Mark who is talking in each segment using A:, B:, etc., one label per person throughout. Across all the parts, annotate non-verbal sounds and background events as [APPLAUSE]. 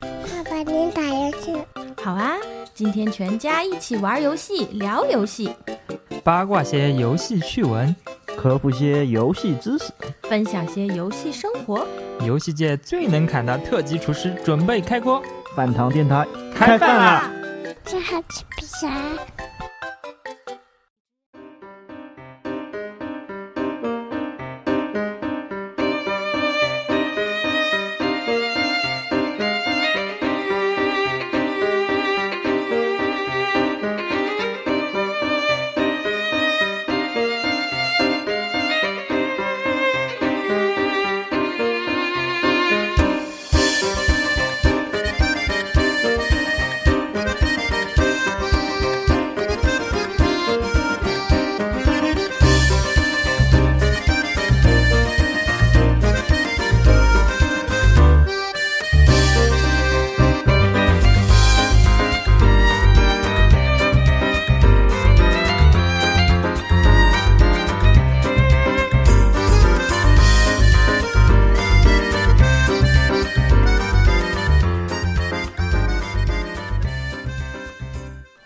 A: 爸爸，你打游戏？
B: 好啊，今天全家一起玩游戏，聊游戏，
C: 八卦些游戏趣闻，
D: 科普些游戏知识。
B: 分享些游戏生活。
C: 游戏界最能侃的特级厨师准备开锅，
D: 饭堂电台
C: 开饭啦！
B: 啦！
A: 这还吃不啥？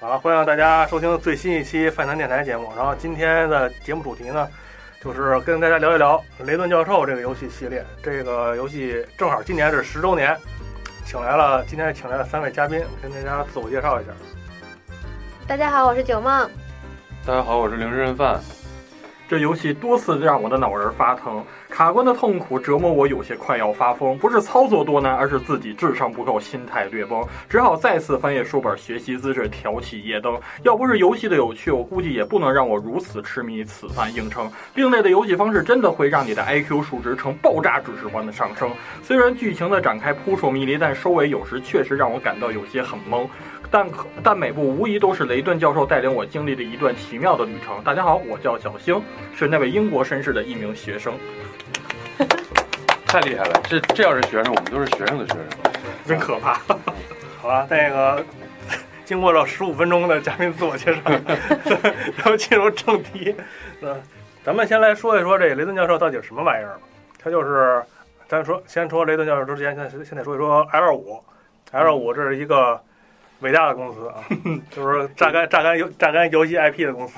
E: 好了，欢迎大家收听最新一期饭堂电台节目。然后今天的节目主题呢，就是跟大家聊一聊《雷顿教授》这个游戏系列。这个游戏正好今年是十周年，请来了今天请来了三位嘉宾，跟大家自我介绍一下。
F: 大家好，我是九梦。
G: 大家好，我是零食人饭。
H: 这游戏多次让我的脑仁发疼，卡关的痛苦折磨我，有些快要发疯。不是操作多难，而是自己智商不够，心态略崩，只好再次翻页书本学习姿势，挑起夜灯。要不是游戏的有趣，我估计也不能让我如此痴迷此番硬撑。另类的游戏方式真的会让你的 IQ 数值呈爆炸指示般的上升。虽然剧情的展开扑朔迷离，但收尾有时确实让我感到有些很懵。但可但每部无疑都是雷顿教授带领我经历的一段奇妙的旅程。大家好，我叫小星。是那位英国绅士的一名学生。
G: 太厉害了！这这要是学生，我们都是学生的学生。 [LAUGHS]
H: 真可怕！
E: [LAUGHS] 好了，那个经过了十五分钟的嘉宾自我介绍， [LAUGHS] 咱们进入正题。嗯，咱们先来说一说这雷顿教授到底是什么玩意儿吧。他就是，咱说先说雷顿教授之前，先先得说一说 L 五，L 五这是一个伟大的公司啊，就是榨干榨干游榨干游戏 IP 的公司。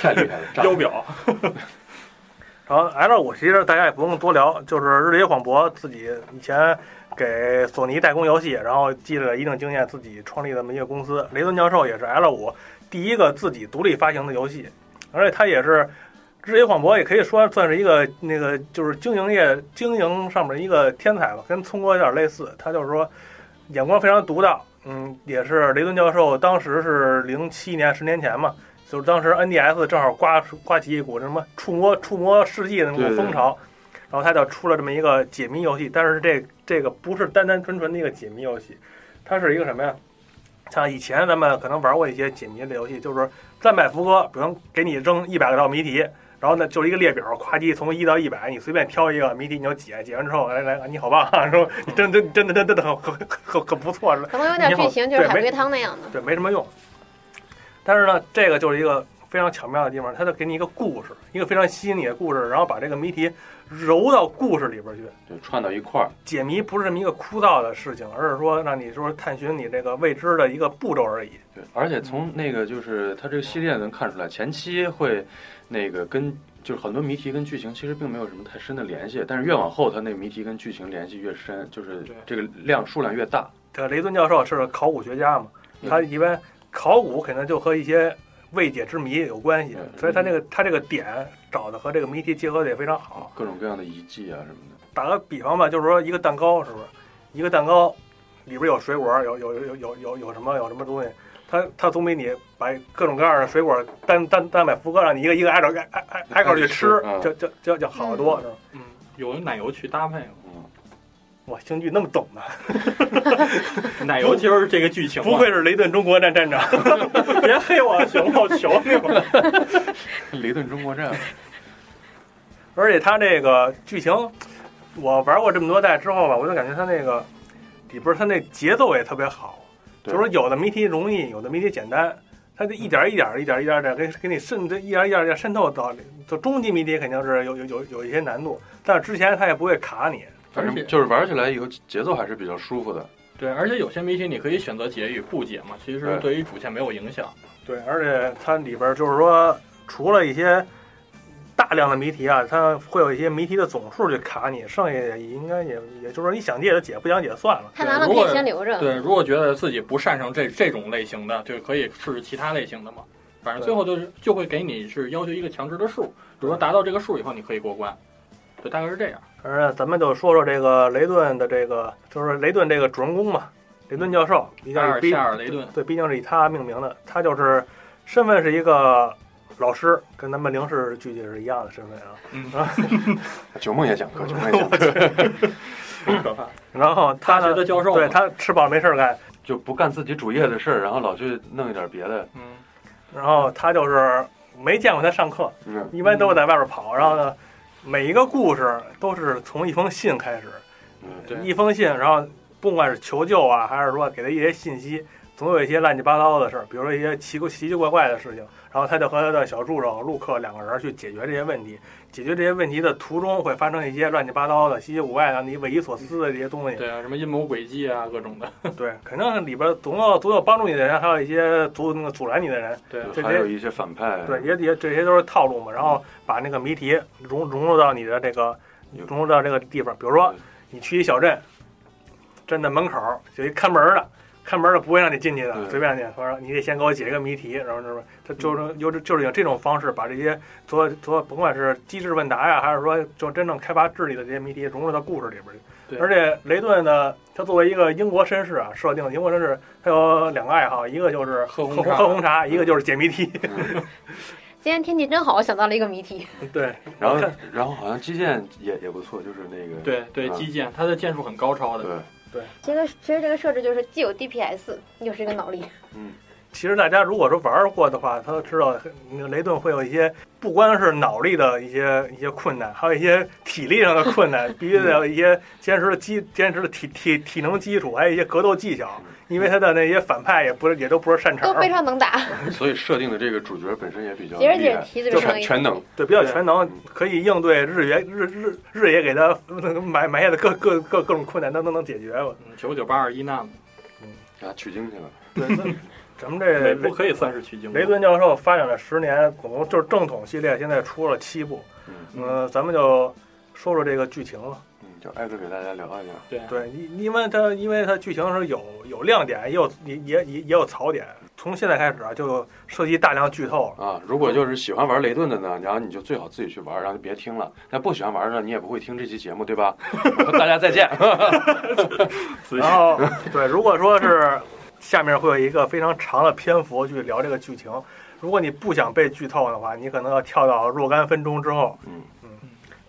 G: 太厉害了！ [LAUGHS]
H: 腰
E: [LAUGHS]
H: 表，
E: 然后 L 五其实大家也不用多聊，就是日野广博自己以前给索尼代工游戏，然后积累了一定经验，自己创立这么一个公司。雷顿教授也是 L 五第一个自己独立发行的游戏，而且他也是日野广博也可以说算是一个那个就是经营业经营上面一个天才吧，跟聪哥有点类似，他就是说眼光非常独到。嗯，也是雷顿教授当时是零七年，十年前嘛，就是当时 NDS 正好刮出刮起一股什么触摸触摸世纪的那
G: 对
E: 种
G: 对
E: 风潮，然后他就出了这么一个解谜游戏，但是这这个不是单单纯纯的一个解谜游戏，它是一个什么呀？像以前咱们可能玩过一些解谜的游戏，就是战败福哥，比如给你扔一百个道谜题，然后呢就是一个列表，夸叽从一到一百，你随便挑一个谜题你就解，解完之后来来你好 [LAUGHS] 棒啊，说你真真真的真的真的很很很很不错，
F: 可能有点剧情，就是海龟汤那样的。
E: 对，没什么用。但是呢，这个就是一个非常巧妙的地方，它就给你一个故事，一个非常吸引你的故事，然后把这个谜题揉到故事里边去。
G: 就串到一块儿，
E: 解谜不是这么一个枯燥的事情，而是说让你说探寻你这个未知的一个步骤而已。
G: 对，而且从那个就是它这个系列能看出来，前期会那个跟就是很多谜题跟剧情其实并没有什么太深的联系，但是越往后它那谜题跟剧情联系越深，就是
E: 对
G: 这个量数量越大。
E: 这呃雷顿教授是考古学家嘛，
G: 嗯
E: 他一般考古肯定就和一些未解之谜有关系，
G: 嗯嗯
E: 所以他这个他这个点找的和这个谜题结合的也非常好。
G: 各种各样的遗迹啊什么的，
E: 打个比方吧，就是说一个蛋糕，是不是？一个蛋糕里边有水果，有有有有有有什么有什么东西，它它总比你把各种各样的水果单单单买福哥，让你一个一个挨着挨挨挨挨口去吃
G: 挨着吃，嗯
E: 就就就就好得多。是吧
H: 嗯，有奶油去搭配 [LAUGHS] 嘛
G: 嗯，
E: 哇，星剧那么懂呢，
H: 奶油就是这个剧情嘛。
E: 不愧是雷顿中国站站长，
H: 别黑我，熊猫求你了。
G: [LAUGHS] 雷顿中国站，
E: 而且它这个剧情，我玩过这么多代之后吧，我就感觉它那个里边它那节奏也特别好，就
G: 对
E: 是说有的谜题容易，有的谜题简单，它就一点儿一点儿一点儿一点儿的给给你渗，这一点儿一点儿一点儿渗透到里。就终极谜题肯定是有有有有一些难度，但是之前它也不会卡你。
G: 反
H: 而且
G: 正就是玩起来以后节奏还是比较舒服的。
H: 对，而且有些谜题你可以选择解与不解嘛，其实
G: 对
H: 对于主线没有影响。
E: 对，而且它里边就是说，除了一些大量的谜题啊，它会有一些谜题的总数去卡你，剩下也应该也也就是说你想解就解，不想解算了。
F: 看完了可
H: 对如
F: 以
H: 果
F: 先留着。
H: 对，如果觉得自己不擅长这这种类型的，就可以试其他类型的嘛。反正最后就是就会给你是要求一个强制的数，比如说达到这个数以后你可以过关，就大概是这样。
E: 反正咱们就说说这个雷顿的这个，就是雷顿这个主人公嘛，雷顿教授，一
H: 夏
E: 个
H: 尔
E: 毕
H: 夏尔雷顿，
E: 对，毕竟是以他命名的，他就是身份是一个老师，跟咱们零式具体是一样的身份啊。
G: [LAUGHS]
H: 嗯
G: 九梦也讲课，九梦也讲课，
H: 很可 [CLEARS THROAT] 怕。
E: 然后他
H: 大学
E: 呢，
H: 的教授嘛，
E: 对他吃饱了没事儿干，
G: [LAUGHS] 就不干自己主业的事儿，然后老去弄一点别的。
H: 嗯，
E: 然后他就是没见过他上课，
G: 嗯，
E: 一般都是在外边跑。然后呢，每一个故事都是从一封信开始，
G: 嗯
H: 对
E: 一封信，然后不管是求救啊，还是说给他一些信息，总有一些乱七八糟的事儿，比如说一些奇怪奇奇怪怪的事情，然后他就和他的小助手陆克两个人去解决这些问题。解决这些问题的途中会发生一些乱七八糟的、稀奇古怪的、让你为一所思的这些东西。
H: 对啊，什么阴谋诡计啊，各种的。
E: 对，肯定里边总有总有帮助你的人，还有一些阻那个阻拦你的人。
H: 对啊，
E: 这
G: 还有一些反派，
E: 对，也也这些都是套路嘛。然后把那个谜题融融入到你的这个
G: 有
E: 融入到这个地方，比如说你去一小镇，镇的门口儿有一看门儿的，看门儿的不会让你进去的，
G: 对
E: 随便你。他说你得先给我解一个谜题，然后就是他
H: 嗯
E: 就是就是就是有这种方式把这些所有所有甭管是机智问答呀，还是说就真正开发智力的这些谜题融入到故事里边儿去。
H: 对
E: 而且雷顿呢，他作为一个英国绅士啊，设定的英国绅士，他有两个爱好，一个就是
H: 喝红
E: 喝
H: 茶
E: 喝红茶，一个就是解谜题。
G: 嗯
F: 今天天气真好，我想到了一个谜题。
E: 对，
G: 呃然后然后好像基建也也不错，就是那个
H: 对嗯对，
G: 啊
H: 击剑，他的剑术很高超的。
G: 对，
F: 这个其实这个设置就是既有 DPS，又是一个脑力。
E: 其实大家如果说玩过的话，他都知道那个雷顿会有一些不光是脑力的一些一些困难，还有一些体力上的困难，必须得有一些坚实的基坚实的体体体能基础，还有一些格斗技巧。因为他的那些反派也不是也都不是擅长
F: 都，非常能打。
G: 所以设定的这个主角本身也比较
F: 杰瑞
G: 厉
F: 姐
G: 害，
F: 提的
G: 就
F: 这
G: 全
F: 个
G: 全能，
E: 对比较
H: 对
E: 全能，可以应对日爷日日日爷给他呃埋埋下的各各各各种困难，他都能解决吧。
H: 嗯，九九八二一难，
G: 给他啊取经去了。
E: 对，咱们
H: 对，
E: 这
H: 不可以算是取经。
E: 雷，顿教授发展了十年，总共就是正统系列，现在出了七部。
G: 嗯
E: 嗯，咱们就说说这个剧情了。
G: 嗯，就挨个给大家聊一下。
H: 对，
E: 对，因因为它因为它剧情是有有亮点，也有也也也也有槽点。从现在开始啊，就涉及大量剧透了。
G: 啊，如果就是喜欢玩雷顿的呢，然后你就最好自己去玩，然后就别听了。但不喜欢玩的，你也不会听这期节目，对吧？ [LAUGHS] 大家再见。 [LAUGHS]
H: 自己
E: 然后对，如果说是下面会有一个非常长的篇幅去聊这个剧情，如果你不想被剧透的话，你可能要跳到若干分钟之后。
G: 嗯
E: 嗯，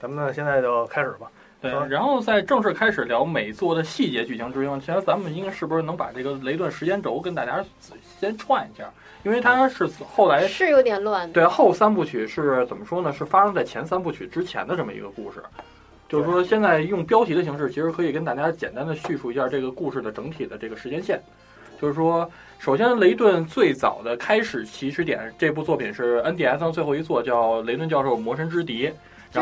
E: 咱们现在就开始吧。
H: [LAUGHS] 对，然后在正式开始聊每座的细节剧情之前，其实咱们应该是不是能把这个雷顿时间轴跟大家先串一下？因为它是后来
F: 是有点乱。
H: 对后三部曲是怎么说呢？是发生在前三部曲之前的这么一个故事。就是说，现在用标题的形式，其实可以跟大家简单的叙述一下这个故事的整体的这个时间线。就是说，首先雷顿最早的开始起始点，这部作品是 NDS 上最后一作，叫《雷顿教授魔神之敌》，然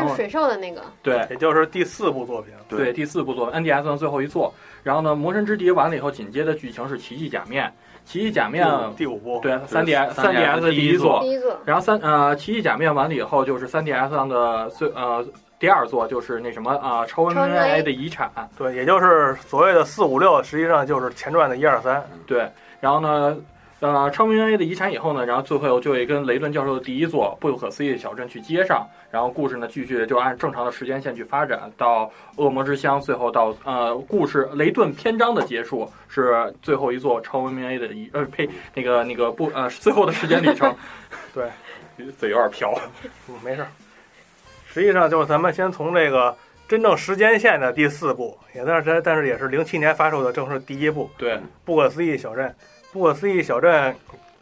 F: 就是
H: 后
F: 水兽的那个，
H: 对，
E: 也就是第四部作品，
G: 对
H: 对，第四部作品 NDS 的最后一座。然后呢，《魔神之敌》完了以后，紧接着剧情是《奇迹假面》，《奇迹假面》
E: 第五部。
H: 对 3DS
G: 3DS
H: 3DS 第一座
F: 第。一座
H: 然后三呃，《奇迹假面》完了以后就是 3DS 上的最呃第二座，就是那什么啊、呃，超
F: 超
H: 恩
F: 恩
H: AI
F: A
H: 的遗产。
E: 对，也就是所谓的四五六，实际上就是前传的一二三。
H: 对，然后呢，呃，超明 A 的遗产以后呢，然后最后就会跟雷顿教授的第一座不可思议的小镇去接上，然后故事呢继续就按正常的时间线去发展，到恶魔之乡，最后到呃故事雷顿篇章的结束是最后一座超文明 A 的遗呃呸那个那个不呃最后的时间里程，
E: [LAUGHS] 对，
H: [LAUGHS] 嘴有点瓢，
E: 嗯，没事儿。实际上就是咱们先从这个真正时间线的第四部，也但是但是也是零七年发售的正式第一部
H: 对
E: 《不可思议小镇》。《不可思议小镇》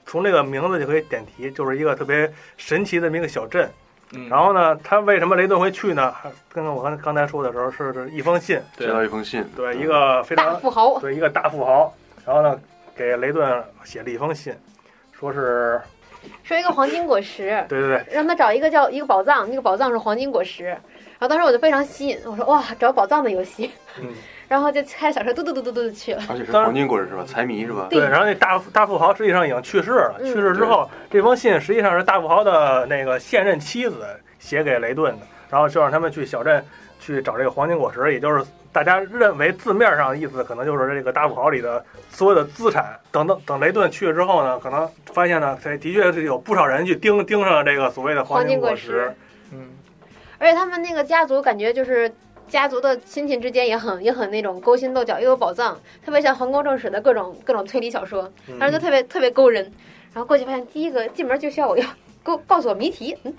E: 从这个名字就可以点题，就是一个特别神奇的这么一个小镇。
H: 嗯，
E: 然后呢，他为什么雷顿会去呢？还跟我刚刚才说的时候是是一封信，
H: 对
G: 接到一封信，
E: 对
G: 嗯
E: 一个非
F: 大
E: 常
F: 富豪，
E: 对一个大富豪，然后呢给雷顿写了一封信，说是
F: 说一个黄金果实，
E: 对对对，
F: 让他找一个叫一个宝藏，那个宝藏是黄金果实。然后当时我就非常吸引，我说哇，找宝藏的游戏。
E: 嗯，
F: 然后就开着小车嘟嘟嘟嘟嘟去了。
G: 而且是
E: 当然
G: 黄金滚是吧？财迷是吧？
E: 对，
F: 对
E: 然后那大富大富豪实际上已经去世了，
F: 嗯
E: 去世之后，这封信实际上是大富豪的那个现任妻子写给雷顿的，然后就让他们去小镇去找这个黄金果实，也就是大家认为字面上的意思，可能就是这个大富豪里的所有的资产。等等等雷顿去了之后呢，可能发现呢，这的确是有不少人去盯盯上了这个所谓的黄
F: 黄
E: 金
F: 金
E: 果
F: 果
E: 实
F: 实，，
E: 嗯，
F: 而且他们那个家族感觉就是家族的亲戚之间也很也很那种勾心斗角，又有宝藏，特别像横空正史的各种各种推理小说，
E: 嗯
F: 当时就特别特别勾人。然后过去发现第一个进门就需要我要告告诉我谜题，
G: 哦
F: 嗯，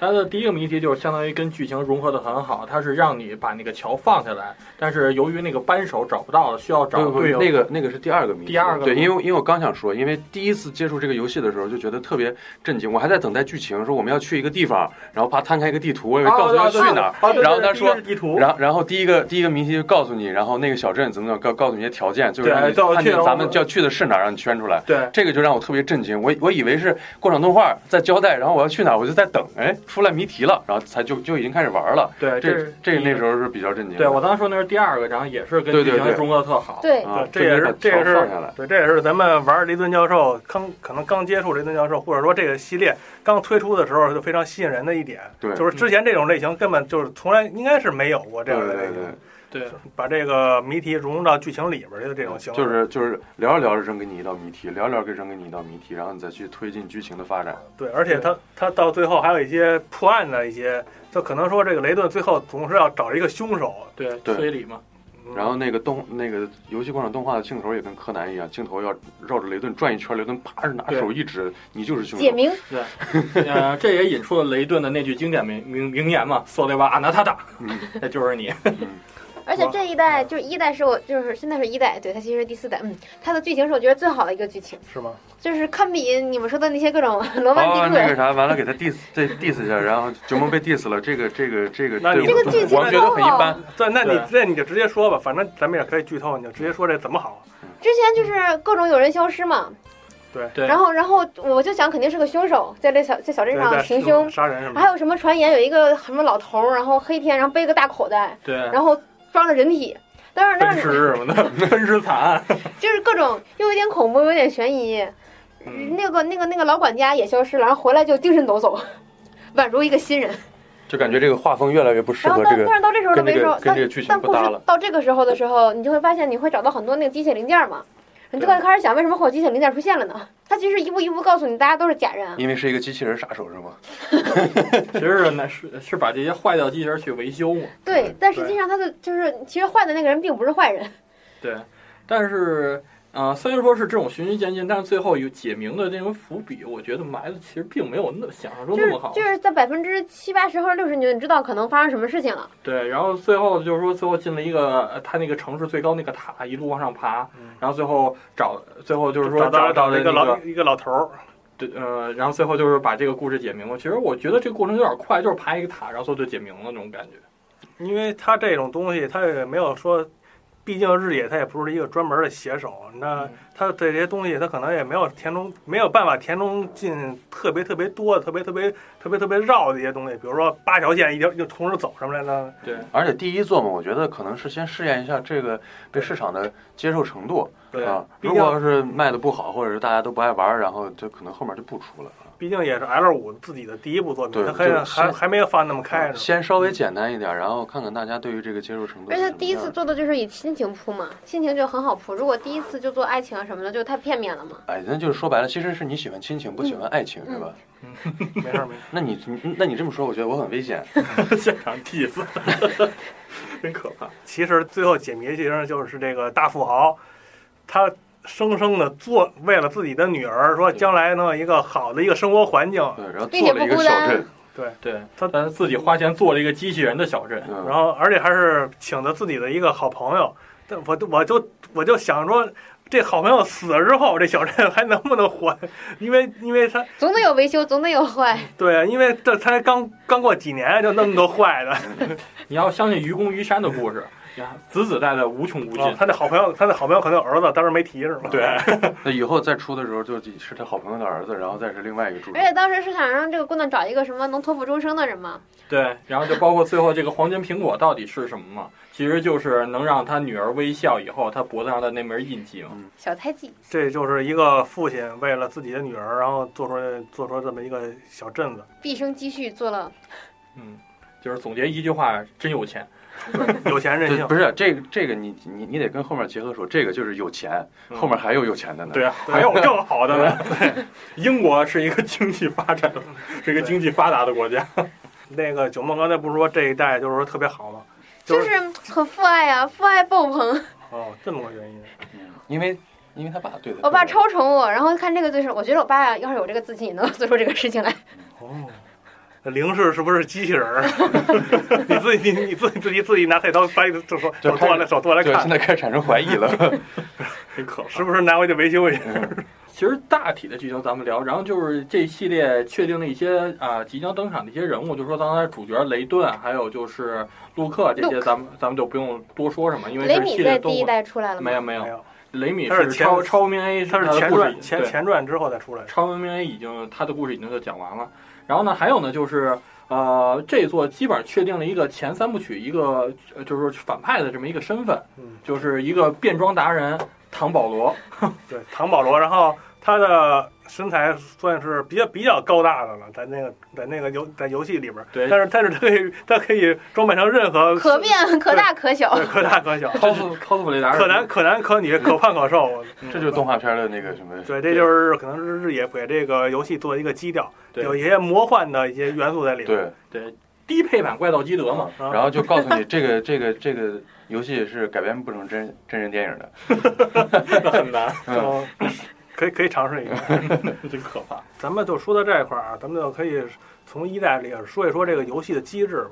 H: 它的第一个谜题就是相当于跟剧情融合的很好，它是让你把那个桥放下来，但是由于那个扳手找不到，需要找
G: 不不，
H: 队
G: 嗯
H: 友。
G: 那个那个是第二个谜题。
H: 第二个
G: 对，
H: 吗
G: 因为因为我刚想说，因为第一次接触这个游戏的时候就觉得特别震惊，我还在等待剧情，说我们要去一个地方，然后啪摊开一个地图，我以为告诉要去哪儿，
H: 啊啊对对对
G: 然后他
H: 第一个
G: 说
H: 是。地图，
G: 然后，然后第一个第一个谜题就告诉你，然后那个小镇怎么怎么告告诉你一些条件，就是让你
H: 对到
G: 判定
H: 去了
G: 咱们就要去的是哪儿，让你圈出来。
H: 对，
G: 这个就让我特别震惊，我我以为是过场动画在交代，然后我要去哪儿，我就在等，哎，出来谜题了，然后才就就已经开始玩了。
H: 对，
G: 这
H: 是
G: 这
H: 第一
G: 那
H: 个
G: 时候是比较震惊的。
H: 对我刚才说那是第二个，然后也是跟
G: 对
H: 剧
G: 对对
H: 情融合得特好。
F: 对，
G: 啊，
E: 对这也是
G: 就给你把
E: 这也
G: 桥
E: 是
G: 放下来。
E: 对，这也是咱们玩雷顿教授刚可能刚接触雷顿教授，或者说这个系列刚推出的时候就非常吸引人的一点。
G: 对
E: 就是之前这种类型根本就是从来应该是没有过这
G: 对
E: 样的
G: 对
E: 类型，
G: 对。
H: 对，
E: 把这个谜题融入到剧情里边儿的这种形式。
G: 就是就是聊着聊着扔给你一道谜题，聊着聊着扔给你一道谜题，然后你再去推进剧情的发展。
E: 对，而且他他到最后还有一些破案的一些，就可能说这个雷顿最后总是要找一个凶手。
H: 对，
G: 对
H: 推理嘛，
E: 嗯
G: 然后那个动那个游戏广场动画的镜头也跟柯南一样，镜头要绕着雷顿转一圈，雷顿啪拿
H: 对
G: 手一指，你就是凶
F: 解
G: 手。
F: 明
H: 呃， [LAUGHS] 这也引出了雷顿的那句经典名名名言嘛，“索雷瓦阿纳塔塔
G: 嗯”，
H: [LAUGHS] 那就是你。
F: 而且这一代就是一代是我就是现在是一代，对它其实是第四代，嗯，它的剧情是我觉得最好的一个剧情，
E: 是吗？
F: 就是堪比你们说的那些各种
G: [LAUGHS]
F: 罗曼蒂
G: 啊，
F: 克
G: 那个啥，完了给他 diss 这 diss 一下，然后九梦被 diss 了，这个这个这个，
E: 那你
G: 对
E: 这个剧情
G: 我觉得很一般。
E: 对，那你
H: 对
E: 这你就直接说吧，反正咱们也可以剧透，你就直接说这怎么好。
F: 之前就是各种有人消失嘛，
H: 对
F: 然后然后我就想肯定是个凶手在这小在小镇
E: 对
F: 上
E: 在
F: 行凶，
E: 杀人什么的
F: 还。有什么传言有一个什么老头儿，然后黑天，然后背个大口袋，
H: 对，
F: 然后装着人体，但是但
H: 分
F: 是
H: 尸什么的， [LAUGHS] 分尸
F: [LAUGHS]
H: 惨案。
F: 就是各种又有点恐怖，又有点悬疑，
H: 嗯，
F: 那个那个那个老管家也消失了，然后回来就精神抖擞， [LAUGHS] 宛如一个新人。
G: 就感觉这个画风越来越不适
F: 然后
G: 合
F: 到
G: 这
F: 但
G: 个。
F: 是到这时候都
G: 跟
F: 没
G: 这个
F: 说，
G: 跟
F: 但
G: 这个剧情
F: 但
G: 不
F: 故
G: 搭
F: 事
G: 了
F: 到这个时候的时候，你就会发现你会找到很多那个机械零件嘛，你就
H: 对
F: 会开始想为什么会有机械零件出现了呢？它其实一步一步告诉你，大家都是假人啊。
G: 因为是一个机器人杀手是吗？
H: 其实呢是是把这些坏掉机器人去维修嘛。
F: 对，但实际上他的就是其实坏的那个人并不是坏人，
H: 对，但是呃，虽然说是这种循序渐进，但是最后有解明的那种伏笔，我觉得埋的其实并没有那想象中
F: 就
H: 那
F: 是
H: 么好。
F: 就是在百分之七八十或者六十，你就知道可能发生什么事情了。
H: 对，然后最后就是说，最后进了一个呃他那个城市最高那个塔，一路往上爬
E: 嗯，
H: 然后最后找，最后就是说
E: 找到
H: 到
E: 找
H: 了
E: 一
H: 那
E: 老一个老头儿，
H: 对，呃，然后最后就是把这个故事解明了。其实我觉得这个过程有点快，就是爬一个塔，然后最后就解明了那种感觉。
E: 因为他这种东西，他也没有说，毕竟日野他也不是一个专门的写手，那
H: 嗯
E: 他对这些东西，他可能也没有填充，没有办法填充进特别特别多、特别特别特别特别绕的一些东西，比如说八条线一条就同时走什么来的，
H: 对，
G: 而且第一作嘛，我觉得可能是先试验一下这个对市场的接受程度。
H: 对
G: 啊，
E: 毕
G: 如
E: 竟
G: 果要是卖的不好，或者是大家都不爱玩儿，然后就可能后面就不出了。
E: 毕竟也是 L 五自己的第一部作品，
G: 对
E: 他还
G: 就是
E: 还
G: 先
E: 还没有放那么开呢。
G: 啊先稍微
E: 嗯
G: 简单一点，然后看看大家对于这个接受程度
F: 而
G: 是什么
F: 且
G: 样的。
F: 第一次做的就是以亲情铺嘛，亲情就很好铺。如果第一次就做爱情啊什么的，就太片面了嘛。
G: 哎，那就是说白了，其实是你喜欢亲情，不喜欢爱情，
F: 嗯
G: 是吧？
E: 没事儿没事儿，
G: 那你你那你这么说，我觉得我很
F: [LAUGHS]
G: 危险。
H: 现场 diss，真可怕。
E: 其实最后解谜其实就是这个大富豪，他生生的做为了自己的女儿，说将来能有一个好的一个生活环境，
G: 对，然后
F: 并
G: 做
F: 且
G: 了一
F: 不
G: 个
F: 孤
G: 小
F: 单
G: 镇， [LAUGHS]
H: 对
E: 他
H: 他自己花钱做了一个机器人的小镇，
G: 嗯
E: 然后而且还是请的自己的一个好朋友，但我就我就我就想说，这好朋友死了之后，这小镇还能不能活？ [LAUGHS] 因为因为他
F: 总得有维修，总得有坏。
H: 嗯
E: 对，啊因为这才刚刚过几年就那么多坏的， [LAUGHS]
H: 你要相信愚公移山的故事，
G: 呀
H: 子子代代无穷无
E: 哦
H: 尽。
E: 他那好朋友，他那好朋友可能有儿子，当时没提是吗？
H: 对，
G: 那以后再出的时候，就是他好朋友的儿子，然后再是另外一个助手
F: 而。且当时是想让这个姑娘找一个什么能托付终生的人嘛，
H: 对，然后就包括最后这个黄金苹果到底是什么嘛？其实就是能让他女儿微笑以后，他脖子上的那枚印记嘛。
F: 小胎记。
E: [LAUGHS] 这就是一个父亲为了自己的女儿，然后做出来做出这么一个小镇子，
F: 毕生积蓄做了，
H: 嗯，就是总结一句话，真有钱。
E: [LAUGHS] 有钱任
G: 对，
E: 性
G: 不。是这个这个你你你得跟后面结合说，这个就是有钱，
H: 嗯
G: 后面还有有钱的呢。
H: 对，啊还有更好的呢。英国是一个经济发展，
F: [LAUGHS]
H: 是一个经济发达的国家。
E: [LAUGHS] 那个九梦刚才不是说这一代就是说特别好吗？就
F: 就是是很父爱啊，父爱爆
H: [LAUGHS]
F: 棚。
E: 哦，这么个原因。
G: 嗯，因为因为他爸对他，
F: 我爸超宠我，然后看这个就是，我觉得我爸要是有这个自信，也能做出这个事情来。
E: 哦，那零式是不是机器人儿？ [LAUGHS] 你自己你你自己自己自己拿菜刀掰，就说
G: 就
E: 手剁来手剁来
G: 对，
E: 看
G: 现，在开始产生怀疑
E: [LAUGHS]
G: 了。
H: 很可怕。
E: 是不是拿回去维修一下？
H: 其实大体的剧情咱们聊，然后就是这一系列确定的一些啊、即将登场的一些人物，就说刚才主角雷顿，还有就是陆克这些，
F: 陆
H: 咱们咱们就不用多说什么，因为
F: 雷
H: 这是
F: 米
H: 系
F: 在
H: 列
F: 第
H: 动
F: 一
H: 画。
F: 代嗯出来了吗？
H: 没有没有
E: 没，有
H: 雷米
E: 他是前
H: 超超明 A，
E: 它
H: 他
E: 是
H: 的
E: 前
H: 故事
E: 传前
H: 对
E: 前传之后再出来的。
H: 超文明 A 已经他的故事已经就讲完了。然后呢，还有呢就是呃，这一座基本上确定了一个前三部曲一个呃就是反派的这么一个身份，
E: 嗯，
H: 就是一个变装达人唐保 [LAUGHS] 罗。
E: 对，唐保罗，然后他的身材算是比较比较高大的了，在那个在那个游在游戏里边儿，
H: 对
E: 但是但是他可以他可以装扮成任何
F: 可变可大可小，
E: 对可大可小，
H: cos cosplay 达人，
E: 可男可男可女，可胖可瘦。
G: 这就是动画片的那个什么？
E: 嗯对，这就是可能是日野给这个游戏做一个基调，
H: 对
E: 有一些魔幻的一些元素在里面。
G: 对。
H: 对低配版怪盗基德嘛。
E: 啊
G: 然后就告诉你，这个这个这个游戏是改编不成真真人电影的。
H: 很难，
G: 嗯，
E: [LAUGHS] 哦可以可以尝试一下。
H: [LAUGHS] 真可怕。
E: 咱们就说到这一块儿啊，咱们就可以从一代里说一说这个游戏的机制吧，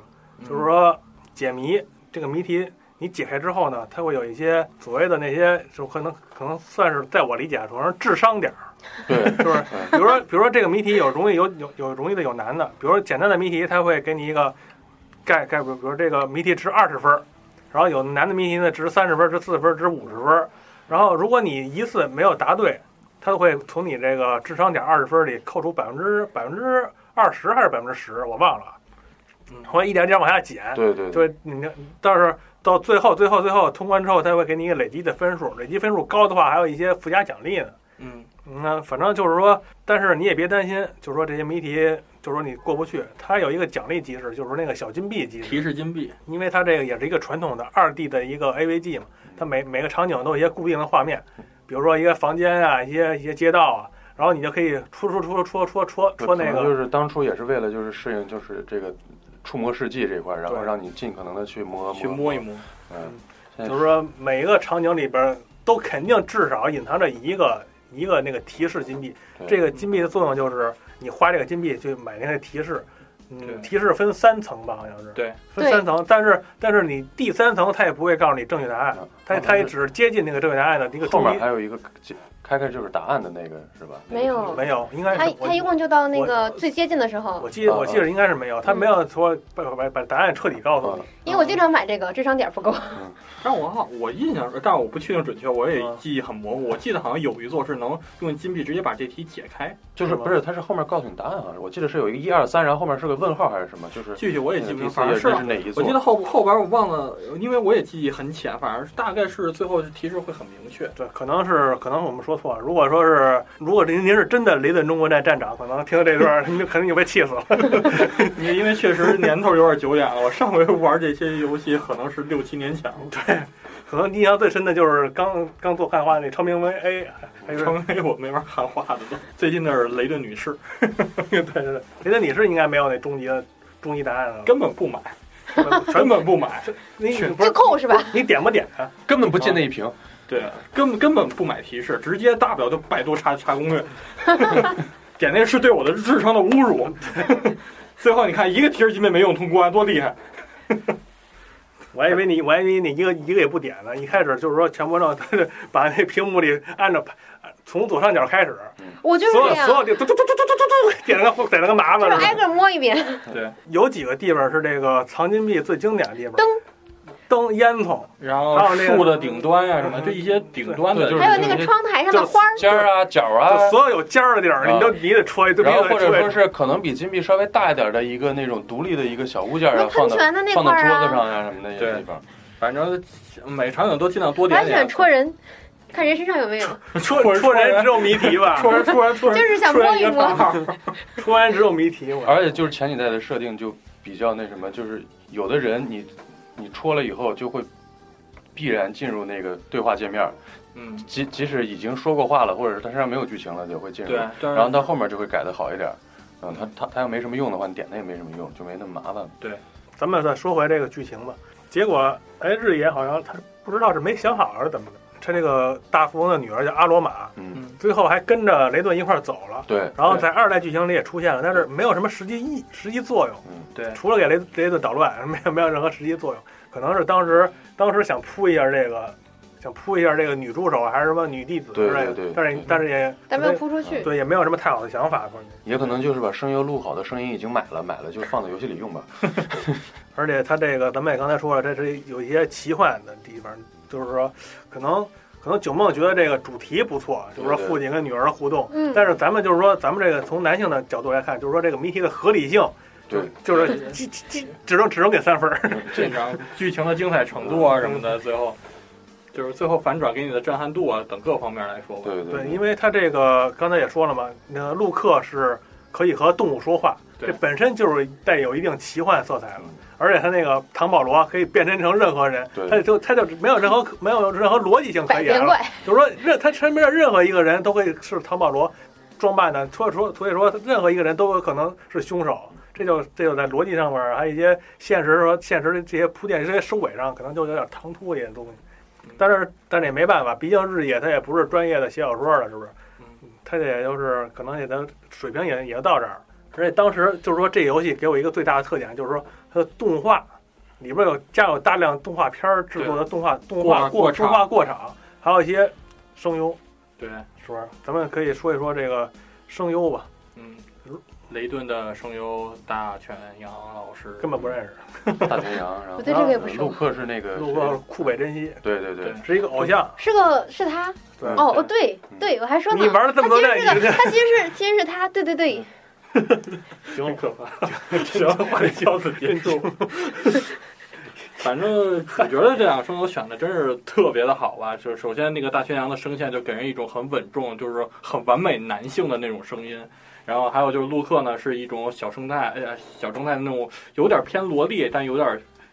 E: 就是说解谜这个谜题。你解开之后呢，它会有一些所谓的那些，就可能可能算是在我理解啊，可能是智商点儿，
G: 对， [LAUGHS]
E: 就是比如说，比如说这个谜题有容易有有有容易的有难的，比如说简单的谜题，它会给你一个概概，比如说这个谜题值二十分儿，然后有难的谜题呢值三十分儿、值四十分儿、值五十分儿，然后如果你一次没有答对，它会从你这个智商点二十分儿里扣除百分之百分之二十还是百分之十，我忘了啊，
H: 嗯
E: 然后一点点往下减，
G: 对对对，
E: 对，你但是到最后最后最后通关之后，它会给你一个累积的分数，累积分数高的话，还有一些附加奖励呢。
H: 嗯，
E: 嗯那反正就是说，但是你也别担心，就是说这些谜题，就是说你过不去，它有一个奖励机制，就是那个小金币机制，
H: 提示金币，
E: 因为它这个也是一个传统的二 D 的一个 AVG 嘛，它每每个场景都有一些固定的画面，比如说一个房间啊，一些一些街道啊，然后你就可以戳戳戳戳戳戳戳那
G: 可能就
E: 个，
G: 是当初也是为了就是适应就是这个触摸世纪这一块，然后
E: 对
G: 让你尽可能的去摸
H: 去摸一。摸。
G: 嗯，
E: 就是说每一个场景里边都肯定至少隐藏着一个一个那个提示金币，
G: 对
E: 这个金币的作用就是你花这个金币去买那个提示，
H: 对
E: 嗯，提示分三层吧，好像是。
H: 对，
E: 分三层，但是但是你第三层他也不会告诉你正确答案
G: 嗯，
E: 他
G: 嗯
E: 他也只是接近那个正确答案的一个
G: 后
E: 中
G: 面
E: 间
G: 还有一个开开就是答案的那个是吧？
F: 没有
E: 没有，应该
F: 他
E: 是我
F: 他一共就到那个最接近的时候
E: 我，记得
G: 啊
E: 我记得应该是没有，他没有
F: 嗯
E: 说把把把答案彻底告诉
G: 啊
E: 你，，
F: 因为我经常买这个，智商点不够。
H: 但我好，我印象，但我不确定准确，我也
E: 嗯
H: 记忆很模糊。我记得好像有一座是能用金币直接把这题解开，
G: 就是不是？他是后面告诉你答案啊？我记得是有一个一二三，然后后面是个问号还是什么？就是
H: 嗯具体我也记不
G: 第
H: 清，
G: 四
H: 反
G: 页
H: 正是
G: 这是哪一
H: 我
G: 座？
H: 记得后后边我忘了，因为我也记忆很浅，反正是大概是最后提示会很
G: [LAUGHS]
H: 明确。
E: 对，可能是可能我们说错了。如果说是如果您您是真的雷顿中国站站长，可能听到这段 [LAUGHS] 您肯定就被气死了。
H: 因因为确实年头有点久远了，我上回玩这些游戏可能是六七年前了，
E: 可能印象最深的就是刚刚做汉化那超明 VA，还哎是
H: 成为我没法汉化的。最近的是雷顿女士，
G: 嗯
E: 对对对，雷顿你是应该没有那终极的终极答案了，
H: 根本不
G: [LAUGHS]
H: 买，
E: 全
H: 根本不买，
E: 你
H: 全
E: 不
F: 就是扣是吧？
E: 你点不点啊？
G: 根本不进那一嗯屏。
H: 对，根根本不买提示，直接大不了就百度查查
G: [LAUGHS]
H: 攻略，点那是对我的智商的侮辱。 [LAUGHS] 最后你看一个提示金币没用通关，多厉害！
E: 我还以为你，我还以为你一个一个也不点呢。一开始就是说强迫症， [LAUGHS] 他是把那屏幕里按照从左上角开始，
F: 我就是
E: 所有
F: 这
E: 所有
F: 样，
E: 地嘟嘟嘟嘟嘟嘟嘟点了个点了个麻
F: 就
E: 烦
F: 是
E: 似
F: 挨
E: 的。
F: 个摸一遍。
H: 对，
E: 有几个地方是这个藏金币最经典的地方，
F: 灯
E: 灯、烟囱，
H: 然后
E: 还有那个
H: 树的顶端呀、什么，就一些顶端的，
G: 对就是
F: 还有那个窗台上的花儿，
G: 尖儿啊、角儿
E: 就
G: 啊，
E: 所有有尖儿的地儿，
G: 啊
E: 你都你得戳一，都必
G: 然
E: 须
G: 后
E: 得
G: 或者
E: 戳一
G: 说是可能比金币稍微大一点的一个那种独立的一个小物件
F: 那
G: 啊，放
F: 喷
G: 到
F: 泉的那
G: 放
F: 块
G: 到桌
F: 儿
G: 子
F: 啊，
G: 上呀什么的有
H: 对
G: 地方。
H: 反正每场景都尽量多
F: 我
H: 点
F: 还喜
H: 点
F: 欢。戳人，看人身上有没有，
E: 戳
H: 戳
E: 戳人只有谜题
G: [LAUGHS]
E: 吧，
H: 戳人，戳人，戳人，
F: 就是想
H: 戳人
F: 摸一
H: 个
F: 摸
H: 账号
E: [LAUGHS] 戳人只有谜题。我
G: 而且就是前几代的设定就比较那什么，就是有的人你你戳了以后就会必然进入那个对话界面儿，
H: 嗯，
G: 即即使已经说过话了，或者是他身上没有剧情了，也会进入。
H: 对，当
G: 然后
H: 然
G: 到后面就会改的好一点儿。嗯，他他他要没什么用的话，你点它也没什么用，就没那么麻烦。
E: 咱们再说回这个剧情吧。结果，哎，日野好像他不知道是没想好还是怎么的，他这个大富翁的女儿叫阿罗马，
G: 嗯，
E: 最后还跟着雷顿一块儿走了。
G: 对。
E: 然后
G: 对
E: 在二代剧情里也出现了，但是没有什么实际意实际作用，
H: 对，
E: 除了给雷雷顿捣乱， [LAUGHS] 没有没有任何实际作用。可能是当时当时想扑一下这个，想扑一下这个女助手还是什么女弟子之类的，
G: 对对对
E: 但是
G: 对
E: 但是也
F: [LAUGHS] 咱没有扑出去。
E: 对也没有什么太好的想法，关键。
G: 也可能就是把声优录好的声音已经买了，买了就放到游戏里用吧。
E: 而且它这个咱们也刚才说了，这是有一些奇幻的地方，就是说可能可能九梦觉得这个主题不错，就是说
G: 对对
E: 父亲跟女儿互动。
F: 嗯，
E: 但是咱们就是说，咱们这个从男性的角度来看，就是说这个谜题的合理性，
G: 对，
E: 就是只只只能只能给三分儿。
H: [LAUGHS] 这张剧情的精彩程度啊什么的，最后就是最后反转给你的震撼度啊等各方面来说吧。
G: 对
E: 对，
G: 对，
E: 因为它这个刚才也说了嘛，那个陆克是可以和动物说话，
H: 对
E: 这本身就是带有一定奇幻色彩了
G: 嗯。
E: 而且他那个唐保罗可以变身成任何人，
G: 对
E: 他就他就没有任何没有任何逻辑性可
F: 百
E: 言
F: 变
E: 了。
F: 怪，
E: 就是说任他身边的任何一个人都会是唐保罗装扮的，所以说所以说任何一个人都有可能是凶手，这就这就在逻辑上面儿，还有一些现实说现实的这些铺垫、这些收尾上，可能就有点唐突一点东西
H: 嗯。
E: 但是但是也没办法，毕竟日野他也不是专业的写小说的，是不是
H: 嗯？
E: 他也就是可能也能水平也也就到这儿。而且当时就是说这游戏给我一个最大的特点，就是说它的动画里边有加有大量动画片儿制作的动画动画
H: 过过
E: 动
H: 场
E: 画过场，还有一些声优，
H: 对，
E: 是不是？咱们可以说一说这个声优吧，
H: 嗯，雷顿的声优大犬杨老师
E: 根本不认识。
G: 大平
F: [LAUGHS]
G: 洋，然后
F: 我对这个也不
G: 呃
F: 熟
G: 陆克是那个
E: 路过库北真希
G: 对对对
H: 对，
E: 是一个偶像，
F: 是个是他
E: 对
F: 哦哦对
G: 嗯
F: 对，我还说呢，
E: 你玩了这么多代，你
F: 他
E: 这
F: 其实是个他其实是其实是他，对对对，
H: [LAUGHS] 挺可怕，行，话题到此结束。反正主角的这两个声优选的真是特别的好吧，就首先那个大宣阳的声线就给人一种很稳重，就是很完美男性的那种声音。然后还有就是陆克呢，是一种小正太，哎呀，小正太那种有点偏萝莉，但有点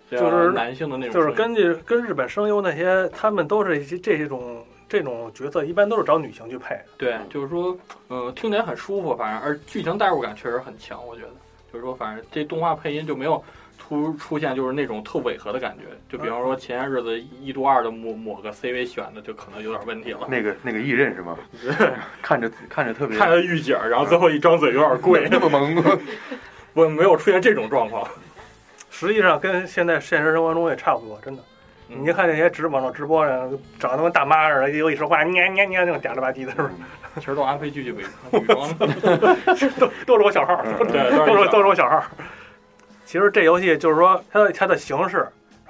H: 呃
E: 就是
H: 男性的那种
E: 就
H: 声
E: 是
H: 音，
E: 根据 [LAUGHS] 跟日本声优那些，他们都是一些这种这种角色，一般都是找女性去配的。
H: 对，就是说，嗯，听起来很舒服，反正而剧情代入感确实很强，我觉得，就是说，反正这动画配音就没有突出现就是那种特违和的感觉，就比方说前些日子一度二的某某个 CV 选的就可能有点问题了，
G: 那个那个异刃是吗？看着看着特别
H: [LAUGHS] 看着预警，然后最后一张嘴有点贵，
G: 那么萌，
H: [LAUGHS] 我没有出现这种状况。
E: 实际上跟现在现实生活中也差不多，真的。你就
H: 嗯
E: 看那些直网络直播人，长得跟大妈似的，一有一说话，nha nha nha那种嗲了吧唧的，是不是？
G: 嗯
H: 其实都安非剧剧伪装的，
E: 都是我小号，
G: 嗯
E: 都是
H: [LAUGHS] 对，
E: 都是我
H: 是
E: 都是我小号。 [LAUGHS] 其实这游戏就是说它的它的形式，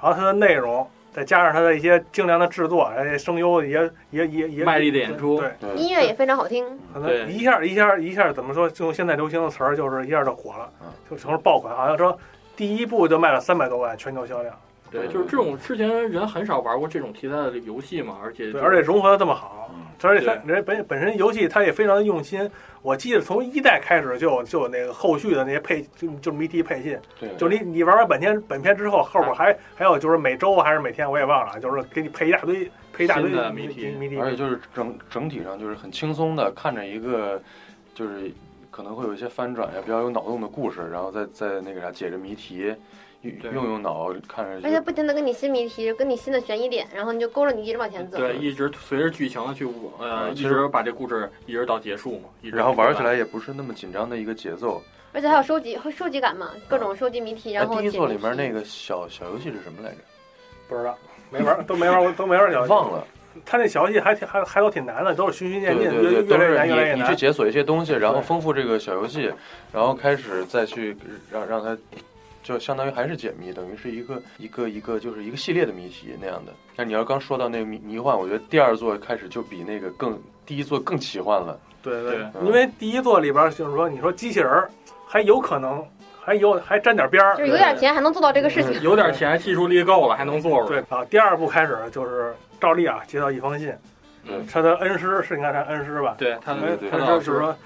E: 然后它的内容，再加上它的一些精良的制作，而且声优也也也也
H: 卖力的演出
E: 对，
F: 音乐也非常好听，
E: 可
H: 对
E: 能一下一下一下怎么说，就用现在流行的词儿，就是一下就火了
G: 嗯，
E: 就成了爆款。好像说第一部就卖了三百多万全球销量，
H: 对，就是这种之前人很少玩过这种题材的游戏嘛，而且
E: 对，而且融合的这么好。而且它
H: 嗯对
E: 人本本身游戏它也非常的用心，我记得从一代开始就有就有那个后续的那些配就就谜题配信，
G: 对，
E: 就是你你玩完本片本片之后，
F: 啊
E: 后边还还有就是每周还是每天我也忘了，啊就是给你配一大堆配一大堆
H: 新的谜题
E: 谜题，
G: 而且就是整整体上就是很轻松的看着一个，就是可能会有一些翻转呀，比较有脑洞的故事，然后再再那个啥解着谜题，用
H: 对
G: 用用脑看着就
F: 而且不停的给你新谜题，跟你新的悬疑点，然后你就勾着你一直往前走。
H: 对，一直随着剧情的去舞呃，
G: 嗯
H: 一
G: 其实
H: 直把这故事一直到结束嘛，一直
G: 然后玩起来也不是那么紧张的一个节奏。
F: 而且还有收集会收集感嘛，各种收集谜题，
G: 哎
F: 然，后
G: 第一
F: 解
G: 座
F: 谜
G: 里面
F: 题
G: 那个小小游戏是什么来着？
E: 不知道没玩都没玩过都没
G: [LAUGHS]
E: 玩小游戏，
G: 忘了。
E: 他那小游戏还挺还还都挺难的，都是循序
G: 对
E: 渐进，
G: 对对，
E: 越
G: 都
E: 越来越难越来
G: 是
E: 越
G: 你你去
E: 难。
G: 解锁一些东西，然后
E: 对
G: 丰富这个小游戏，然后开始再去让让它就相当于还是解谜，等于是一个一个一个就是一个系列的谜题那样的。那你要刚说到那个迷迷幻，我觉得第二座开始就比那个更第一座更奇幻了。
E: 对对，
H: 对
G: 嗯
E: 因为第一座里边就是说，你说机器人儿还有可能，还有还沾点边儿，
F: 就是有点钱还能做到这个事情。
H: 呃有点钱，技术力够了，还能做出来。
E: 对啊。第二部开始就是照例啊，接到一封信，
G: 嗯
E: 他的恩师是应该是恩师吧？哎
H: 对，他
G: 对
H: 的
G: 对
E: 他
H: 他
G: 对
E: 说就
H: 的老
E: 是
H: 师
E: 说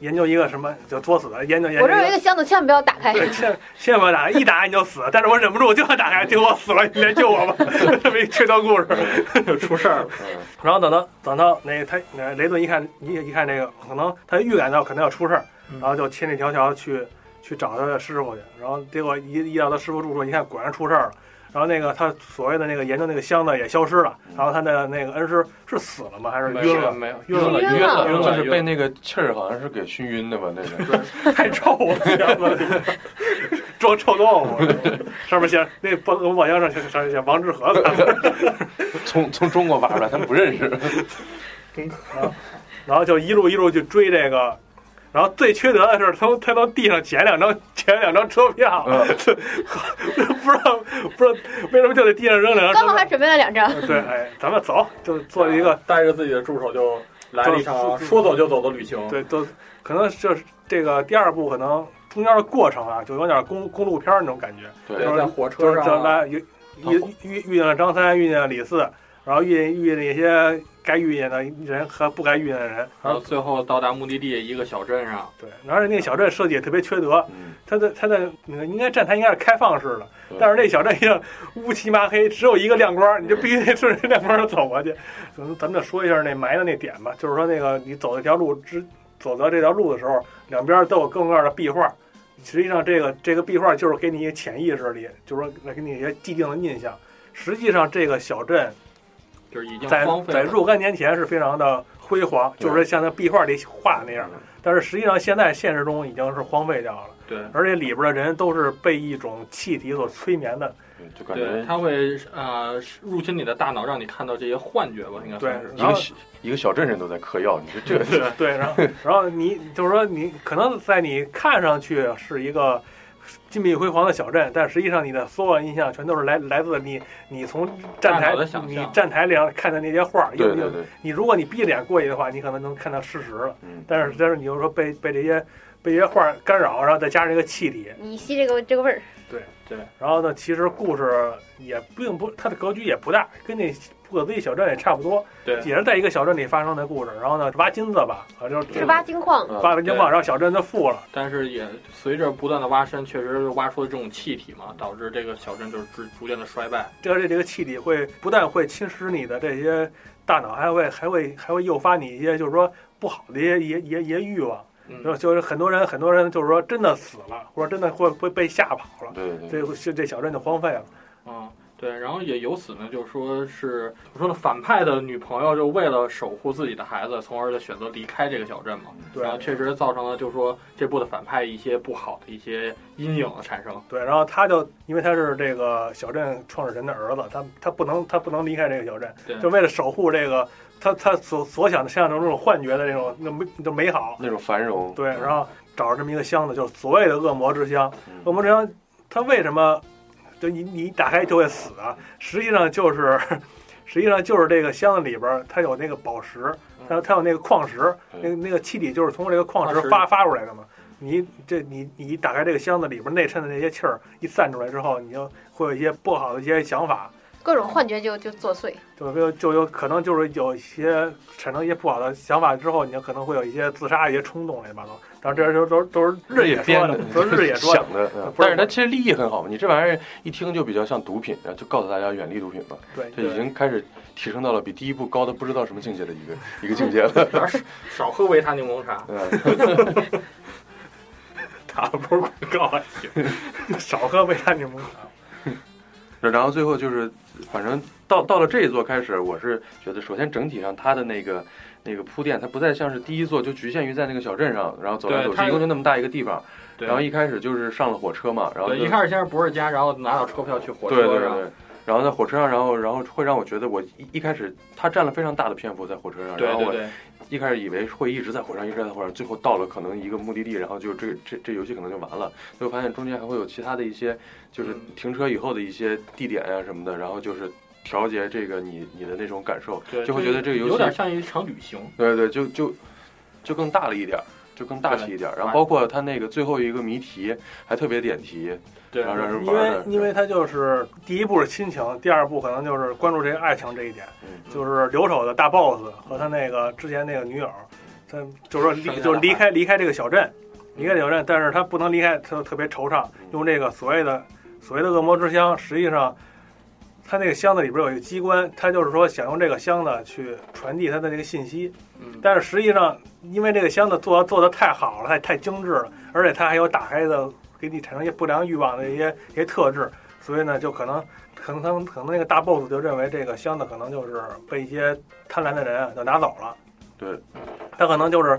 E: 研究一个什么就作死，研究研究。
F: 我这有一个箱子，千万不要打开。
E: 对，千千万不要打开，一打开你就死。但是我忍不住，我就要打开，结果我死了，你来救我吧！
H: [LAUGHS]
E: 这么一吹箫故事。
H: 就出事儿了。
G: 嗯，
E: 然后等到等到那他那雷顿一看一一看这个，可能他预感到可能要出事儿，
H: 嗯
E: 然后就千里迢迢去去找他的师傅去。然后结果一一到他师傅住处，一看果然出事儿了。然后那个他所谓的那个研究那个箱子也消失了，然后他的那个恩师是死了吗？还是晕了？
H: 没有
E: 晕了
F: 晕了
E: 晕了
G: 就是被那个气儿好像是给熏晕的吧？那个
E: 太臭了，装臭豆腐，上面写那宝我宝箱上写上面写王致和的。 [LAUGHS]
G: 从从中国挖出来，他们不认识。
E: 然后就一路一路去追这个，然后最缺德的是，他他从地上捡两张捡两张车票，
G: 嗯
E: [LAUGHS] 不知道不知道为什么就在地上扔两张
F: 刚好
E: 车
F: 还准备了两张，
E: 票。对，哎，咱们走，就做了一个
H: 带着自己的助手就来了一场说走就走的旅行。
E: 对，都可能就是这个第二部可能中间的过程啊，就有点公公路片儿那种感觉，
G: 对
H: 对，在火
E: 就
H: 车
E: 是就
H: 上啊
E: 来遇遇遇遇见了张三，遇见了李四，然后遇见遇见了一些该遇见的人和不该遇见的人，
H: 然
E: 然后
H: 后最后到达目的地一个小镇上，
E: 对，然后那个小镇设计也特别缺德，
G: 嗯，
E: 它的它的那个应该站台应该是开放式的
G: 对，
E: 但是那小镇一样乌漆麻黑，只有一个亮光，你就必须得顺着亮光走过去。 [LAUGHS] 咱咱们就说一下那埋的那点吧，就是说那个你走这条路之走到这条路的时候，两边都有各种各样的壁画。实际上，这个这个壁画就是给你一个潜意识里，就是说来给你一些既定的印象。实际上，这个小镇
H: 就是已经
E: 在
H: 荒废
E: 在
H: 了。
E: 若干年前是非常的辉煌，
G: 对
E: 就是像那壁画里画的那样，
G: 嗯
E: 但是实际上现在现实中已经是荒废掉了。
H: 对。
E: 而且里边的人都是被一种气体所催眠的，
G: 对就感
H: 对，
G: 觉
H: 它会呃入侵你的大脑，让你看到这些幻觉吧，应该算是
E: 对。
G: 一个小一个小镇人都在嗑药，你说这个
E: [LAUGHS] 对，然
H: [LAUGHS]
E: 后然后你就是说你可能在你看上去是一个金碧辉煌的小镇，但实际上你的所有印象全都是来来自你你从站
H: 大
E: 台
H: 脑的想象
E: 你站台里上看的那些画，因
G: 对
E: 为
G: 对
E: 你
G: 对，
E: 你如果你闭着眼过去的话，你可能能看到事实了，
G: [LAUGHS] 嗯，
E: 但是但是你又说被被这些被这些画干扰，然后再加上一个气体，
F: 你吸这个这个味儿，
E: 然后呢，其实故事也并不，它的格局也不大，跟那不可思议小镇也差不多，
H: 对
E: 也是在一个小镇里发生的故事。然后呢，挖金子吧，啊，就是
F: 是挖金矿，
G: 嗯
E: 挖完金矿，然后小镇就富了。
H: 但是也随着不断的挖深，确实是挖出了这种气体嘛，导致这个小镇就是逐逐渐的衰败。
E: 这这这个气体会不但会侵蚀你的这些大脑，还会还会还会诱发你一些就是说不好的一些一些一些一些欲望。
H: 嗯，
E: 就就是很多人很多人就是说真的死了，或者真的会会被吓跑了，
G: 对对
E: 这这这小镇就荒废了。
H: 嗯，对，然后也由此呢，就说是我说呢，反派的女朋友就为了守护自己的孩子，从而就选择离开这个小镇嘛。
E: 对
H: 然后确实造成了，就是说这部的反派一些不好的一些阴影的产生。
E: 对，然后他就因为他是这个小镇创始人的儿子，他他不能他不能离开这个小镇。
H: 对，
E: 就为了守护这个他他所所想的想象中这种幻觉的这种那美就美好，
G: 那种繁荣，
E: 对，然后找着这么一个箱子，就是所谓的恶魔之箱。
G: 嗯
E: 恶魔之箱，它为什么就你你一打开就会死啊？实际上就是 [LAUGHS] 实际上就是这个箱子里边儿它有那个宝石，
H: 嗯
E: 它
H: [LAUGHS]
E: 有它有那个矿石，
G: 嗯
E: 那个那个气体就是从这个矿石
H: 矿石
E: 发发出来的嘛。你这你你一打开这个箱子里边内衬的那些气儿一散出来之后，你就会有一些不好的一些想法，
F: 各种幻觉就就作祟。
E: 就就就有可能就是有一些产生一些不好的想法之后，你就可能会有一些自杀、一些冲动乱七八糟。当然，这些都是都是日野
G: 编
E: 说
G: 的
E: 的，，都是日野说的。
G: [LAUGHS] 想的，嗯
E: 不是
G: 但是它其实立意很好嘛，你这玩意儿一听就比较像毒品，然后就告诉大家远离毒品嘛，
E: 对，
G: 这已经开始提升到了比第一部高的不知道什么境界的
E: [LAUGHS]
G: 一个一个境界了，
H: 然后少喝维他柠檬茶，
G: 嗯，
E: 打了波广告还行，少喝维他柠檬茶。
G: [LAUGHS] 然后最后就是，反正到到了这一座开始，我是觉得首先整体上它的那个那个铺垫，它不再像是第一座就局限于在那个小镇上，然后走来
H: 对
G: 走去，
H: 它
G: 一共就那么大一个地方，
H: 对
G: 然后一开始就是上了火车嘛，然后
H: 对，
G: 就
H: 一开始先是不是家，然后拿到车票去火
G: 对对
H: 车
G: 对
H: 上，
G: 对，然后在火车上，然后然后会让我觉得我一一开始他占了非常大的篇幅在火车上，
H: 对
G: 然后
H: 对
G: 我
H: 对，
G: 一开始以为会一直在火车上，一直在火车上，最后到了可能一个目的地，然后就这这这游戏可能就完了。最后发现中间还会有其他的一些，就是
H: 嗯
G: 停车以后的一些地点呀、什么的，然后就是调节这个你你的那种感受，
H: 对
G: 就会觉得这个游戏
H: 有点像一场旅行。
G: 对对，就就就更大了一点儿，就更大气一点儿。然后包括它那个最后一个谜题还特别点题，
H: 对
G: 然后让人
E: 因
G: 玩
E: 为
G: 的
E: 因为它就是第一步是亲情，第二步可能就是关注这个爱情这一点，
G: 嗯
E: 就是留守的大 boss 和他那个之前那个女友，他就是说
H: 剩下
E: 离
H: 的
E: 就是离
H: 孩
E: 开离开这个小镇，离开这个小镇，但是他不能离开，他就特别惆怅，用这个所谓的所谓的恶魔之箱，实际上。他那个箱子里边有一个机关，他就是说想用这个箱子去传递他的那个信息，
H: 嗯，
E: 但是实际上，因为这个箱子做做的太好了，太太精致了，而且它还有打开的给你产生一些不良欲望的一些一些特质，所以呢，就可能可能他们可能那个大 boss 就认为这个箱子可能就是被一些贪婪的人啊就拿走了，
G: 对，
E: 他可能就是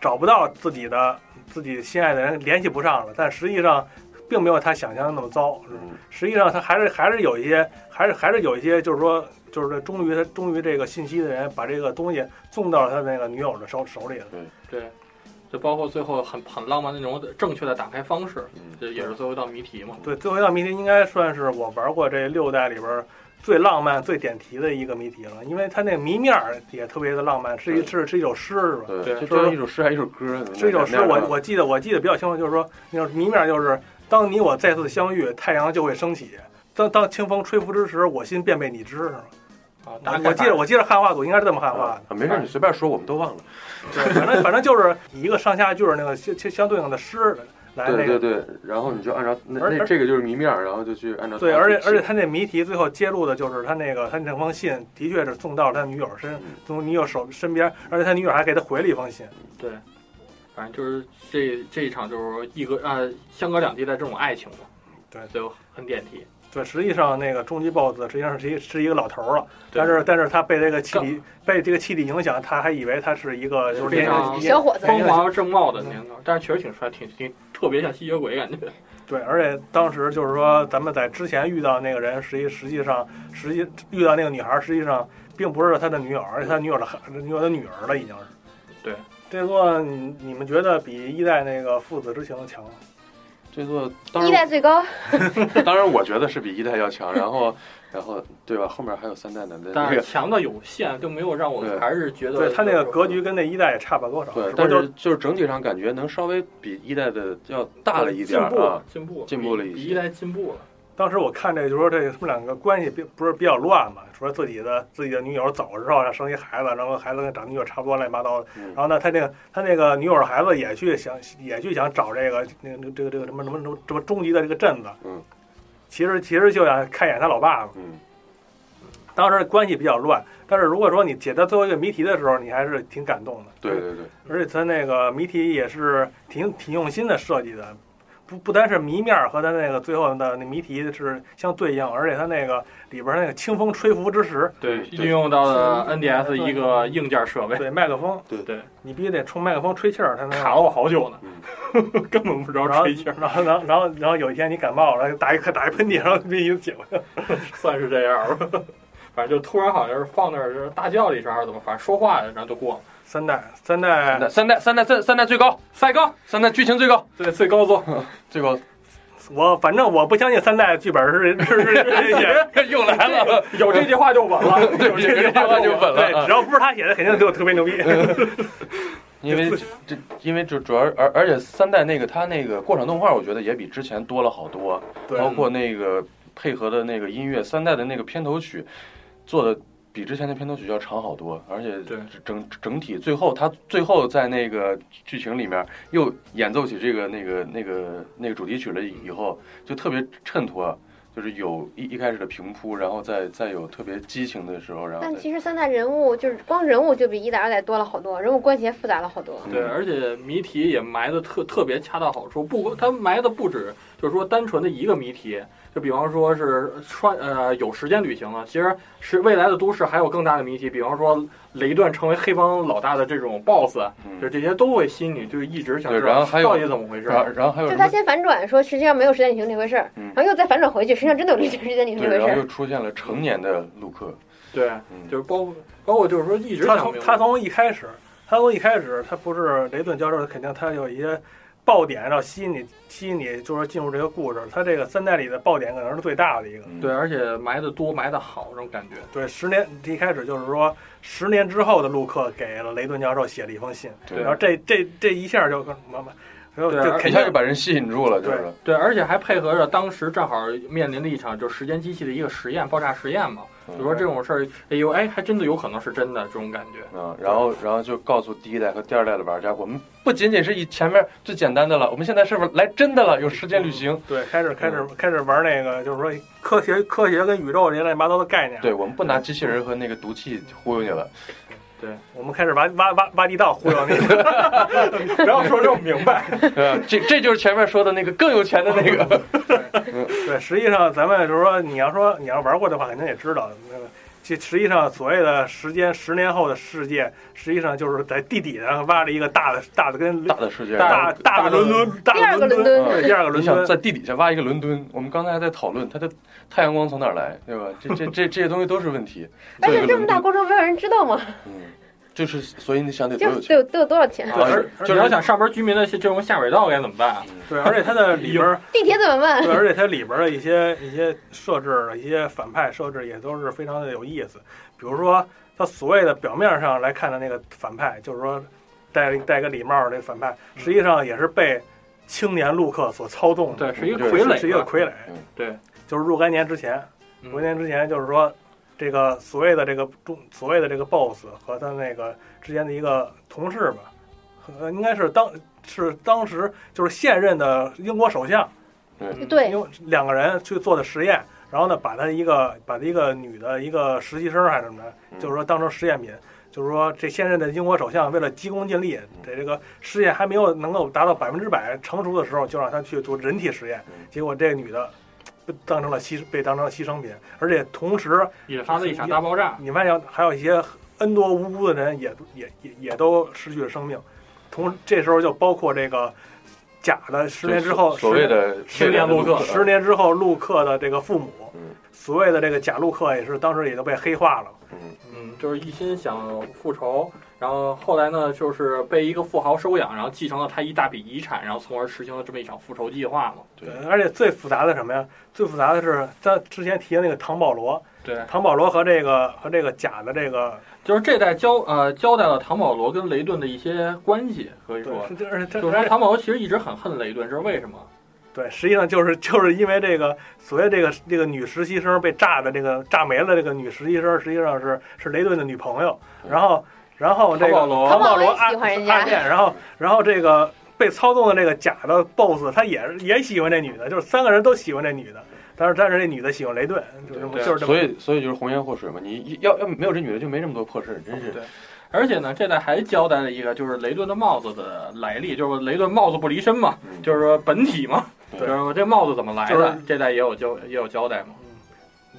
E: 找不到自己的自己心爱的人，联系不上了，但实际上并没有他想象的那么糟，
G: 嗯
E: 实际上他还是还是有一些，还是还是有一些，就是说，就是忠于他忠于这个信息的人，把这个东西送到了他那个女友的手手里了。
H: 对，就包括最后很很浪漫那种正确的打开方式，
G: 嗯，
H: 这也是最后一道谜题嘛。
E: 对，最后一道谜题应该算是我玩过这六代里边儿最浪漫、最点题的一个谜题了，因为它那个谜面儿也特别的浪漫，是一是是一首诗，是吧？
H: 对
G: 对，就
E: 就是
G: 这一首诗还一首歌，
E: 是一首诗，
G: 那样
E: 我
G: 的
E: 我记得我记得比较清楚，就是说那种谜面就是当你我再次相遇，太阳就会升起。当当清风吹拂之时，我心便被你知，是吗？
H: 啊，打
E: 我我记得我记得汉化组应该是这么汉化的
G: 啊。，没事，你随便说，我们都忘了。
E: 对，反正反正就是以一个上下句儿那个相相相对应的诗来那
G: 对对
E: 个。
G: 对，然后你就按照那
E: 而
G: 那
E: 而
G: 这个就是谜面儿，然后就去按照
E: 对，
G: 它
E: 而
G: 去
E: 且而且
G: 写
E: 他那谜题最后揭露的就是他那个他那封信的确是送到了他女友身，从女友手身边，而且他女友还给他回了一封信。
H: 对，反正就是这这一场就是一个啊相隔两地的这种爱情嘛。
E: 对
H: 就很点题。
E: 对，实际上那个终极 BOSS 实际上是一是一个老头儿了，
H: 对
E: 但是但是他被这个气体被这个气体影响，他还以为他是一个就是
H: 非
E: 年
H: 常
E: 年
F: 小伙子，
H: 锋芒正茂的年头，但是确实挺帅，挺挺特别像吸血鬼感觉。
E: 对，而且当时就是说，咱们在之前遇到那个人，实际实际上实际遇到那个女孩，实际上并不是他的女友，而是他女友的孩女友的女儿了，已经是。
H: 对，
E: 这座你你们觉得比一代那个父子之情强吗？
G: 这座当
F: 一代
G: 然
F: 最高，
G: [LAUGHS] 当然我觉得是比一代要强，然后然后对吧？后面还有三代呢，那
H: 但是
G: 个
H: 强的有限，就没有让我
G: 对
H: 还是觉得
E: 对他那个格局跟那一代也差不了多少，
G: 对
E: 是，不
G: 但
E: 是就是
G: 就是整体上感觉能稍微比一代的要大了一
H: 进
G: 点儿
H: 步
G: 啊
H: 了，，进步
G: 进步了
H: 比
G: 一些
H: 比一代进步了。
E: 当时我看这就说这他们两个关系比不是比较乱嘛，说自己的自己的女友走了之后，然后生一孩子，然后孩子跟长女友差不多乱七八糟的。
G: 嗯
E: 然后呢，他那个他那个女友的孩子也去想也去想找这个那个这个这个什么什么什么什么终极的这个镇子。
G: 嗯，
E: 其实其实就想看一眼他老爸嘛。
G: 嗯，
E: 当时关系比较乱，但是如果说你解到最后一个谜题的时候，你还是挺感动的。
G: 对对对，
E: 而且它那个谜题也是挺挺用心的设计的，不不单是谜面儿和它那个最后的那谜题是相对应，而且它那个里边儿那个清风吹拂之时，
H: 对，
G: 对
H: 运用到了
E: 是
H: NDS 一个硬件设备，
E: 对麦克风，
G: 对
H: 对，
E: 你必须得冲麦克风吹气儿，它能
H: 卡了我好久呢
G: 嗯， [LAUGHS]
H: 根本不知道
E: 然后
H: 吹气儿，
E: 然后然后然后然后有一天你感冒了，打一打一喷嚏，然后给你解过去。
H: [LAUGHS] 算是这样吧。反正就突然好像是放那儿就是大叫了一声还是怎么，反正说话然后就过了。
E: 三代三代
G: 那三代三代三三代最高，赛高，三代剧情最高，
H: 对，最
G: [LAUGHS]
H: 高座
G: 最高，
E: 我反正我不相信三代剧本是是是是写。
G: 哎又来了，
H: 有这句话就稳了，
G: [LAUGHS] 对，
H: 有这句
G: 这句
H: 话
G: 话
H: 就
G: 就
H: 稳。
G: 稳
E: 对，
G: 了
E: 只。要不是他写的，肯定就特别牛逼。
G: 因为这，因为就主要而而且三代那个它那个过场动画，我觉得也比之前多了好多，
E: 对
G: 包括那个配合的那个音乐，三代的那个片头曲做的比之前的片头曲要长好多，而且
H: 对
G: 整整体最后它最后在那个剧情里面又演奏起这个那个那个那个主题曲了以后，就特别衬托。就是有一一开始的平铺，然后再再有特别激情的时候，然后
F: 但
G: 再
F: 其实三代人物就是光人物就比一代、二代多了好多，人物关系也复杂了好多。
G: 嗯
H: 对，而且谜题也埋的特特别恰到好处，不，它埋的不止就是说单纯的一个谜题，就比方说是穿呃有时间旅行了，其实是未来的都市还有更大的谜题，比方说雷顿成为黑帮老大的这种 boss，啊
G: 嗯
H: 就这些都会吸引你，就是一直想
G: 对
H: 知道
G: 然后还有
H: 到底怎么回事
G: 然。后然后还有
F: 就
G: 什
F: 他
G: 么？
F: 先反转说，实际上没有时间旅行这回事儿，
G: 嗯
F: 然后又再反转回去，身上真的有这件事件女生这回
G: 对，然
F: 事
G: 后
F: 儿
G: 又。出现了成年的陆克，
H: 对，
G: 嗯，
H: 就是包括包括就是说一直
E: 他
H: 想
E: 从
H: 明白
E: 他从一开始，他从一开始，他不是雷顿教授，肯定他有一些爆点，要吸引你，吸引你，就是进入这个故事。他这个三代里的爆点可能是最大的一个。
G: 嗯
H: 对，，而且埋的多埋的好这种感觉。
E: 对，十年一开始就是说，十年之后的陆克给了雷顿教授写了一封信，
G: 对
E: 然后这这这一下就妈妈，然后
H: 对
E: 就
H: 而
E: 肯定
G: 一下就把人吸引住了，就是，
H: 对，而且还配合着当时正好面临的一场就是时间机器的一个实验，爆炸实验嘛，
G: 嗯
H: 就说这种事儿，哎呦，哎，还真的有可能是真的这种感觉。啊
G: 嗯，然后然后就告诉第一代和第二代的玩家，我们不仅仅是以前面最简单的了，我们现在是不是来真的了？有时间旅行，
E: 对，开始开始
H: 嗯
E: 开始玩那个，就是说科学科学跟宇宙这些乱七八糟的概念。
G: 对，我们不拿机器人和那个毒气忽悠你
E: [LAUGHS]
G: 了，
E: 我们开始挖挖挖挖地道忽悠你， [LAUGHS] 不要说这么明白。
G: 呃，这这就是前面说的那个更有钱的那
E: [LAUGHS]
G: 个，
E: 对，实际上咱们就是说，你要说你要玩过的话，肯定也知道，那个这实际上所谓的时间十年后的世界，实际上就是在地底上挖了一个大的大的跟
G: 大的世界，
E: 大大的伦敦，大
F: 第二
E: 的
F: 个伦
E: 敦，
F: 敦，
E: 对，第二个伦
G: 你想
E: 敦
G: 在。地底下挖一个伦敦，我们刚才还在讨论它的太阳光从哪儿来，对吧？这这这这些东西都是
E: [LAUGHS]
G: 问题。
F: 而
G: 做
F: 且
G: 一个
F: 这么大工
G: 伦敦，
F: 程没有人知道吗？
G: 嗯，就是所以你想得多
F: 就
G: 有
F: 得
G: 钱，
F: 有得有多少钱？
G: 对
H: 而
E: 而
H: 就是要想上边居民的这种下水道该怎么办啊？
E: 对，而且它 [LAUGHS] 的里边儿，
F: 地铁怎么办？
E: 对，而且它里边儿的一些一些设置、一些反派设置也都是非常的有意思。比如说，它所谓的表面上来看的那个反派，就是说戴戴个礼帽儿这个反派，实际上也是被青年陆克所操纵的。
H: 对，是一个
G: 对
H: 傀儡吧，
E: 是一个傀儡。
G: 嗯
H: 对，
E: 就是若干年之前，
H: 嗯
E: 若干年之前就是说，这个所谓的这个中所谓的这个 boss 和他那个之间的一个同事吧，呃，应该是当是当时就是现任的英国首相，
H: 嗯
F: 对
E: 因，为两个人去做的实验，然后呢，把他一个把一个女的一个实习生还是什么的，
G: 嗯
E: 就是说当成实验品。就是说，这现任的英国首相为了急功近利，在这个试验还没有能够达到百分之百成熟的时候，就让他去做人体实验
G: 嗯。
E: 结果这个女的呃被当成了牺被当成了牺牲品，而且同时
H: 引发了一场大爆炸。
E: 你发现还有一些 N 多无辜的人也也也也都失去了生命。同这时候就包括这个假的十年之后
G: 所谓的
E: 十年
G: 路克，
E: 十年之后陆克的这个父母，
G: 嗯
E: 所谓的这个假陆克也是当时也都被黑化了。
G: 嗯
H: 嗯，就是一心想复仇，然后后来呢，就是被一个富豪收养，然后继承了他一大笔遗产，然后从而实行了这么一场复仇计划嘛。
G: 对，
E: 呃而且最复杂的是什么呀？最复杂的是咱之前提的那个唐保罗，
H: 对，
E: 唐保罗和这个和这个假的这个，
H: 就是这代交呃交代了唐保罗跟雷顿的一些关系，可以
G: 啊
H: 说，
E: 对，而且
H: 就是
E: 而
H: 说
E: 且
H: 唐保罗其实一直很恨雷顿，这是为什么？
E: 对，实际上就是就是因为这个所谓这个这个女实习生被炸的这个炸没了，这个女实习生实际上是是雷顿的女朋友，然后然后这个
H: 唐保罗
E: 唐啊保罗
F: 唐
E: 暗
F: 保罗也喜欢人家
E: 暗恋，然后然后这个被操纵的这个假的 boss 他也也喜欢这女的，就是三个人都喜欢这女的，但是但是这女的喜欢雷顿，就是这么
H: 对
E: 就是这么
G: 所以所以就是红颜祸水嘛，你一要要没有这女的就没这么多破事，真是
H: 对而且呢，这代还交代了一个就是雷顿的帽子的来历，就是雷顿帽子不离身嘛，
G: 嗯
H: 就是说本体嘛，
G: 对
H: 就是说这帽子怎么来的
E: 就，是
H: 这代也有交也有交代嘛。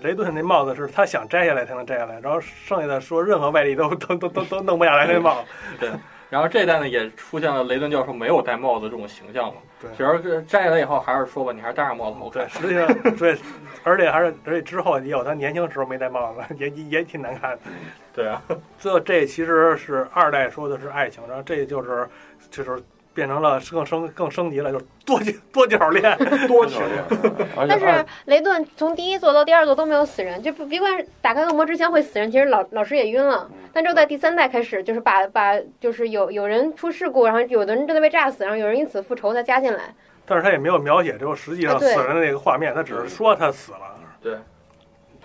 E: 雷顿那帽子是他想摘下来才能摘下来，然后剩下的说任何外力都都都都都弄不下来那帽子。
H: 然后这代呢也出现了雷顿教授没有戴帽子这种形象嘛。
E: 对
H: 其实摘下来以后还是说吧，你还是戴上帽子好
E: 对，。
H: 看
E: [LAUGHS] 实际上对，而且还是而且之后也有他年轻时候没戴帽子，也也也挺难看的。
H: [LAUGHS] 对啊，
E: 最后这其实是二代说的是爱情，然后这就是就是变成了更升更升级了，就是多角多角恋。 [LAUGHS]
H: 多
G: 真的是这样而且
F: 但
G: 二
F: 是雷顿从第一座到第二座都没有死人，就不别管打开恶魔之前会死人，其实老老师也晕了。
G: 嗯
F: 但就在第三代开始，就是把把就是有有人出事故，然后有的人真的被炸死，然后有人因此复仇，再加进来。
E: 但是他也没有描写就实际上
F: 哎
E: 死
F: 对
E: 人的那个画面，他只是说他死了。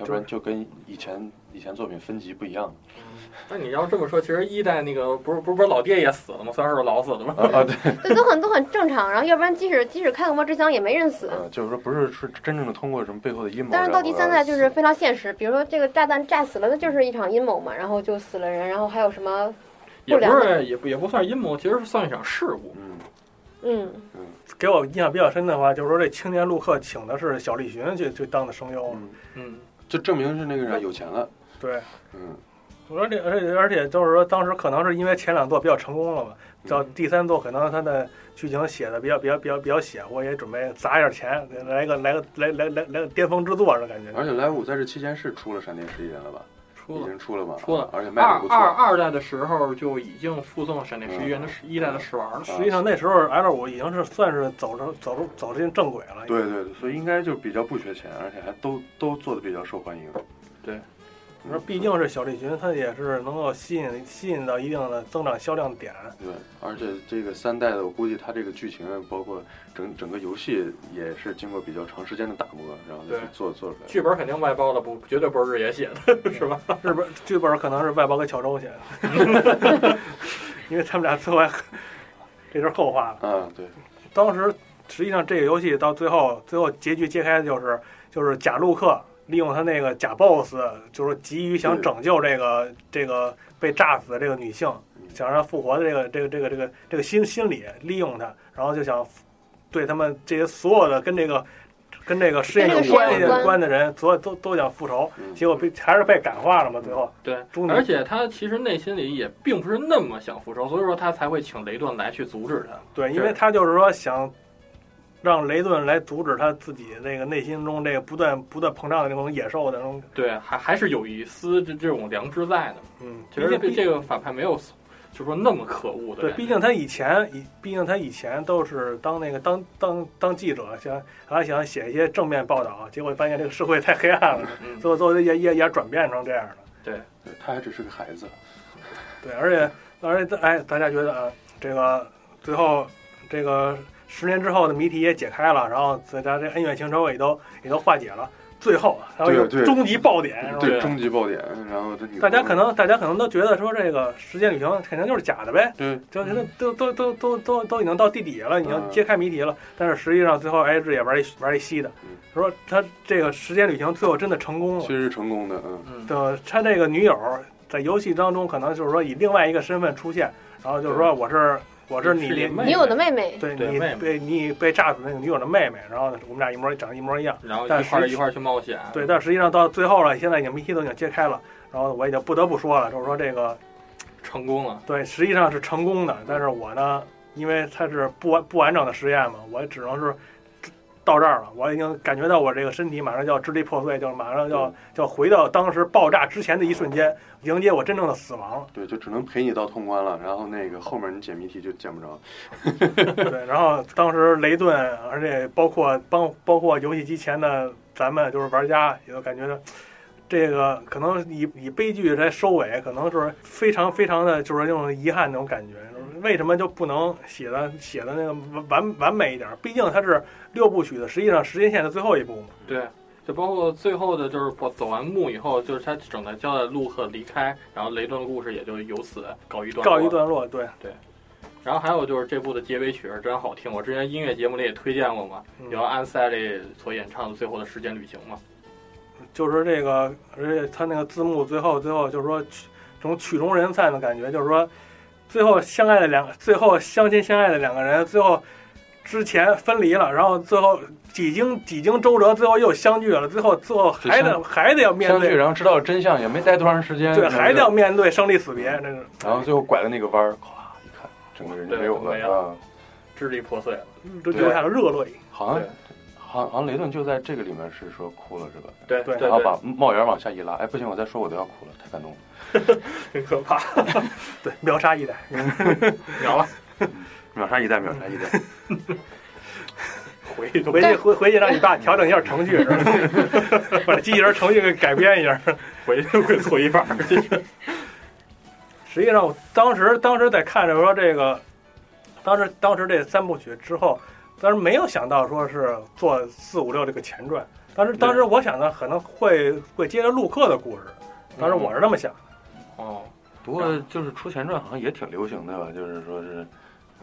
G: 要不然就跟以前以前作品分级不一样
H: 那你要这么说，其实一代那个不是不是不是老爹也死了吗？算是老死的吗？
G: 啊啊对，
F: 对，都很都很正常。然后要不然即使即使开恶魔之枪也没人死。
G: 嗯，就是说不是是真正的通过什么背后的阴谋，
F: 但是到第三代就是
G: 然后
F: 非常现实，比如说这个炸弹炸死了，那就是一场阴谋嘛，然后就死了人，然后还有什么，
H: 也
F: 不良
H: 不是也不也不算阴谋，其实是算一场事故。
G: 嗯
F: 嗯，
E: 给我印象比较深的话，就是说这青年陆克请的是小栗旬去去当的声优，
G: 嗯，
H: 嗯，
G: 就证明是那个啥有钱了，
E: 对。
G: 嗯，
E: 我说这，而且而且就是说，当时可能是因为前两座比较成功了嘛，到
G: 嗯
E: 第三座可能它的剧情写的比较比较比较比较写，我也准备砸一点钱，来个来个来来来来个巅峰之作的感觉。
G: 而且莱五在这期间是出了闪电十一人了吧？
H: 出
G: 已
H: 了。
G: 经出了吧？
H: 出了
G: 而且卖
H: 二
G: 的不错。
H: 二二代的时候就已经附送了闪电十一人
E: 嗯
H: 的一代的试玩了，
E: 实际上那时候 L 五已经是算是走着走着走进正轨了。
G: 对对对，所以应该就比较不缺钱，而且还都都做的比较受欢迎。
E: 你说毕竟是小利群，它也是能够吸引吸引到一定的增长销量点。
G: 对，而且这个三代的，我估计它这个剧情包括整整个游戏也是经过比较长时间的打磨，然后
H: 对
G: 就做做出来。
H: 剧本肯定外包的，不绝对不是日野写
E: 嗯
H: 的， [LAUGHS] 是吧？
E: 日本剧本可能是外包给乔周去的， [LAUGHS] 因为他们俩做完， [LAUGHS] 这是后话了。
G: 啊，对，
E: 当时实际上这个游戏到最后，最后结局揭开的就是就是假陆克利用他那个假 BOSS，就是急于想
G: 对
E: 拯救这个这个被炸死的这个女性，
G: 嗯
E: 想让她复活的这个这个这个这个这个心心理，利用她，然后就想对他们这些所有的跟这个跟这个实验
F: 跟这
E: 有
F: 个
E: 关
F: 实
E: 系
F: 验有
E: 有
F: 关
E: 关的人，所有都都想复仇，
G: 嗯
E: 结果被还是被感化了嘛，最后。
H: 对
E: 中，年
H: 而且他其实内心里也并不是那么想复仇，所以说他才会请雷顿来去阻止他。
E: 对，因
H: 对
E: 为他就是说想让雷顿来阻止他自己那个内心中这个不断不断膨胀的那种野兽的那种，
H: 对，还还是有一丝这这种良知在的。
E: 嗯，
H: 其实
E: 毕
H: 这
E: 竟
H: 这个反派没有就说那么可恶的
E: 对，
H: 感觉。
E: 毕竟他以前以，毕竟他以前都是当那个当当当记者，想还想写一些正面报道，结果发现这个社会太黑暗了，
H: 嗯，
E: 最后最后也也也转变成这样的。
G: 对，他还只是个孩子。
E: 对，而且而且哎，大家觉得啊，这个最后这个十年之后的谜题也解开了，然后大家这恩怨情仇也都也都化解了，最后啊，还有一
G: 对
E: 个
G: 对
E: 终极爆点，是吧？
H: 对
G: 对，终极爆点。然后这女
E: 啊大家
G: 朋
E: 可
G: 友
E: 能大家可能都觉得说这个时间旅行肯定就是假的呗，
G: 对
E: 就觉得都都都都都都已经到地底下了，已经
G: 嗯
E: 揭开谜题了。但是实际上最后哎，这也玩一玩一稀的
G: 嗯，
E: 说他这个时间旅行最后真的成功了
G: 其。实是成功的，嗯，
H: 嗯，
E: 的他这个女友在游戏当中可能就是说以另外一个身份出现，然后就是说我是我是你
H: 是你
E: 的
G: 哎
H: 妹妹
F: 你有的妹妹，
E: 对
H: 对
E: 你
H: 妹妹
E: 被你被炸死那个女友的妹妹，然后呢我们俩一模长得一模一样。
H: 然后
E: 但
H: 一
E: 是
H: 块儿一块儿去冒险。
E: 对，但实际上到最后了，现在已经谜题都已经揭开了，然后我已经不得不说了，就是说这个
H: 成功了。
E: 对，实际上是成功的，但是我呢，因为它是不完不完整的实验嘛，我只能是到这儿了。我已经感觉到我这个身体马上就要支离破碎，就是马上就要
G: 嗯
E: 就要回到当时爆炸之前的一瞬间，迎接我真正的死亡了。
G: 对，就只能陪你到通关了。然后那个后面你解谜题就见不着。
E: [LAUGHS] 对，然后当时雷顿，而且包括包包括游戏机前的咱们就是玩家，也都感觉到这个可能以以悲剧来收尾，可能是非常非常的就是那种遗憾那种感觉。就是为什么就不能写的写的那个完完美一点？毕竟它是六部曲的，实际上时间线的最后一部嘛。
H: 对，就包括最后的，就是走走完幕以后，就是他整个交代陆克离开，然后雷顿的故事也就由此告一段落
E: 告一。段落，对，
H: 然后还有就是这部的结尾曲是真好听，我之前音乐节目里也推荐过嘛，
E: 嗯
H: 由安塞利所演唱的《最后的时间旅行》嘛。
E: 就是这个，而且它那个字幕最后最后就是说曲这种曲终人散的感觉，就是说最后相爱的两个，最后相亲相爱的两个人，最后之前分离了，然后最后几经几经周折，最后又相聚了，最后最后还得
G: 相
E: 还得要面
G: 相聚，
E: 对，
G: 然后知道真相也没待多长时间，
E: 对，
G: 然后
E: 还
G: 就
E: 得要面对生离死别，这是。
G: 然后最后拐了那个弯儿，咵一看，整个人就没有
H: 对没
G: 了
H: 了
G: 啊！
H: 支离破碎了，
E: 都流下了热泪，
G: 好像
H: 对
G: 好像好像雷顿就在这个里面是说哭了是吧？
H: 对
E: 对
H: 对
G: 然后把帽檐往下一拉，哎，不行，我再说我都要哭了，太感动了。
E: 很可怕。 [LAUGHS] 对，秒杀一代，
H: 秒了，
G: 秒杀一代，秒杀一 [LAUGHS] 代。
H: 回忆都
E: [LAUGHS] 回去回回去让你爸调整一下程序，是吧把机器人程序给改编一下。
H: 回去 [LAUGHS] 会错一半儿。
E: 实际上，我当时当时在看着说这个，当时当时这三部曲之后，当时没有想到说是做四五六这个前传。当时当时我想的可能会会接着陆克的故事，当时
H: 嗯
E: 我是那么想的。
H: 哦，
G: 不过就是出前传好像也挺流行的吧，就是说是，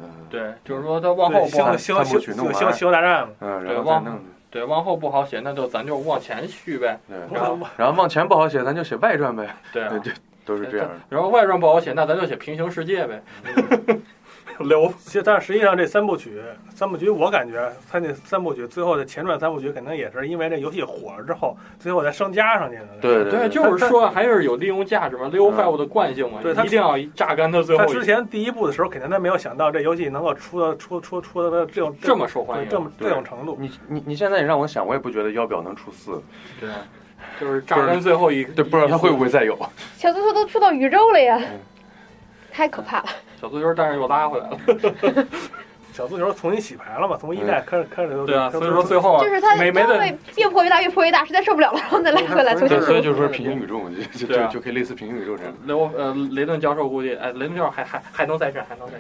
G: 嗯，，
H: 对，就是说他往后不
E: 星
G: 对
H: 好
E: 星
G: 三
E: 星
G: 部曲弄
E: 星星
G: 完
E: 星大战嘛，
G: 嗯，
H: 对
G: 然后再
H: 忘
G: 弄，
H: 对往后不好写，那就咱就往前续
E: [LAUGHS]
H: 呗。
G: 对，
E: 我
G: 然后
E: 我
G: 然后往前不好写，咱就写外传 [LAUGHS] 呗，
H: 对啊
G: 对，，对，都是这样的。
E: 嗯
H: [LAUGHS] 然后外传不好写，那咱就写平行世界呗。聊
E: 其实，但是实际上这三部曲，三部曲我感觉它那三部曲最后的前传三部曲，肯定也是因为这游戏火了之后，最后再升加上去的。
G: 对对
H: 对，就是说还是有利用价值嘛，Leo Five 的惯性嘛，
E: 对他
H: 一定要榨干到最后
E: 他
H: 一。
E: 之前第一部的时候，肯定他没有想到这游戏能够出到出出出到这种
H: 这么受欢迎，嗯
E: 这么
G: 对
E: 这种程度。
G: 你你你现在你让我想，我也不觉得腰表能出四，
H: 对，就是榨干最后一，
G: 对，不知道他会不会再有。
F: 小足球都出到宇宙了呀
G: 嗯，
F: 太可怕了。
H: 小足球，但是又拉回来了，
E: 小足球重新洗牌了嘛，从一代开始开始就
H: 对啊，
E: 就
H: 所以说最后啊
F: 就是它
H: 美眉
F: 它
H: 的
F: 会越破越大，越破越大，实在受不了了，然后再拉回来
E: 不
F: 重
E: 是就是
F: 新
G: [LAUGHS] 对，所以就是说平行宇宙，就就
H: 对啊
G: 就就可以类似平行宇宙这样。
H: 刘呃雷顿教授估计，哎，雷顿教授还还还能再战，还能再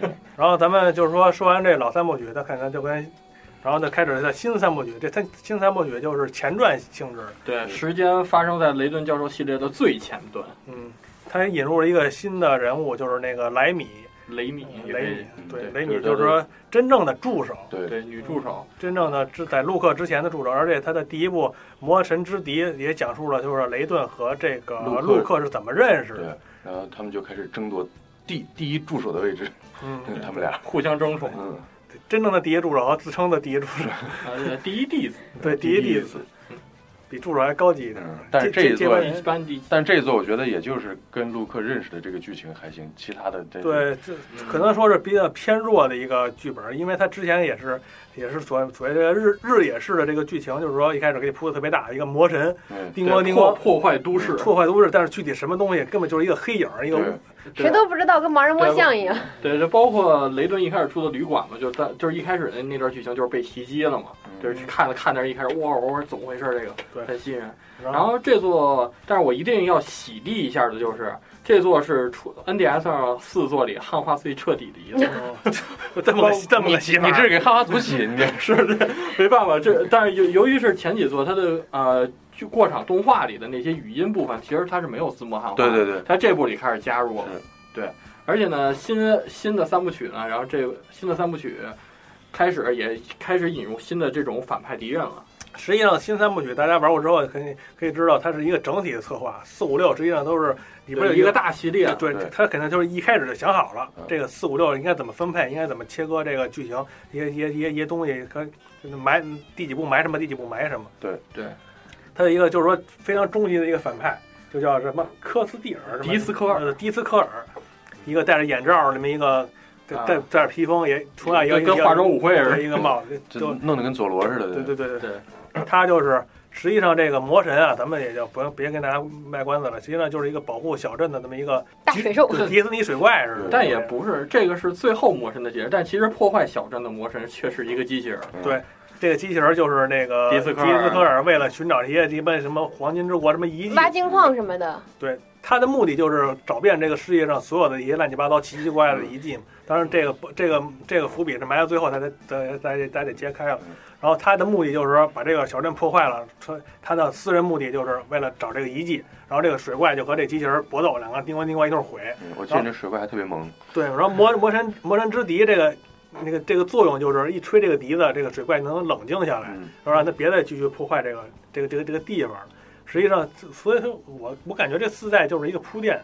H: 战。
E: 然后咱们就是说说完这老三部曲，他可能就跟，然后就开始他新三部曲。这他新三部曲就是前传性质，
H: 对，时间发生在雷顿教授系列的最前端，
E: 嗯，他引入了一个新的人物，就是那个莱米，
H: 雷米，
E: 嗯
H: 嗯
E: 雷米，对，雷米
G: 对
E: 就是说真正的助手，
G: 对
H: 对女助手，
E: 真正的之在陆克之前的助手，而且他的第一部《魔神之敌》也讲述了就是雷顿和这个
G: 陆克
E: 陆克是怎么认识
G: 对
E: 的，，
G: 然后他们就开始争夺第第一助手的位置，
E: 嗯，
G: [LAUGHS] 他们俩，
H: 互相争宠，
G: 嗯，
E: 真正的第一助手和自称的第一助手，
H: 呃，第一弟子，
E: 对，第一弟子
H: 嗯，
E: 比助手还高级一点
G: 嗯。但是这一
E: 接接班
G: 座，
E: 人
H: 一般弟子，
G: 但这一座我觉得也就是跟陆克认识的这个剧情还行，其他的真是，
E: 对，这可能说是比较偏弱的一个剧本，因为他之前也是也是所所谓的日日野式的这个剧情，就是说一开始给你铺的特别大，一个魔神
G: 嗯，
E: 叮咣
H: 对
E: 叮
H: 破
E: 咣
H: 破坏都市，
E: 破坏都市，但是具体什么东西根本就是一个黑影儿，一个
G: 对，
H: 对
F: 谁都不知道，跟盲人摸象一样。
H: 对，这包括雷顿一开始住的旅馆嘛，就在就是一开始那那段剧情就是被袭击了嘛，
G: 嗯
H: 就是看了看那儿一开始，哇，我说怎么回事？这
E: 对
H: 个很吸引人。
E: 然
H: 然
E: 后
H: 后这座，但是我一定要洗地一下的就是，这座是出 NDS 上四座里汉化最彻底的一
G: [LAUGHS]
H: 座。
E: 就这么个这么
G: 你
E: 个戏法
G: 你这是给汉
H: [LAUGHS]
G: 华图洗，你这
H: 是的，没办法，这但是由由于是前几座，它的呃就过场动画里的那些语音部分，其实它是没有字幕汉化。
G: 对对对，
H: 它这部里开始加入了
G: 是，
H: 对，而且呢，新新的三部曲呢，然后这新的三部曲开始也开始引入新的这种反派敌人了，
E: 实际上新三部曲大家玩过之后，可以可以知道它是一个整体的策划，四五六实际上都是里
H: 里
E: 边有
H: 边有一个。大系列，
E: 对
G: 对，
E: 他肯定就是一开始就想好了
G: 嗯，
E: 这个四五六应该怎么分配，应该怎么切割这个剧情，一些一些一些一些东西，可埋第几步埋什么，第几步埋什么。
H: 对，
E: 他的一个就是说非常终极的一个反派，就叫什么科斯蒂尔，是吧
H: 迪斯科尔
E: 呃迪斯科尔，一个戴着眼罩儿那么一个，戴
H: 啊
E: 戴戴着披风也除了一个
H: 跟化妆舞会似的
E: 一个帽
H: [LAUGHS]
E: 子，
G: 这
E: 都
G: 弄得跟佐罗似的，
E: 对对对对
H: 对，
E: 他就是实际上这个魔神啊，咱们也就不用别跟大家卖关子了，实际上就是一个保护小镇的那么一个
F: 大水兽
E: 就迪士尼水怪似的，
H: 但也不是这个是最后魔神的结局，但其实破坏小镇的魔神却是一个机器人，
G: 嗯
E: 对这个机器人就是那个
H: 迪斯科尔
E: 迪斯科尔为了寻找这些什么什么黄金之国什么遗迹，
F: [LAUGHS] 挖金矿什么的，
E: 对，他的目的就是找遍这个世界上所有的一些乱七八糟、奇奇怪怪的遗迹嘛。当然，这个不这个这个伏笔是埋到最后才得才才才得揭开了
G: 嗯。
E: 然后他的目的就是说把这个小镇破坏了，他他的私人目的就是为了找这个遗迹。然后这个水怪就和这机器人搏斗，两个叮咣叮咣一顿毁。
G: 嗯我记得这水怪还特别萌，
E: 对，然后魔魔神魔神之笛这个那个这个作用就是一吹这个笛子，这个水怪能冷静下来。
G: 嗯，
E: 要让他别再继续破坏这个这个这个这个地方了。实际上，所以说我我感觉这四代就是一个铺垫，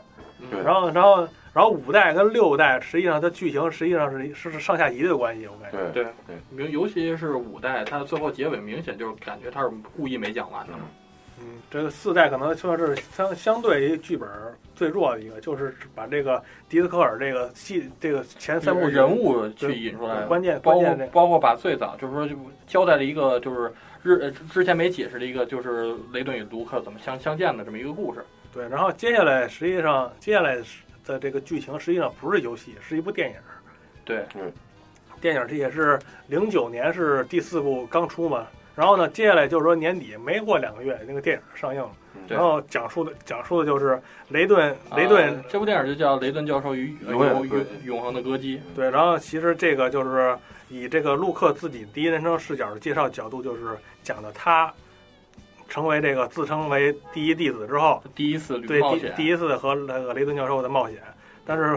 G: 对
E: 然后然后然后五代跟六代实际上它剧情实际上是是是上下级的关系，我感觉。
G: 对
H: 对明尤其是五代，它最后结尾明显就是感觉它是故意没讲完的嘛，
E: 嗯，这个四代可能算是相相对于剧本最弱的一个，就是把这个迪斯科尔这个戏这个前三部曲
H: 人物去引出来，
E: 关键
H: 包
E: 关
H: 括
E: 键这
H: 包括把最早就是说就交代了一个就是日呃之之前没解释的一个就是雷顿与卢克怎么相相见的这么一个故事。
E: 对，然后接下来实际上接下来的这个剧情实际上不是游戏，是一部电影。
H: 对，
E: 电影这也是零九年是第四部刚出嘛，然后呢，接下来就是说年底没过两个月，那个电影上映了，
G: 嗯
H: 对
E: 然后讲述的讲述的就是雷顿
H: 啊
E: 雷顿、
H: 这部电影就叫《雷顿教授与呃
G: 永远的
H: 永
G: 歌
H: 永
G: 姬
H: 永恒的歌姬》。
E: 对，然后其实这个就是以这个陆克自己第一人称视角的介绍角度，就是讲的他成为这个自称为第一弟子之后，
H: 第一次旅
E: 对
H: 冒
E: 第
H: 险，
E: 第一次和那个雷顿教授的冒险，但是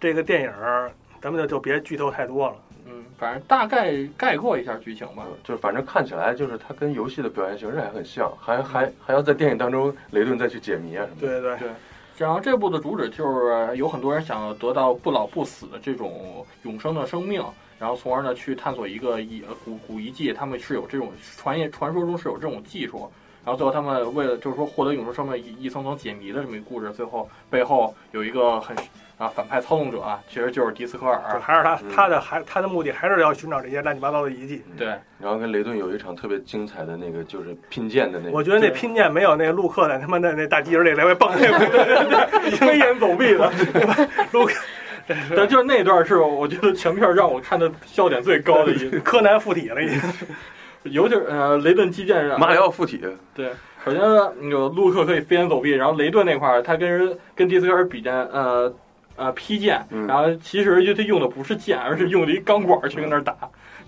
E: 这个电影儿咱们就就别剧透太多了。
H: 嗯，反正大概概括一下剧情吧。
G: 呃就是反正看起来就是它跟游戏的表现形式还很像，还还还要在电影当中雷顿再去解谜啊什么的。
E: 嗯对对
H: 对然后这部的主旨就是有很多人想要得到不老不死的这种永生的生命，然后从而呢去探索一个遗呃古古遗迹，他们是有这种传言传说中是有这种技术。然后最后他们为了就是说获得永生生命一一层层解谜的这么一个故事，最后背后有一个很啊反派操纵者啊，其实就是迪斯科
E: 就
H: 尔。
E: 还是他
G: 嗯
E: 他的还他的目的还是要寻找这些乱七八糟的遗迹。
H: [LAUGHS] 对，
G: 然后跟雷顿有一场特别精彩的那个，就是拼剑的那个。
E: 我觉得那拼剑没有那陆克在他妈的那大机人那来回蹦那 [LAUGHS]
H: 飞檐走壁 [LAUGHS] 的，
E: 陆克
H: 但就是那段是我觉得全片让我看的笑点最高的一个，
E: 柯南附体了已经。
H: 尤其是呃雷顿击剑上，
G: 马里奥附体，
H: 对，首先那个陆克可以飞檐走壁，然后雷顿那块儿他跟人跟迪斯科尔比剑，呃呃劈剑，
G: 嗯
H: 然后其实就他用的不是剑，而是用的一钢管去跟那儿打，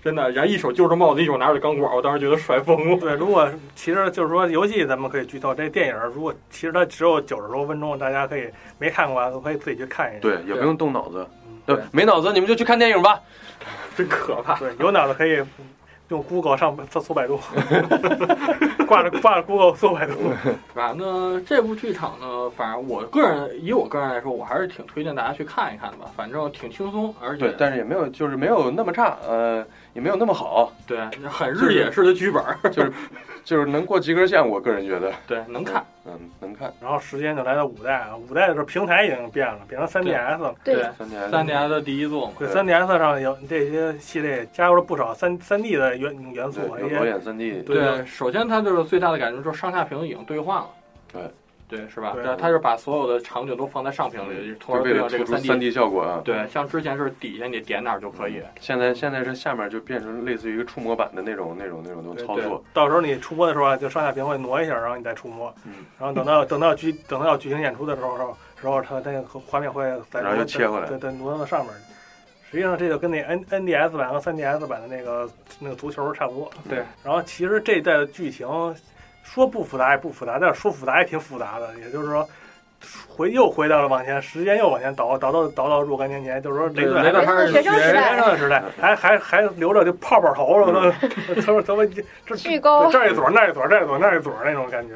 H: 真的，然后一手揪着帽子，一手拿着钢管，我当时觉得帅疯了。 [LAUGHS]
E: 对，如 [LAUGHS] 果其实就是说游戏咱们可以剧透，这电影如果其实它只有九十多分钟，大家可以没看过啊，可以自己去看一下。
G: 对，也不用动脑子。
H: 对
G: 对，没脑子你们就去看电影吧。
H: 真可怕。
E: 对，啊有脑子可以用 Google 上搜搜百度， [LAUGHS] 挂着挂着 Google 搜 [LAUGHS] 百度。
H: 反正这部剧场呢，反正我个人以我个人来说，我还是挺推荐大家去看一看的吧，反正挺轻松，而且
G: 对，但是也没有，就是没有那么差，呃，也没有那么好，
H: 对很日野式的剧本儿，
G: 就是能过及格线。我个人觉得，
H: 对能看。
G: 嗯，能看。
E: 然后时间就来到五代啊，五代的时候平台已经变了，变成 3DS 了。
F: 对
G: 三年，
H: 三年的第一作嘛，
E: 对
G: 对
E: 3DS 上有这些系列加入了不少三三 D 的元元素
G: 对，
E: 啊，
G: 有
E: 一
G: 导
E: 些
G: 演三 D，
E: 对
H: 对，首先它就是最大的感觉就是上下屏已经兑换了，
G: 对，
H: 对是吧？
E: 对
H: 它就是把所有的场景都放在上屏里，
G: 嗯就
H: 从而
G: 为
H: 对
G: 了
H: 到这
G: 突
H: 个
G: 出
H: 三
G: 三
H: D。
G: D 嗯效果啊。
H: 对，像之前是底下你点哪儿就可以，
G: 现在现在是下面就变成类似于一个触摸板的那种那种那种那种操作，
E: 到时候你触摸的时候啊，就上下屏会挪一下，然后你再触摸。
G: 嗯
E: 然后等到等到剧等到剧情演出的时候，时候时候它那个画面会再
G: 然
E: 挪
G: 后又切回来
E: 对对，挪到上面。实际上这就跟那 N NDS 版和 3DS 版的那个那个足球差不多。
H: 对。
E: 然后其实这一代的剧情说不复杂也不复杂，但是说复杂也挺复杂的。也就是说，回又回到了往前，时间又往前倒，倒到倒到若干年前，就是说雷
H: 对
E: 顿还
H: 雷顿还是
F: 学生时代
E: 学生的时代，还还还留着就泡泡头什么的，
F: 嗯
E: 他说他妈这
F: 巨高
E: 这儿一撮儿那儿一撮儿这儿一撮儿那儿一撮儿那种感觉。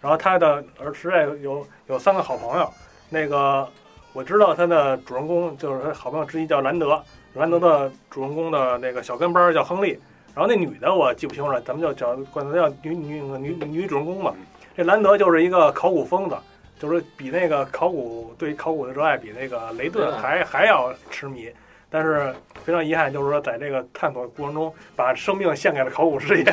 E: 然后他的儿时代有有三个好朋友，那个我知道他的主人公就是他好朋友之一叫兰德，兰德的主人公的那个小跟班儿叫亨利，然后那女的我记不清楚了，咱们就叫管她叫女女女女主人公吧。这兰德就是一个考古疯子，就是比那个考古对考古的热爱比那个雷
H: 雷
E: 顿
H: 顿
E: 还还要痴迷。但是非常遗憾，就是说在这个探索过程中，把生命献给了考古事业。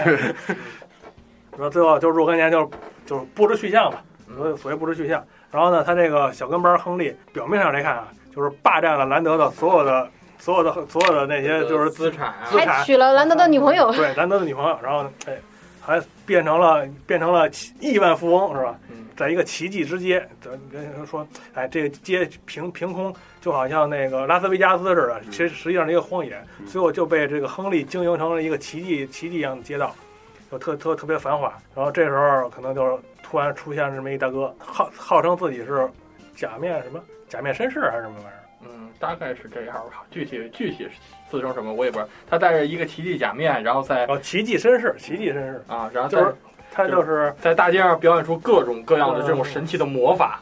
E: 然后最后就是若干年就是就是不知去向吧，所谓所谓不知去向。然后呢，他这个小跟班亨利，表面上来看啊，就是霸占了兰德的所有的、所有的、所有的那些就是
H: 资产啊
E: 资，
F: 还娶了兰德的女朋友， [LAUGHS]
E: 对兰德的女朋友，然后呢，哎，还变成了变成了奇亿万富翁是吧？
H: 嗯
E: 在一个奇迹之街，咱跟人说，哎，这个街凭凭空就好像那个拉斯维加斯似的，其实实际上是一个荒野，
G: 嗯
E: 最后就被这个亨利经营成了一个奇迹奇迹一样的街道，就特特特别繁华。然后这时候可能就是突然出现这么一大哥，号号称自己是假面什么假面绅士还是什么玩意儿。
H: 嗯，大概是这样吧，具体具体自称什么我也不知道。他戴着一个奇迹假面，然后在
E: 然后奇迹绅士，奇迹绅士，
H: 啊，然后在
E: 就是他就是
H: 在大街上表演出各种各样的这种神奇的魔法，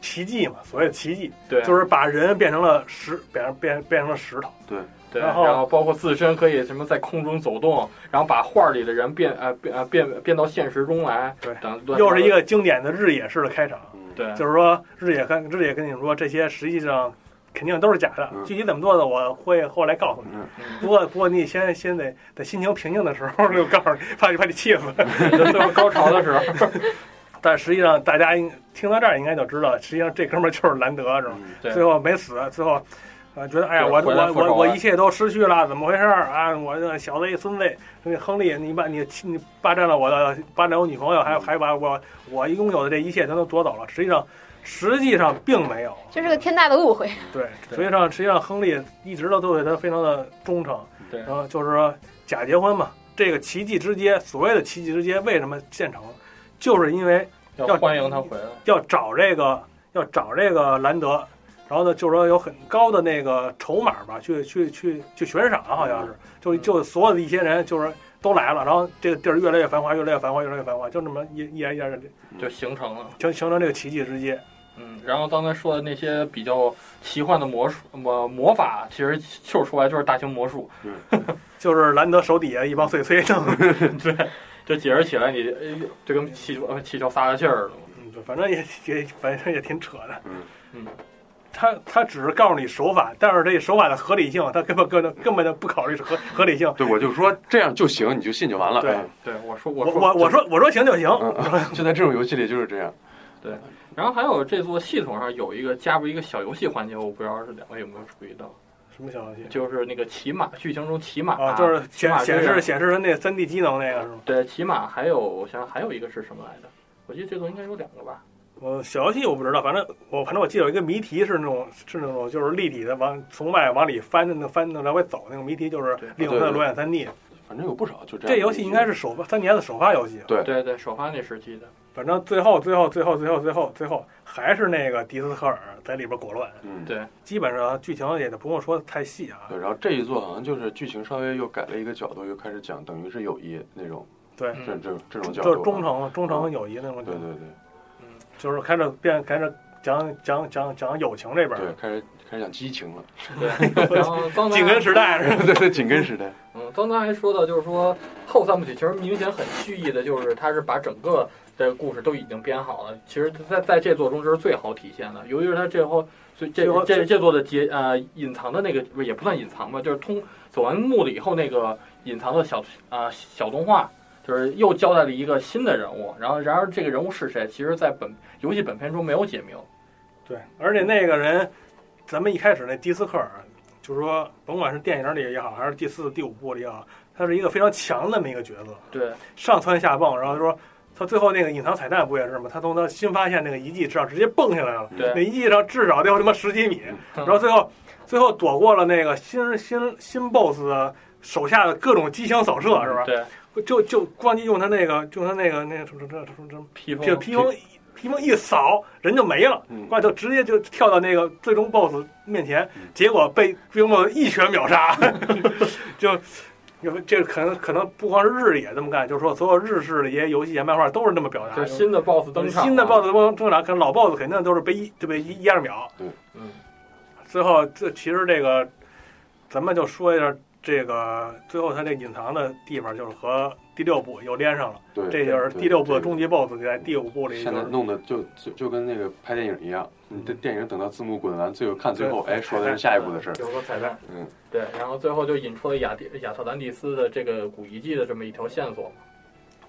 E: 奇迹嘛，所谓的奇迹，
H: 对，
E: 就是把人变成了石，变成变变成了石头。
H: 对，
E: 然后
H: 包括自身可以什么在空中走动，然后把画里的人变呃变呃变变到现实中来，
E: 对
H: 等
E: 又是一个经典的日野式的开场，
G: 嗯，
H: 对，
E: 就是说日野跟日野跟你们说这些实际上肯定都是假的，
G: 嗯
E: 具体怎么做的我会后来告诉你。
G: 嗯
E: 不过不过你先先得在心情平静的时候就告诉你， [LAUGHS] 怕你怕你气死。
H: 就最后高潮的时
E: [LAUGHS]
H: 候，
E: 但实际上大家应听到这儿应该就知道，实际上这哥们儿就是兰德是吧？
G: 嗯
H: 对
E: 最后没死，最后。呃，觉得哎呀，我
H: 回来
E: 我
H: 复仇啊
E: 我我
H: 了
E: 一切都失去了，怎么回事儿啊？我这小子一孙子，那个亨利，你把你你霸占了我的，霸占我女朋友，还有还把我我拥有的这一切全都夺走了。实际上，实际上并没有。
F: 这是个天大的误会。
E: 对，
H: 对
E: 实际上实际上亨利一直都对他非常的忠诚。
H: 对
E: 然后就是说假结婚嘛，这个奇迹之街，所谓的奇迹之街为什么建成，就是因为
H: 要欢迎他回来，
E: 要找这个要找这个兰德，然后呢，就是说有很高的那个筹码吧，去去去去悬赏，啊好像是，
G: 嗯
E: 就就所有的一些人就是都来了，然后这个地儿越来越繁华，越来越繁华，越来越繁华，就这么一一来一来
H: 就形成了。
E: 形形成这个奇迹之街。
H: 嗯，然后刚才说的那些比较奇幻的魔术、魔魔法，其实就是出来就是大型魔术。
E: 就是兰德手底下一帮碎催弄，
G: 嗯
H: 对，这解释起来你呃就跟气呃气球撒了气儿了嘛。
E: [LAUGHS] 嗯就反正也也反正也挺扯的。
G: 嗯
H: 嗯，
E: 他他只是告诉你手法，但是这手法的合理性，他根本根本根本就不考虑合合理性。
G: 对，我就说这样就行，你就信就完了。
E: 对
G: 嗯
H: 对，我说
E: 我
H: 我
E: 我我说我说行就行，
G: 就在这种游戏里就是这样。
H: 然后还有这座系统上有一个加入一个小游戏环节，我不知道是两位有没有注意到，
E: 什么小游戏
H: 就是那个骑马，剧情
E: [LAUGHS]
H: 中骑马
E: 啊？就是
H: 骑马
E: 显显
H: 追
E: 示
H: 人
E: 显示的那三 D 机能那个是吗？
H: 对骑马，还有我想想还有一个是什么来着？我记得这座应该有两个吧。
E: 我小游戏我不知道，反正我反正我记得有一个谜题是那种是那种就是立体的往从外往里翻的那翻的来回走那个谜题，就是利用它的裸眼三 D。
G: 反正有不少就这
E: 这
G: 样。
E: 游戏应该是首发三 DS 首发游戏，
G: 对
H: 对对，首发那时期的。
E: 反正最后最后最后最后最后最后还是那个迪斯科尔在里边裹乱，
G: 嗯
H: 对
E: 基本上剧情也不用说太细啊。
G: 对，然后这一座好像就是剧情稍微又改了一个角度，又开始讲等于是友谊那种，
E: 对，
G: 这
H: 嗯
G: 这这种角度啊，
E: 就是忠诚忠诚友谊那种，
G: 对对对
E: 就是开始变开始讲讲讲讲友情这边
G: 对，
E: 儿，
G: 开始开始讲激情了，
E: [LAUGHS]
H: 对，然后刚才
E: 紧跟时代是吧？
G: 对对，紧跟时代，
H: 嗯，刚才还说到，就是说后三部曲其实明显很蓄意的，就是它是把整个的故事都已经编好了。其实在，在这座中这是最好体现的，由于是它最后最这
E: 最后
H: 这这座的结呃隐藏的那个不也不算隐藏吧，就是通走完墓了以后那个隐藏的小啊、小动画，就是又交代了一个新的人物。然后，然而这个人物是谁，其实在本游戏本片中没有解明。
E: 对，而且那个人，咱们一开始那迪斯科尔，就是说，甭管是电影里也好，还是第四、第五部里也好，他是一个非常强的那么一个角色，
H: 对
E: 上蹿下蹦，然后说他最后那个隐藏彩蛋不也是吗？他从他新发现那个遗迹上直接蹦下来了，
H: 对嗯
E: 那遗迹上至少得有他妈十几米，然后最后最后躲过了那个新新新 BOSS 的手下的各种机枪扫射，是吧？
H: 对，
E: 就就光用他那个用他那个那个什么什么什么什么。
H: 披风
E: 这披风披风一扫，人就没了，
G: 嗯
E: 哇，就直接就跳到那个最终 BOSS 面前
G: 嗯，
E: 结果被追梦一拳秒 [LAUGHS] 杀，就。有这可能可能不光是日野这么干，就是说所有日式的一些游戏、漫画都是这么表达
H: 就
E: 的。
H: 是新的 BOSS 登场，
E: 新的 BOSS 登场，可能老 BOSS 肯定都是被一就被一一二秒。
H: 嗯
E: 最后这其实这个，咱们就说一下这个最后他这隐藏的地方，就是和第六部又连上了。
G: 对，
E: 这就是
G: 对
E: 第六部的
G: 这个
E: 终极 BOSS 在第五部里就
G: 现在
E: 是
G: 弄的就就就跟那个拍电影一样，
H: 嗯
G: 你的电影等到字幕滚完，最后看最后，
E: 对
G: 哎，说的是下一步的
H: [LAUGHS]
G: 事儿。
H: 有个彩蛋，
G: 嗯，
H: 对，然后最后就引出了亚蒂亚特兰蒂斯的这个古遗迹的这么一条线索，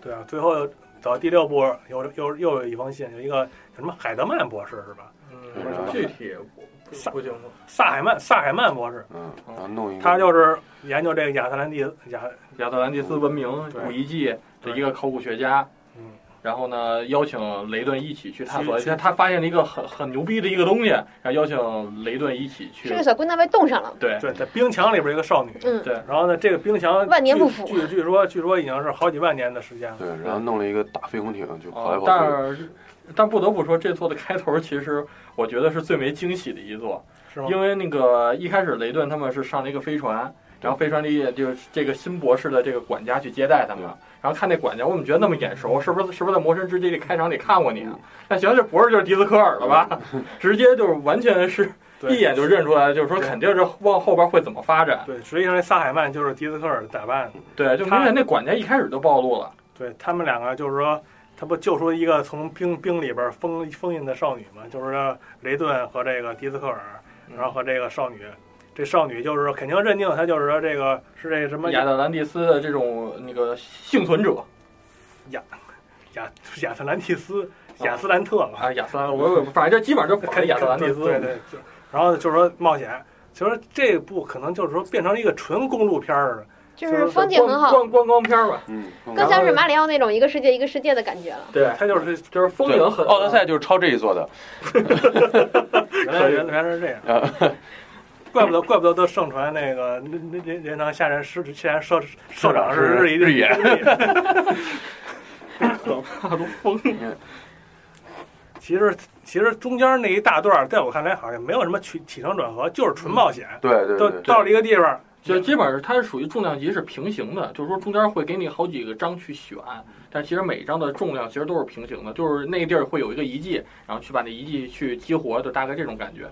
E: 对啊，最后走到第六部有又又有一封信，有一个什么海德曼博士是吧？
G: 对
H: 嗯
G: 然，后
H: 具体不
E: 萨
H: 不不清楚，
E: 萨海曼萨海曼博士，
G: 嗯，然后弄一个，
E: 他就是研究这个亚特兰蒂亚，
H: 亚特兰蒂斯文明
E: 对
H: 古遗迹的
E: 对
H: 一个考古学家，
E: 嗯，
H: 然后呢，邀请雷顿一起去探索，
E: 去去
H: 他他发现了一个很很牛逼的一个东西，然后邀请雷顿一起去
F: 这个，小姑娘被冻上了，
H: 对
E: 对，在冰墙里边一个少女。
F: 嗯，
H: 对，
E: 然后呢，这个冰墙
F: 万年不腐
E: 据据据说据说已经是好几万年的时间了。
G: 对，然后弄了一个大飞空艇就跑来
H: 哦
G: 跑
H: 但
G: 去，
H: 是但不得不说，这座的开头其实我觉得是最没惊喜的一座，
E: 是吗
H: 因为那个一开始雷顿他们是上了一个飞船，然后飞船里也就是这个新博士的这个管家去接待他们，然后看那管家，我怎么觉得那么眼熟？是不是是不是在《魔神之地》里开场里看过你啊？那行，这博士就是迪斯科尔了吧？直接就是完全是
E: 对
H: 一眼就认出来，就是说肯定是往后边会怎么发展。
E: 对，实际上这萨海曼就是迪斯科尔打扮的。
H: 对，就明显那管家一开始就暴露了。
E: 对他们两个就是说，他不救出一个从冰冰里边封封印的少女嘛，就是说雷顿和这个迪斯科尔，然后和这个少女。这少女就是肯定认定她就是说这个是这什么
H: 亚特兰蒂斯的这种那个幸存者
E: 亚亚特兰蒂斯、
H: 啊
E: 亚斯兰特吧，
H: 啊，亚特兰，我我反正就基本上就跑
E: 肯
H: 了亚特兰蒂斯。
E: 对对。对然后就是说冒险，其实这部可能就是说变成了一个纯公路片儿了。
F: 就是风景很好，
H: 观观光片吧。
G: 嗯，
F: 更像是马里奥那种一个世界一个世界的感觉了。
H: 对，
E: 它就是哦
H: 就是风
G: 对
H: 景很
G: 奥德赛就是抄这一座的，
E: 原来原来是这样，
H: 啊
E: 怪不得怪不得都盛传那个那那那那堂下任师下任社社长是日
G: 日
E: 野
G: 野
H: 可怕都疯了。
E: 其实其实中间那一大段儿，在我看来好像没有什么起起承转合，就是纯冒险。
G: 对对
E: 都
G: 对，
E: 到了一个地方，
H: [LAUGHS] 就基本上它是属于重量级是平行的，就是说中间会给你好几个章去选，但其实每一章的重量其实都是平行的，就是那个地儿会有一个遗迹，然后去把那遗迹去激活，就大概这种感觉，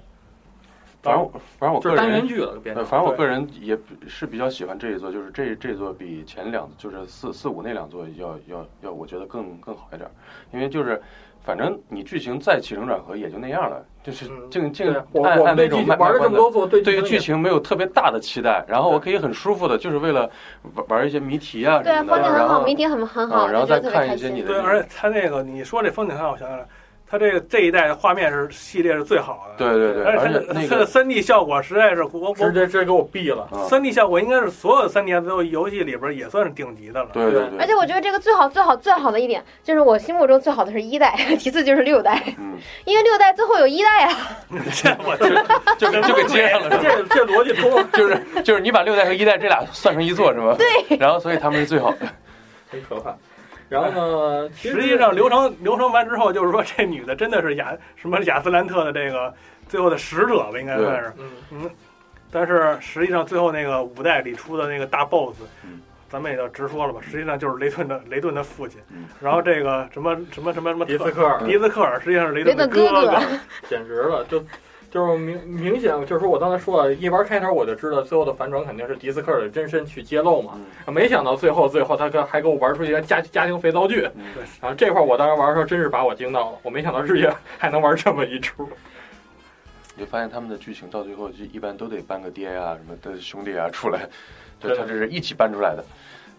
G: 反正我反正我
H: 就
G: 个
H: 是单元
G: 人，
H: 剧了，变
G: 呃
H: 成。
G: 反正我个人也是比较喜欢这一座，就是这这座比前两就是四四五那两座要要要，我觉得更更好一点儿，因为就是反正你剧情再起承转合也就那样了，就是
H: 嗯
G: 这个这
H: 对
G: 个
H: 我
G: 按
H: 我
G: 按
H: 们
G: 那
H: 对
G: 种
H: 剧
G: 卖
H: 情玩了
G: 卖
H: 这
G: 关子
H: 么多座，对
G: 对于
H: 也
G: 剧情没有特别大的期待，然后我可以很舒服的，就是为了玩玩一些谜题啊
F: 对
G: 什
F: 啊，
G: 么
F: 风
G: 的，
F: 景很
G: 然
F: 好，
G: 后
F: 谜题很很好，
G: 嗯，然后
F: 就觉
G: 再
F: 得特别
G: 看
F: 开
G: 一些你
F: 心。
G: 的
E: 对，而且它那个你说这风景很好，我想起来了，它这个这一代的画面是系列是最好的，
G: 对对对，
E: 而
G: 而
E: 且
G: 且
E: 它
G: 那
E: 的它的
G: 个
E: 三 D 效果实在是我我
H: 直接直接给我毙了。
G: 嗯
E: 啊三 D 效果应该是所有三 D 游戏里边也算是顶级的了。
G: 对对对，
F: 而且我觉得这个最好、最好、最好的一点，就是我心目中最好的是一代， [LAUGHS] 其次就是六代，
G: 嗯，
F: 因为六代最后有一代啊。
E: 这我这
G: 就就给接
H: [LAUGHS]
G: 上了，是吧
H: 这这逻辑通，
G: [LAUGHS] 就是就是你把六代和一代这俩算成一座是吧？对， [LAUGHS] 然后所以他们是最好的，
H: 很可怕。然后呢，其
E: 实际上流程流程完之后，就是说这女的真的是雅什么雅斯兰特的这个最后的使者吧，应该算是。
H: 嗯，
E: 但是实际上最后那个五代里出的那个大 BOSS，
G: 嗯
E: 咱们也就直说了吧，实际上就是雷顿的雷顿的父亲。
G: 嗯
E: 然后这个什么什么什么什么
H: 迪斯
E: 特
H: 科尔
E: 迪斯科尔实际上是雷顿的
F: 雷顿哥
E: 哥
F: 哥
H: [LAUGHS] 简直了，就就是明明显就是说我刚才说了，一玩开头我就知道最后的反转肯定是迪斯科尔的真身去揭露嘛，没想到最后最后他跟还给我玩出一个家家庭肥皂剧，
G: 嗯
H: 然后这块儿我当时玩的时候真是把我惊到了，我没想到日月还能玩这么一出，
G: 你就发现他们的剧情到最后就一般都得搬个爹啊什么的兄弟啊出来，对，
H: 对
G: 他这是一起搬出来的，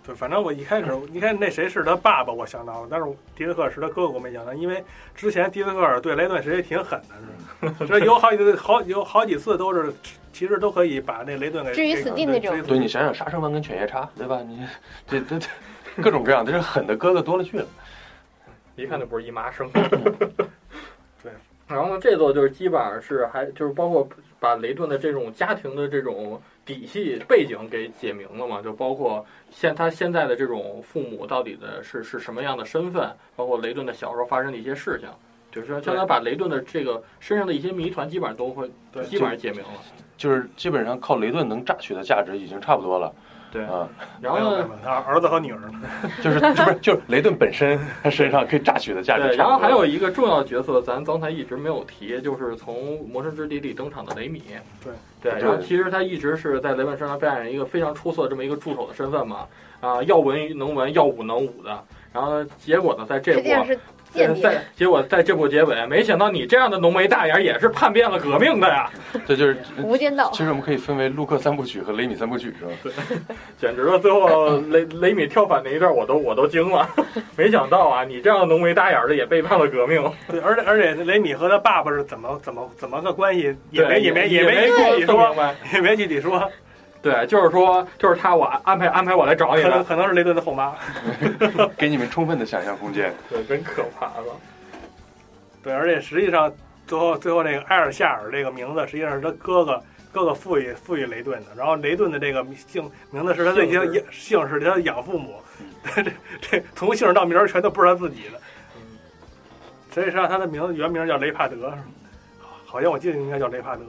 E: 对，反正我一开始，你看那谁是他爸爸，我想到了，但是迪斯科尔是他哥哥，我没想到，因为之前迪斯科尔对雷顿其实也挺狠的，
H: 嗯
E: 是吧？这有好几次好有好几次都是，其实都可以把那雷顿给
F: 置于死地那种
E: 给搞
G: 对你想想杀生丸跟犬夜叉 [LAUGHS] 对吧？你这这这各种各样，但是狠的哥哥多了去了，
H: 一看就不是姨妈生。
E: [LAUGHS] 对。
H: 然后呢，这座就是基本上是还就是包括把雷顿的这种家庭的这种底细背景给解明了嘛，就包括现他现在的这种父母到底的是是什么样的身份，包括雷顿的小时候发生的一些事情，就是说相当于把雷顿的这个身上的一些谜团基本上都会
E: 对
H: 基本上解明了。
G: 就是基本上靠雷顿能榨取的价值已经差不多了，
H: 对
G: 啊，
H: 然后呢，
E: 他儿子和女儿呢，
G: 就是是不是就是雷顿本身他身上可以榨取的价值差不
H: 对，
G: 多了，
H: 然后还有一个重要的角色，咱刚才一直没有提，就是从《魔神之地》里登场的雷米。
E: 对
H: 对，然后其实他一直是在雷文身上扮演一个非常出色的这么一个助手的身份嘛，啊、要文能文，要武能武的。然后呢，结果呢，在这
F: 实际上
H: 部呃
F: 是间谍
H: 在，结果在这部结尾，没想到你这样的浓眉大眼也是叛变了革命的呀，
G: 这就是
E: 嗯
F: 无间道
G: 其。实我们可以分为陆克三部曲和雷米三部曲，是吧？
H: 简直了！最后雷雷米跳反那一段，我都我都惊了， [LAUGHS] 没想到啊，你这样的浓眉大眼的也背叛了革命。
E: 对，而且而且雷米和他爸爸是怎么怎么怎么个关系，也没
H: 对
E: 也没
H: 也
E: 没具体
H: 没说明
E: 说，
H: 白，
E: 也没具体说，
H: 对，就是说，就是他，我安排安排我来找
E: 可
H: 你
E: 能
H: 的，
E: 可能是雷顿的后妈。
G: 给你们充分的想象空间。
H: 对，真可怕了。
E: 对，而且实际上最后最后那个埃尔夏尔这个名字实际上是他哥哥哥哥赋予赋予雷顿的，然后雷顿的这个姓名字是他的
H: 姓氏
E: 养姓是他的养父母， [LAUGHS] 这这从姓到名儿全都不是他自己的
H: 嗯。
E: 实际上他的名字原名叫雷帕德，好像我记得应该叫雷帕德。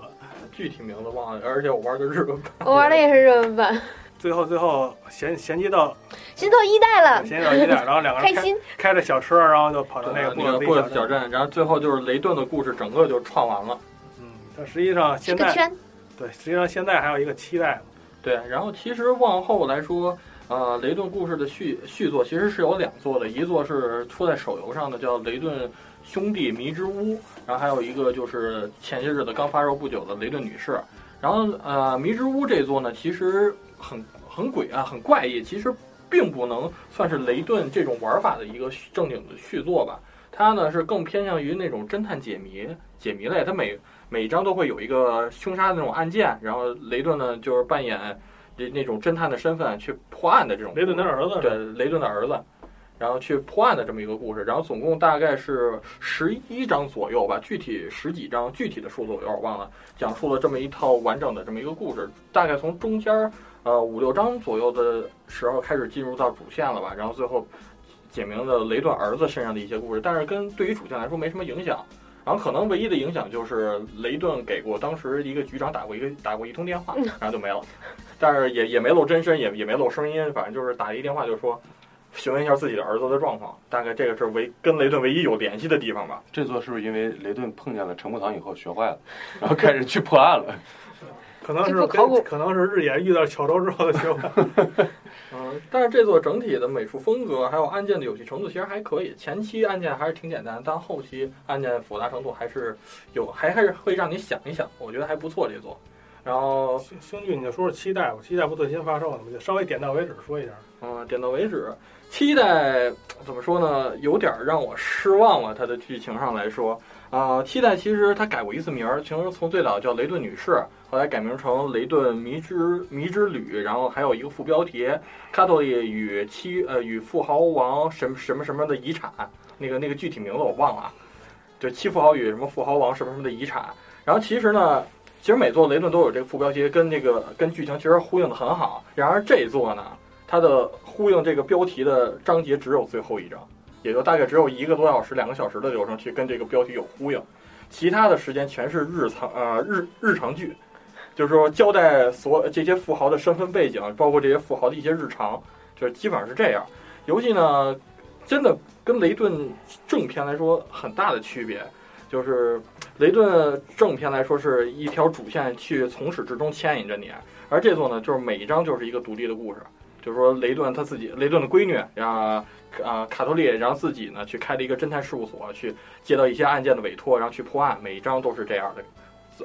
H: 具体名字忘了，而且我玩的日本版，
F: 我玩的也是日文版，
E: 最后最后衔衔接到
F: 新到一代了，
E: 衔接到一点，然后两
F: [LAUGHS]
E: 个
F: 开
E: 人开
F: 心。
E: 开着小车，然后就跑到那
H: 那
E: 个
H: 个
E: 布鲁兹一小
H: 啊那个布鲁斯小镇，然后最后就是雷顿的故事整个就串完了。
E: 嗯，但实际上
F: 是
E: 现
F: 个
E: 在
F: 圈，
E: 对，实际上现在还有一个期待嘛。
H: 对，然后其实往后来说，呃，雷顿故事的续续作其实是有两座的，一座是出在手游上的，叫《雷顿兄弟迷之屋》，然后还有一个就是前些日子刚发售不久的《雷顿女士》。然后呃，迷之屋这座呢，其实很很诡啊，很怪异，其实并不能算是雷顿这种玩法的一个续正经的续作吧。它呢是更偏向于那种侦探解谜解谜类，它每每一章都会有一个凶杀的那种案件，然后雷顿呢就是扮演那那种侦探的身份去破案的这种。
E: 雷顿的儿子是吧
H: 对雷顿的儿子，然后去破案的这么一个故事，然后总共大概是十一章左右吧，具体十几章，具体的数字我有点忘了，讲述了这么一套完整的这么一个故事，大概从中间儿呃五六章左右的时候开始进入到主线了吧，然后最后解明了雷顿儿子身上的一些故事，但是跟对于主线来说没什么影响。然后可能唯一的影响就是雷顿给过当时一个局长打过一个打过一通电话，然后就没了，但是也也没露真身，也也没露声音，反正就是打一电话就说。询问一下自己的儿子的状况，大概这个是唯跟雷顿唯一有联系的地方吧。
G: 这座是不是因为雷顿碰见了陈木堂以后学坏了，然后开始去破案了？ [LAUGHS]
E: 可能
F: 这
E: 是
F: 不考古
E: 跟可能是日野遇到巧周之后的学问。
H: 嗯，但是这座整体的美术风格还有案件的有趣程度其实还可以，前期案件还是挺简单，但后期案件复杂程度还是有，还还是会让你想一想，我觉得还不错这座。然后，
E: 星星剧，你就说说期待吧，期待不最新发售的嘛，就稍微点到为止说一下。
H: 嗯，点到为止。期待怎么说呢？有点让我失望了。它的剧情上来说，啊、期待其实它改过一次名儿，其实从最早叫《雷顿女士》，后来改名成《雷顿迷之迷之旅》，然后还有一个副标题《卡托利与七呃与富豪王什么什么什么的遗产》，那个那个具体名字我忘了，啊，就七富豪与什么富豪王什么什么的遗产。然后其实呢，其实每座雷顿都有这个副标题，跟那个跟剧情其实呼应的很好。然而这一座呢，它的呼应这个标题的章节只有最后一章，也就大概只有一个多小时、两个小时的流程去跟这个标题有呼应，其他的时间全是日常呃日日常剧，就是说交代所这些富豪的身份背景，包括这些富豪的一些日常，就是基本上是这样。游戏呢，真的跟雷顿正片来说很大的区别，就是雷顿正片来说是一条主线去从始至终牵引着你，而这座呢，就是每一章就是一个独立的故事。就是说雷顿他自己，雷顿的闺女，然后啊、卡托利，然后自己呢去开了一个侦探事务所，去接到一些案件的委托，然后去破案，每一章都是这样的。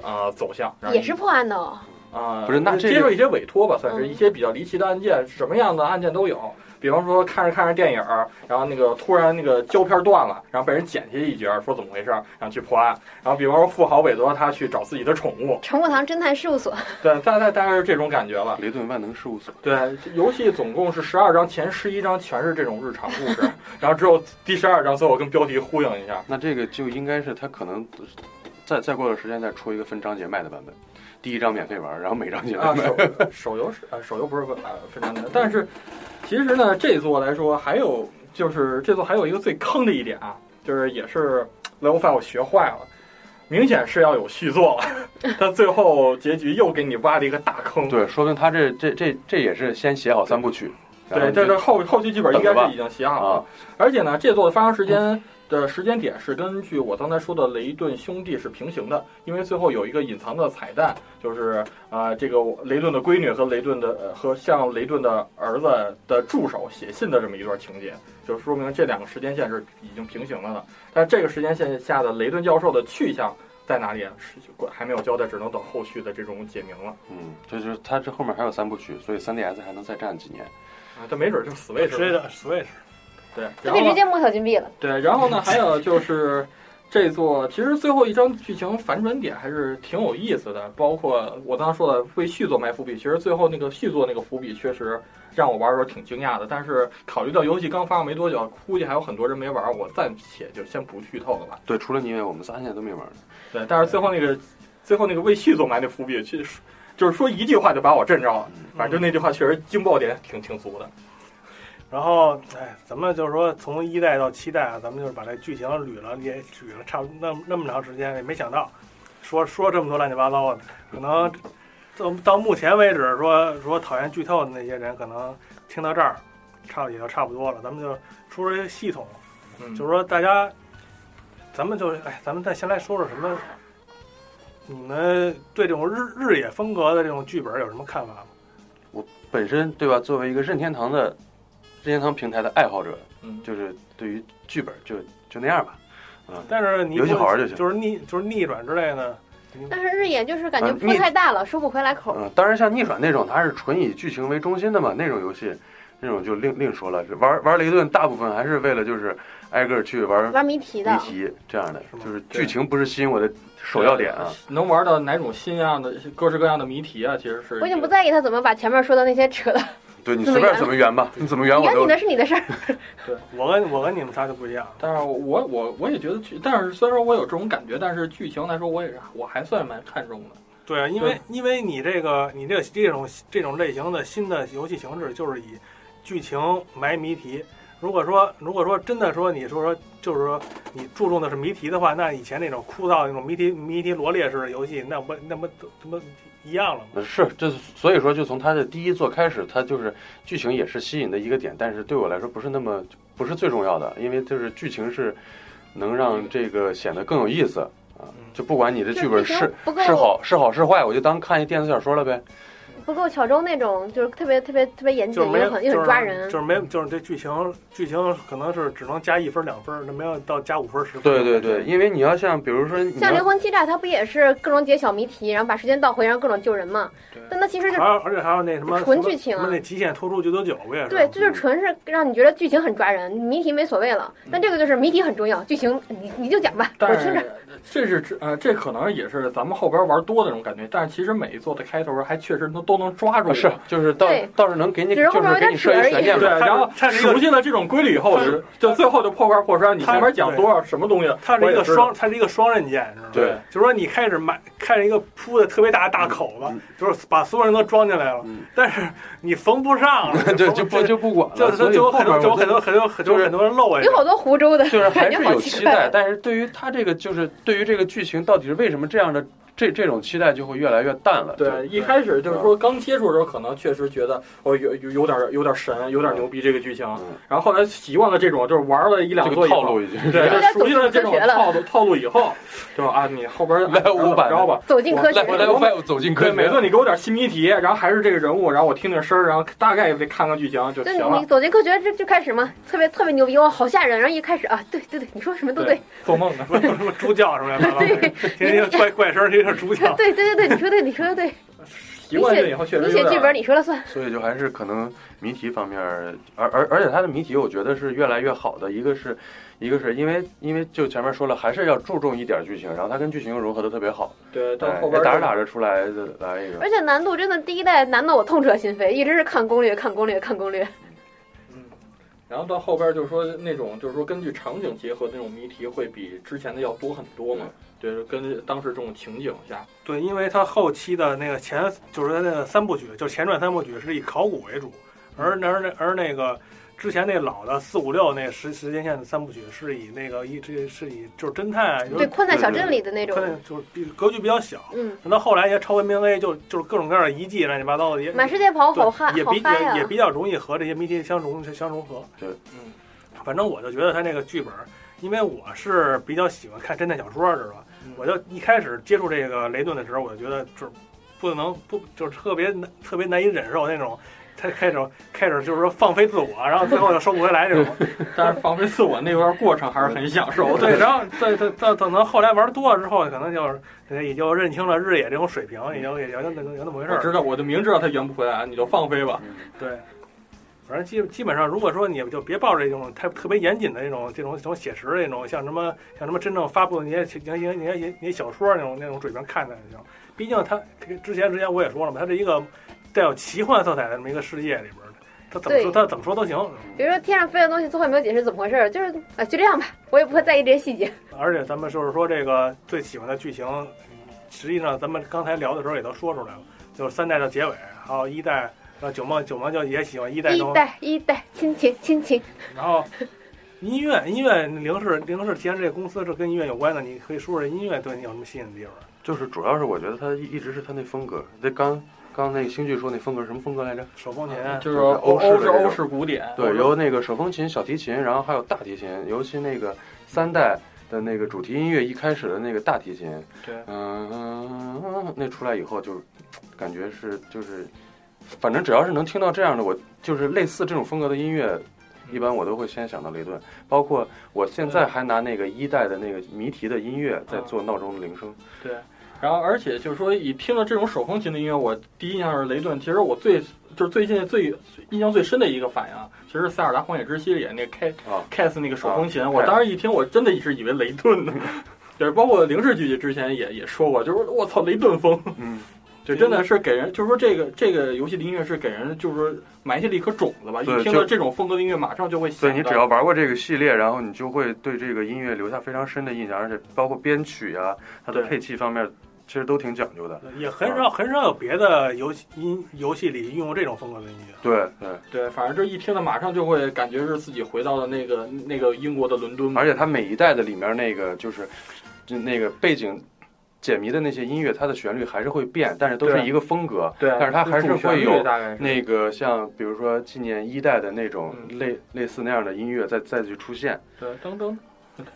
H: 啊、走向然后
F: 也是破案的哦，
H: 啊、
G: 不是那这个
H: 接受一些委托吧，算是
F: 嗯
H: 一些比较离奇的案件，什么样的案件都有。比方说看着看着电影儿，然后那个突然那个胶片断了，然后被人剪下一截儿，说怎么回事儿，然后去破案。然后比方说富豪委托他去找自己的宠物，
F: 陈木堂侦探事务所，
H: 对，大概大概是这种感觉吧。
G: 雷顿万能事务所，
H: 对，游戏总共是十二章，前十一章全是这种日常故事，然后只有第十二章最后跟标题呼应一下。
G: 那这个就应该是他可能再再过段时间再出一个分章节卖的版本，第一章免费玩，然后每章节
H: 啊，
G: 卖。
H: 手手游是啊，手游不是呃非常难，但是其实呢，这座来说还有就是这座还有一个最坑的一点啊，就是也是 Level Five 学坏了，明显是要有续作了， [LAUGHS] 他最后结局又给你挖了一个大坑。
G: 对，说明他这这这这也是先写好三部曲，然后
H: 对，这
G: 就是
H: 后后期剧本应该是已经写好了，
G: 啊，
H: 而且呢，这座的发行时间的时间点是根据我刚才说的雷顿兄弟是平行的，因为最后有一个隐藏的彩蛋，就是啊，这个雷顿的闺女和雷顿的呃和向雷顿的儿子的助手写信的这么一段情节，就说明这两个时间线是已经平行了的。但这个时间线下的雷顿教授的去向在哪里啊是还没有交代，只能等后续的这种解明了。
G: 嗯，这就是他这后面还有三部曲，所以 3DS 还能再战几年。
H: 啊，但没准就 Switch
E: 谁
H: 了。
E: 的 Switch？
H: 对，
F: 他
H: 然
F: 可
H: 后
F: 以
H: 呢
F: 直接摸小金币了。
H: 对，
E: [LAUGHS]
H: 然后呢，还有就是这座，其实最后一章剧情反转点还是挺有意思的，包括我刚刚说的为续作埋伏笔，其实最后那个续作那个伏笔确实让我玩的时候挺惊讶的，但是考虑到游戏刚发售没多久，估计还有很多人没玩，我暂且就先不剧透了吧。
G: 对，除了你以外，我们仨现在都没玩呢。
H: 对，但是最后那个最后那个为续作埋那伏笔，去就是说一句话就把我震着了，
E: 嗯
H: 反正就那句话确实惊爆点挺挺足的。
E: 然后，哎，咱们就是说从一代到七代啊，咱们就是把这剧情捋了，也捋了差不多那么那么长时间，也没想到，说说这么多乱七八糟的，可能到到目前为止说说讨厌剧透的那些人，可能听到这儿，差不多也就差不多了。咱们就说说这些系统，
H: 嗯，
E: 就是说大家，咱们就是哎，咱们再先来说说什么，你们对这种日日野风格的这种剧本有什么看法吗？
G: 本身对吧？作为一个任天堂的任天堂平台的爱好者，
H: 嗯
G: 就是对于剧本就就那样吧。
E: 但是你
G: 游戏好玩就行
E: 就是逆就是逆转之类的，你
F: 但是日野就是感觉
G: 嗯
F: 铺
G: 你
F: 太大了，收不回来口。
G: 嗯，当然像逆转那种，它是纯以剧情为中心的嘛，那种游戏，那种就另另说了。玩玩雷顿大部分还是为了就是挨个去玩
E: 嗯
F: 玩谜题的
G: 谜，题这样的
E: 是，吗
G: 就是
H: 对
G: 剧情不是吸引我的首要点啊。
H: 能玩到哪种新样的、各式各样的谜题啊？其实是
F: 我已经
H: 一
F: 不
H: 个
F: 在意他怎么把前面说的那些扯了，
G: 对你
F: 怎
G: 随
F: 么
G: 便
F: 圆
G: 怎么圆吧，你怎么圆我
F: 圆
G: 都
F: 你的是你的事儿。 [LAUGHS]
E: 我跟我跟你们仨就不一样，
H: 但是我我我也觉得剧，但是虽然说我有这种感觉，但是剧情来说，我也是我还算蛮看重的。
E: 对啊，因为因为你这个你这个这种这种类型的新的游戏形式，就是以剧情埋谜题，如果说如果说真的说你说说就是说你注重的是谜题的话，那以前那种枯燥的那种谜题谜题罗列式的游戏，那不那不那不一样了吗？
G: 呃是，这所以说，就从他的第一作开始，他就是剧情也是吸引的一个点，但是对我来说不是那么不是最重要的，因为就是剧情是能让这个显得更有意思啊
E: 嗯。
G: 就不管你的剧本
F: 就是剧情不够
G: 是好是好是坏，我就当看一电子小说了呗。
F: 不够巧周那种，就是特别特别特别严
E: 就是
F: 谨，
E: 没
F: 又
E: 有，
F: 很
E: 就
F: 又
E: 是
F: 很抓人。
E: 就是没有，就是这剧情剧情可能是只能加一分两分，那没有到加五分十分。
G: 对对对，，因为你要像比如说你
F: 像灵
G: 要
F: 魂欺诈，它不也是各种解小谜题，然后把时间倒回，然后各种救人嘛
G: 对？
F: 但它其实就
E: 还有而且还有那什么
F: 纯剧情啊
E: 什么那极限突出九九九不也是？
F: 对，这就是纯是让你觉得剧情很抓人，谜题没所谓了。但这个就是谜题很重要，剧情你你就讲吧，我
H: 但
F: 听着。
H: 是这是这呃，这可能也是咱们后边玩多的那种感觉。但是其实每一座的开头还确实都都能抓
G: 啊
H: 住我，
G: 是就是倒
F: 对
G: 倒是能给你
F: 只是后
G: 就
F: 面
G: 是
F: 有
G: 给
F: 点扯而
G: 你设一悬
F: 已
G: 念
E: 对
G: 吧。
H: 对，然后
E: 它是一个
H: 熟悉了这种规律以后，
E: 它
H: 我就就最后就破罐破摔。你
E: 它
H: 前面讲多少什么东西，
E: 它是一
H: 我也
E: 个
H: 知道
E: 双，它是一个双刃剑，知道吗？
G: 对，
E: 就说你开始买看着一个铺的特别大的大口子，
G: 嗯
E: 就是把所有人都装进来了，
G: 嗯，
E: 但是你缝不上 [LAUGHS]
G: 对，就不
E: 就
G: 就不管
E: 就
G: 了，所
E: 就
G: 以
E: 就有
G: 后
E: 很
G: 面
E: 多就有
G: 我
E: 很
G: 就
E: 多很多很
G: 就
E: 多
G: 是
E: 很多人漏在这
F: 有好多湖州的，
G: 就是
F: [LAUGHS]
G: 还
F: 感觉
G: 是
F: 好
G: 有
F: 奇
G: 期
F: 怪啊
G: 待，但是对于他这个就是对于这个剧情到底是为什么这样的这这种期待就会越来越淡了。
H: 对，一开始就是说刚接触的时候，可能确实觉得哦有有有点有点神，有点牛逼这个剧情。
G: 嗯
H: 然后后来习惯了这种，就是玩了一
G: 这
H: 两座
G: 个
H: 以后
G: 套，路已经
H: [LAUGHS] 对，
F: 有
H: 就
F: 点
H: 熟悉了这
F: 走
H: 种
F: 进科学了
H: 套路套路以后，就啊你后边
G: 来五版
H: 知道吧？
F: 走进科学
G: 来，，我来，我带我走进科
H: 对，
G: 学。
H: 每次你给我点新谜题，然后还是这个人物，然后我听听声儿，然后大概得看看剧情就
F: 就
H: 行
F: 你
H: 了
F: 你。走进科学这就开始嘛，特别特别牛逼，哇，好吓人！然后一开始啊，对对对，你说什么都对，
H: 做梦
F: [LAUGHS]
H: 呢。
E: 什么什么猪叫什么乱七八糟的，天天就怪怪声，天天是猪叫。
F: 对对对对，你说对，你说的对，
H: 习惯这以后确实
F: 你
H: 有
F: 写
H: 点
F: 剧本你说了算，
G: 所以就还是可能谜题方面儿，而而而且它的谜题，我觉得是越来越好的。一个是，一个是因为因为就前面说了，还是要注重一点剧情，然后它跟剧情又融合的特别好，对
H: 对，到后，边哎
G: 打着打着出来的来一个
F: 而。且难度真的第一代难的我痛彻心扉，一直是看攻略看攻略看攻略，
H: 嗯然后到后边就是说那种就是说根据场景结合的那种谜题会比之前的要多很多嘛，对，跟当时这种情景下，
E: [LAUGHS] 对，因为它后期的那个前就是它那个三部曲，就是前传三部曲是以考古为主，而而那而那个之前那老的四五六那时时间线的三部曲是以那个一直是以就是侦探啊，有
F: 对，
E: 点
F: 困在小镇里的那种，
E: 看就是比格局比较小。
F: 嗯，
E: 那后来也超文明 A 就就是各种各样的遗迹乱七八糟的也
F: 满世界跑
E: 对
F: 好嗨
E: 也
F: 好
E: 比
F: 嗨
E: 也也
F: 啊！
E: 比较容易和这些谜题相融相融合。
G: 对，
E: 嗯，反正我就觉得他那个剧本，因为我是比较喜欢看侦探小说，知道
H: 嗯
E: 吧？
F: 嗯
E: 我就一开始接触这个雷顿的时候，我就觉得就是不能不就是特别难特别难以忍受那种。他开始开始就是说放飞自我，然后最后又收不回来这种。
H: 但是放飞自我那段过程还是很享受
E: [LAUGHS]
H: 的。
E: 对，然后对对到等到后来玩多了之后，可能就是也就认清了日野这种水平，也就也就那那那么回事
H: [LAUGHS] 我
E: 儿。
H: 知道，我就明知道他圆不回来，你就放飞吧。
E: 对，反正基基本上，如果说你就别抱着这种太特别严谨的这种这种这种写实的那种，像什么像什么真正发布的那些写那些那些那些那些小说那种那种水平看待就行。毕竟它之前之前我也说了嘛，它是一个带有奇幻色彩的这么一个世界里边儿的，它怎么说
F: 对
E: 它怎么说都行。
F: 比如说天上飞的东西，最后也没有解释怎么回事，就是啊，就这样吧，我也不会在意这些细节。
E: 而且咱们就是说这个最喜欢的剧情，实际上咱们刚才聊的时候也都说出来了，就是三代的结尾，还有一代。呃，九梦九梦就也喜欢一代
F: 一
E: 中
F: 代一代亲情亲情，
E: 然后音乐，音乐零是零是，既然这个公司是跟音乐有关的，你可以说说音乐对你有什么吸引的地方？
G: 就是主要是我觉得它一直是它那风格，那刚刚那个星剧说那风格什么风格来着？
E: 手风琴，
H: 就是欧欧是欧式古典，
G: 对，由那个手风琴、小提琴，然后还有大提琴，尤其那个三代的那个主题音乐一开始的那个大提琴，
H: 对
G: 嗯，那出来以后就感觉是就是，反正只要是能听到这样的，我就是类似这种风格的音乐，一般我都会先想到雷顿。包括我现在还拿那个一代的那个谜题的音乐在做闹钟的铃声，
H: 然后，而且就是说，一听到这种手风琴的音乐，我第一印象是雷顿。其实我最就是最近最印象最深的一个反应，啊其实《塞尔达荒野之息》里那开
G: 啊
H: Cass 那个手风琴，
G: 啊
H: 我
G: Cass
H: 当时一听，我真的是以为雷顿呢。 [LAUGHS] 就是包括零视剧之前也也说过，就是我操雷顿风，
G: 嗯，
H: 就真的是给人，就是说这个这个游戏的音乐是给人就是说埋下了一颗种子吧。
G: 对
H: 一听
G: 就
H: 到这种风格的音乐，马上就会想
G: 所以
H: 到。
G: 你只要玩过这个系列，然后你就会对这个音乐留下非常深的印象，而且包括编曲啊，它的
H: 对
G: 配器方面其实都挺讲究的。
E: 也很少很少有别的游戏音游戏里用过这种风格的音乐。
G: 对对，
H: 对，反正这一听呢，马上就会感觉是自己回到了那个那个英国的伦敦。
G: 而且它每一代的里面那个就是，就那个背景解谜的那些音乐，它的旋律还是会变，但是都是
H: 对
G: 一个风格。
H: 对，
G: 但是它还是
H: 主旋律
G: 会有
H: 大概是
G: 那个像比如说纪念一代的那种
H: 嗯
G: 类类似那样的音乐再再去出现，
H: 对噔噔，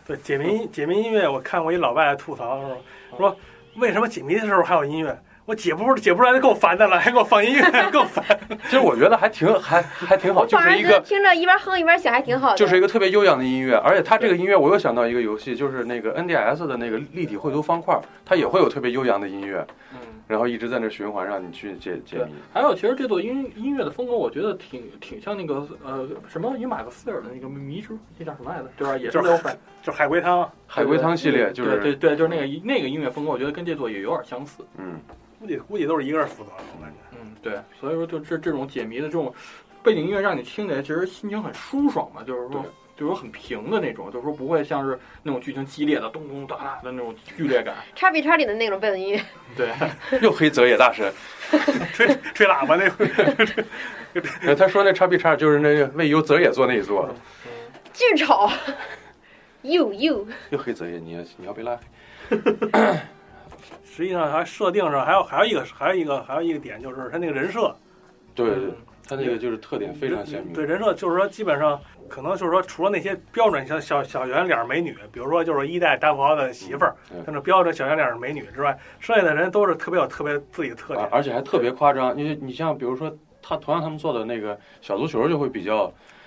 E: 对解谜解谜音乐，我看过一老外吐槽说，说为什么解谜的时候还有音乐？我解不解不出来就够烦的了，还给我放音乐，够烦。
G: 其实我觉得还挺还还挺好，就
F: 反而
G: 是一
F: 觉得
G: 个
F: 听着一边哼一边想，还挺好的。
G: 就是一个特别悠扬的音乐，而且它这个音乐我又想到一个游戏，就是那个 NDS 的那个立体绘图方块，它也会有特别悠扬的音乐，
H: 嗯，
G: 然后一直在那循环，让你去解解
H: 对
G: 谜。。
H: 还有，其实这座音音乐的风格，我觉得挺挺像那个呃什么与马克思尔的那个迷之，那叫什么来着？对吧？也是
E: 就是
H: 六百
E: 就海龟汤，
G: 海龟汤系列就是
H: 对对对，就是那个那个音乐风格，我觉得跟这座也有点相似。
G: 嗯，
E: 估计估计都是一个人负责的，我感觉。
H: 嗯，对，所以说就这这种解谜的这种背景音乐，让你听起来其实心情很舒爽嘛，就是
G: 对
H: 说就是说很平的那种，就是说不会像是那种剧情激烈的咚咚哒哒的那种剧烈感。
G: [LAUGHS]
F: 叉 B 叉里的那种背景音乐，
H: 对，
G: 又黑泽野大神。
E: 吹吹喇叭那会儿，
G: 呃他说那叉 B 叉就是那个为由泽野做那一座，
F: 巨丑。You you，
G: 又黑泽野，你你要被拉黑。
E: 实际上还设定上还有还有一个还有一个还有一个点就是他那个人设，
G: 对对，对，嗯他那个就是特点非常鲜明。嗯
E: 对人设就是说基本上可能就是说除了那些标准小小小圆脸美女，比如说就是一代大富豪的媳妇儿
G: 嗯对，
E: 像这标准小圆脸美女之外，剩下的人都是特别有特别自己的特
G: 而
E: 点。
G: 而且还特别夸张，因为你像比如说他同样他们做的那个小足球就会比较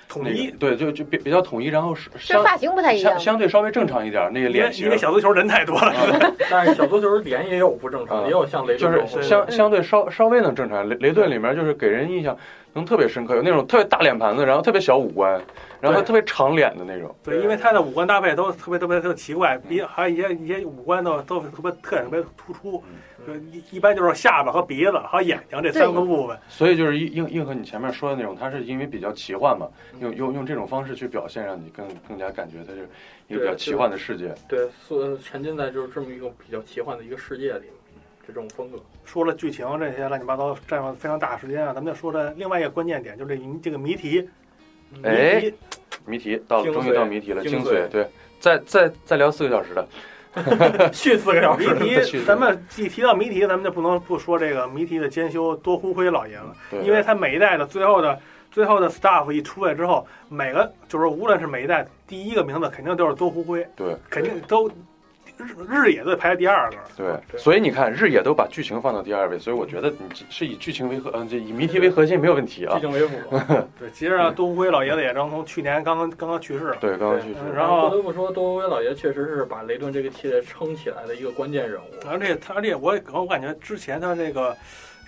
E: 统
G: 那个
E: 一，
G: 对，就就比比较统一，然后是
F: 这
G: 相
F: 发型不太一样
G: 相。相对稍微正常一点，那
E: 因
G: 个
E: 为
G: 脸
E: 因
G: 型
E: 为小足球人太多了，
H: 但是小足球脸也有不正常，
G: [LAUGHS] 嗯
H: 的，也有像雷
G: 就
H: 神这种
G: 是相
F: 嗯
G: 相对稍稍微能正常。雷雷顿里面就是给人印象能特别深刻，有那种特别大脸盘子，然后特别小五官，然后
H: 对
G: 特别长脸的那种。
E: 对，因为他的五官搭配都特别特别特别奇怪，鼻还有一些一些五官都都特别特点特别突出，
G: 嗯
E: 就一一般就是下巴和鼻子还有眼睛这三个部分。
G: 所以就是应应应和你前面说的那种，它是因为比较奇幻嘛，
H: 嗯
G: 用用用这种方式去表现，让你更更加感觉它是一个
H: 对
G: 比较奇幻的世界。
H: 对，所沉浸在就是这么一个比较奇幻的一个世界里，
G: 嗯
H: 这种风格。
E: 说了剧情这些乱七八糟占用非常大时间啊，咱们就说这另外一个关键点，就是这谜这个谜题。
H: 嗯
G: 哎
E: 谜
G: [LAUGHS]
E: 题
G: 谜题到了，
H: 精髓
G: 终于到谜题了，精
H: 精髓
G: 髓对，再再再聊四个小时的，
H: 续四个小时，
E: 谜
G: 是
E: 题，
G: 的
E: 咱们一提到谜题，咱们就不能不说这个谜题的监修多呼辉老爷子，
G: 对，
E: 因为他每一代的最后的最后的 staff 一出来之后，每个就是无论是每一代第一个名字肯定都是多呼辉，
G: 对
E: 肯定都日日野队排第二个。
G: 对，所以你看日野都把剧情放到第二位，所以我觉得你是以剧情为核，嗯，这以谜题为核心没有问题啊
H: 寂。静为辅。
G: [LAUGHS]
E: 对，其实啊，多呼辉老爷子也刚从去年刚刚刚刚去世了。
G: 对，刚刚去世，
E: 嗯
H: 然后不得不说，多维老爷确实是把雷顿这个系列撑起来的一个关键人物。
G: 啊
E: 而且他，而且我我感觉之前他这个